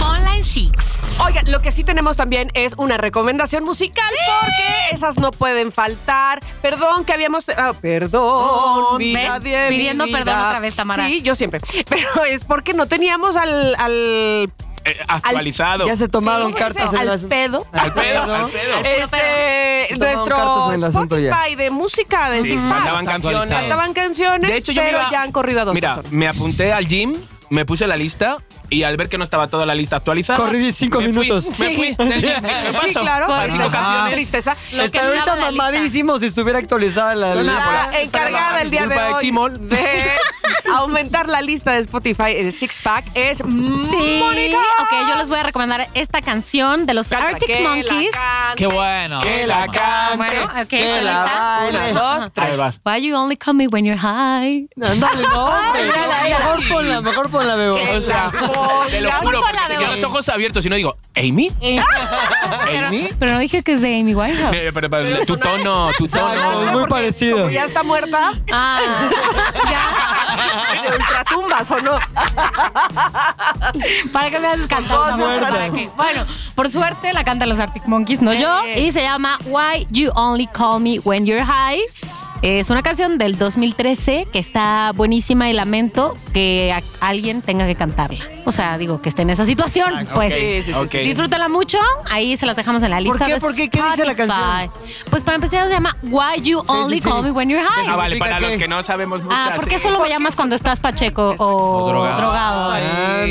Speaker 1: Online Six.
Speaker 2: Oigan, lo que sí tenemos también es una recomendación musical
Speaker 3: ¡Eh!
Speaker 2: porque esas no pueden faltar. Perdón que habíamos. ah, perdón.
Speaker 1: Ven,
Speaker 2: vida de mi
Speaker 1: pidiendo
Speaker 2: vida.
Speaker 1: perdón otra vez, Tamara.
Speaker 2: Sí, yo siempre. [LAUGHS] Pero es porque no teníamos al. al
Speaker 3: Eh, actualizado.
Speaker 5: Ya se tomaron
Speaker 1: pues,
Speaker 2: ¿cómo
Speaker 5: cartas
Speaker 2: dice?
Speaker 5: en el
Speaker 2: al
Speaker 5: asunto.
Speaker 2: pedo.
Speaker 3: Al pedo, al pedo.
Speaker 2: Este,
Speaker 5: Se tomaron
Speaker 2: nuestro
Speaker 5: cartas en el asunto ya.
Speaker 2: Spotify de música de
Speaker 3: Sí,
Speaker 2: Six Pack.
Speaker 3: faltaban canciones.
Speaker 2: Faltaban canciones,
Speaker 3: De hecho, yo me
Speaker 2: pero
Speaker 3: iba-
Speaker 2: ya han corrido a dos
Speaker 3: Mira,
Speaker 2: personas.
Speaker 3: me apunté al gym, me puse la lista y al ver que no estaba toda la lista actualizada.
Speaker 5: Corrí cinco
Speaker 3: me fui,
Speaker 5: minutos.
Speaker 3: me [LAUGHS] fui. del gym, dije, "Me
Speaker 2: Sí,
Speaker 3: paso".
Speaker 2: claro.
Speaker 3: Para
Speaker 2: correcto.
Speaker 3: cinco canciones.
Speaker 2: Tristeza.
Speaker 1: Lo que
Speaker 5: Está ahorita
Speaker 1: hablaba la lista.
Speaker 5: mamadísimo si estuviera actualizada la,
Speaker 3: No, nada,
Speaker 2: la
Speaker 3: por la-
Speaker 2: encargada el día de
Speaker 3: Disculpa de
Speaker 2: hoy
Speaker 3: Chimol.
Speaker 2: de aumentar la lista de Spotify de Six Pack es
Speaker 1: Sí.
Speaker 2: Mónica.
Speaker 1: Ok, yo les voy a recomendar esta canción de los
Speaker 2: Cántala,
Speaker 1: Arctic
Speaker 2: que la
Speaker 1: Monkeys.
Speaker 2: cante.
Speaker 4: Qué bueno.
Speaker 3: Que la
Speaker 1: Ah,
Speaker 3: cante.
Speaker 1: Bueno, ok,
Speaker 5: Que
Speaker 1: ¿cuál
Speaker 5: la
Speaker 1: está?
Speaker 5: baile.
Speaker 2: Dos,
Speaker 3: Ahí
Speaker 2: tres.
Speaker 3: vas.
Speaker 1: Why you only call me when you're high?
Speaker 5: Ándale, no, hombre.
Speaker 2: mírala, mírala.
Speaker 5: Mejor ponla, mejor ponla, Bebo.
Speaker 3: O sea,
Speaker 2: Venga,
Speaker 3: te lo juro,
Speaker 1: vamos con la de
Speaker 3: porque tengo
Speaker 1: hoy.
Speaker 3: los ojos abiertos y no digo, ¿Amy?
Speaker 1: pero,
Speaker 3: ¿Amy?
Speaker 1: pero no dije que es de Amy Winehouse.
Speaker 3: Eh, Pero, pero, tu tono, tu
Speaker 5: Exacto, es
Speaker 3: tono.
Speaker 5: muy parecido.
Speaker 2: Como ya está muerta.
Speaker 1: Ah, ya.
Speaker 2: De ultratumbas o no.
Speaker 1: Para que veas
Speaker 2: voz de
Speaker 1: cantando.
Speaker 2: ultratumba.
Speaker 1: Bueno, por suerte la cantan los Arctic Monkeys, no yo.
Speaker 2: Bien.
Speaker 1: Y se llama Why You Only Call Me When You're High. Es una canción del 2013 que está buenísima y lamento que a- alguien tenga que cantarla. O sea, digo, que esté en esa situación,
Speaker 5: Ah,
Speaker 1: pues.
Speaker 2: Sí, sí, sí,
Speaker 3: Ok.
Speaker 2: sí.
Speaker 1: Disfrútala mucho, ahí se las dejamos en la lista.
Speaker 5: qué?
Speaker 1: de
Speaker 5: ¿Por qué? ¿Qué dice la
Speaker 1: Spotify. Pues para empezar se llama Why You Only
Speaker 5: sí, sí.
Speaker 1: Call Me When You're High.
Speaker 3: Ah, vale,
Speaker 5: significa
Speaker 3: para los
Speaker 5: qué?
Speaker 3: que no sabemos muchas.
Speaker 1: Ah, ¿por qué
Speaker 3: sí.
Speaker 1: solo me llamas cuando estás pacheco o,
Speaker 4: O drogado.
Speaker 1: drogado?
Speaker 4: Ay,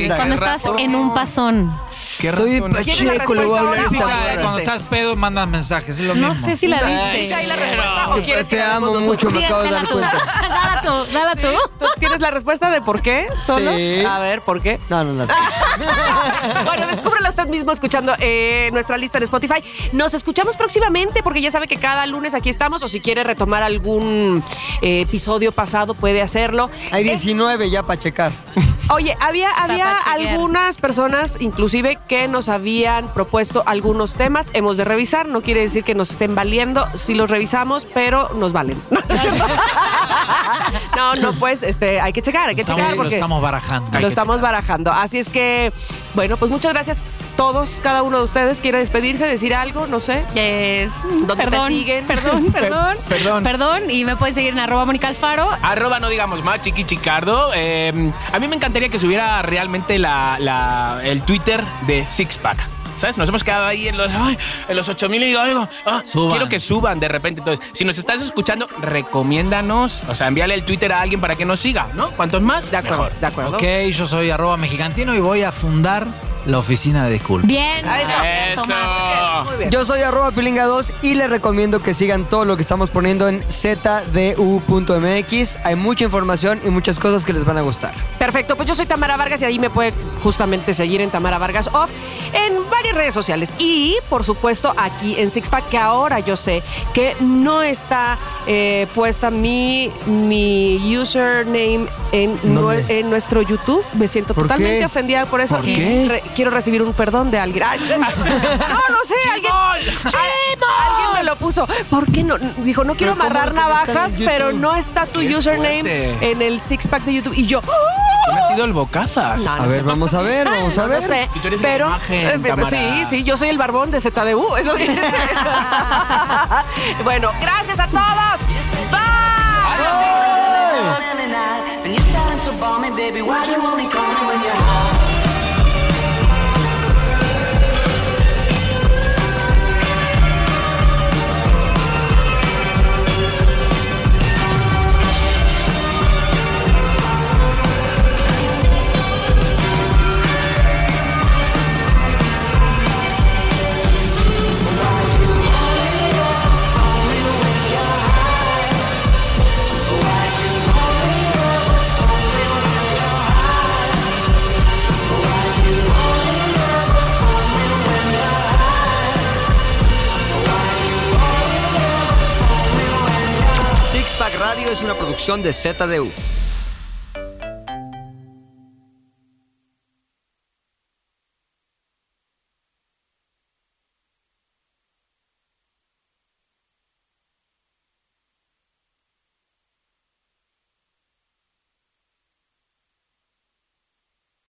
Speaker 1: cuando
Speaker 4: qué
Speaker 1: estás
Speaker 4: raro.
Speaker 1: en un pasón.
Speaker 3: Qué
Speaker 5: Soy
Speaker 3: razón.
Speaker 2: ¿Quién es la
Speaker 5: pacheco, le voy a
Speaker 2: respuesta
Speaker 5: hablar a esta
Speaker 2: ahora?
Speaker 5: morra.
Speaker 4: Típica, eh, cuando estás pedo mandas mensajes, es lo
Speaker 1: No
Speaker 4: mismo.
Speaker 1: sé si la
Speaker 4: Ay,
Speaker 1: viste.
Speaker 2: ¿Hay la respuesta o quieres que
Speaker 5: Te
Speaker 2: hagamos
Speaker 5: amo
Speaker 2: nosotros?
Speaker 5: mucho, me acabo de dar cuenta.
Speaker 1: [LAUGHS] Dala tú, dala tú.
Speaker 2: ¿Tú tienes la respuesta de por qué solo?
Speaker 5: Sí.
Speaker 2: A ver, ¿por qué?
Speaker 5: No, no, no.
Speaker 2: [LAUGHS] bueno, descúbrelo usted mismo escuchando eh, nuestra lista en Spotify. Nos escuchamos próximamente porque ya sabe que cada lunes aquí estamos o si quiere retomar algún eh, episodio pasado puede hacerlo.
Speaker 5: Hay 19 ya para checar.
Speaker 2: Oye, había, había
Speaker 1: Papachillear.
Speaker 2: algunas personas inclusive que nos habían propuesto algunos temas. Hemos de revisar, no quiere decir que nos estén valiendo. Si los revisamos, pero nos valen. [LAUGHS] no, no, pues este, hay que checar, hay que
Speaker 4: Estamos,
Speaker 2: checar.
Speaker 4: lo
Speaker 2: porque
Speaker 4: estamos barajando.
Speaker 2: lo estamos barajando. Así es que, bueno, pues muchas gracias a todos, cada uno de ustedes. ¿Quiere despedirse, decir algo? No sé.
Speaker 1: Yes.
Speaker 2: ¿Dónde te
Speaker 1: perdón,
Speaker 2: siguen?
Speaker 1: Perdón, perdón.
Speaker 4: perdón.
Speaker 1: Perdón. Y me pueden seguir en arroba Mónica Alfaro.
Speaker 3: Arroba no digamos más, Chiqui Chicardo. Eh, a mí me encantaría que subiera realmente la, la- el Twitter de Sixpack. ¿Sabes? Nos hemos quedado ahí en los, ay, en los 8000 y digo algo. ah,
Speaker 4: Suban.
Speaker 3: Quiero que suban de repente. Entonces, si nos estás escuchando, recomiéndanos. O sea, envíale el Twitter a alguien para que nos siga, ¿no? Cuantos más,
Speaker 2: De acuerdo,
Speaker 3: mejor.
Speaker 2: de acuerdo.
Speaker 4: Ok, yo soy arroba mexicantino y voy a fundar la oficina de Disculpa.
Speaker 1: Bien.
Speaker 2: Eh,
Speaker 3: Eso.
Speaker 1: Tomás.
Speaker 2: Muy bien.
Speaker 5: Yo soy arroba pilinga 2 y les recomiendo que sigan todo lo que estamos poniendo en zdu.mx. Hay mucha información y muchas cosas que les van a gustar.
Speaker 2: Perfecto, pues yo soy Tamara Vargas y ahí me puede justamente seguir en Tamara Vargas Off en varias redes sociales y por supuesto aquí en Sixpack que ahora yo sé que no está eh, puesta mi, mi username en, nue- en nuestro YouTube. Me siento
Speaker 5: ¿Por
Speaker 2: totalmente
Speaker 5: qué?
Speaker 2: ofendida por eso.
Speaker 3: ¿Por qué?
Speaker 2: Re- quiero recibir un perdón de alguien. Ay,
Speaker 5: [LAUGHS]
Speaker 2: no, no sé, alguien, al- alguien me lo puso. ¿Por qué no? Dijo, no quiero
Speaker 5: ¿Pero cómo
Speaker 2: amarrar
Speaker 5: lo que no está en
Speaker 2: navajas,
Speaker 5: YouTube?
Speaker 2: pero no está tu
Speaker 3: Qué
Speaker 2: username
Speaker 3: fuerte.
Speaker 2: en el Sixpack de YouTube. Y yo...
Speaker 3: ¿Quién ha sido el bocazas?
Speaker 2: No,
Speaker 5: A ver, vamos a ver, vamos a
Speaker 2: No,
Speaker 5: ver.
Speaker 2: no sé,
Speaker 3: Si tú eres la
Speaker 2: pero,
Speaker 3: imagen,
Speaker 2: eh, pero
Speaker 3: Tamara.
Speaker 2: sí, sí, yo soy el barbón de ZDU, [LAUGHS] eso sí. bueno, gracias a todos. Bye.
Speaker 6: When you starting to bomb me, baby, why you only call me when you're home?
Speaker 8: Six Pack Radio es una producción de ZDU.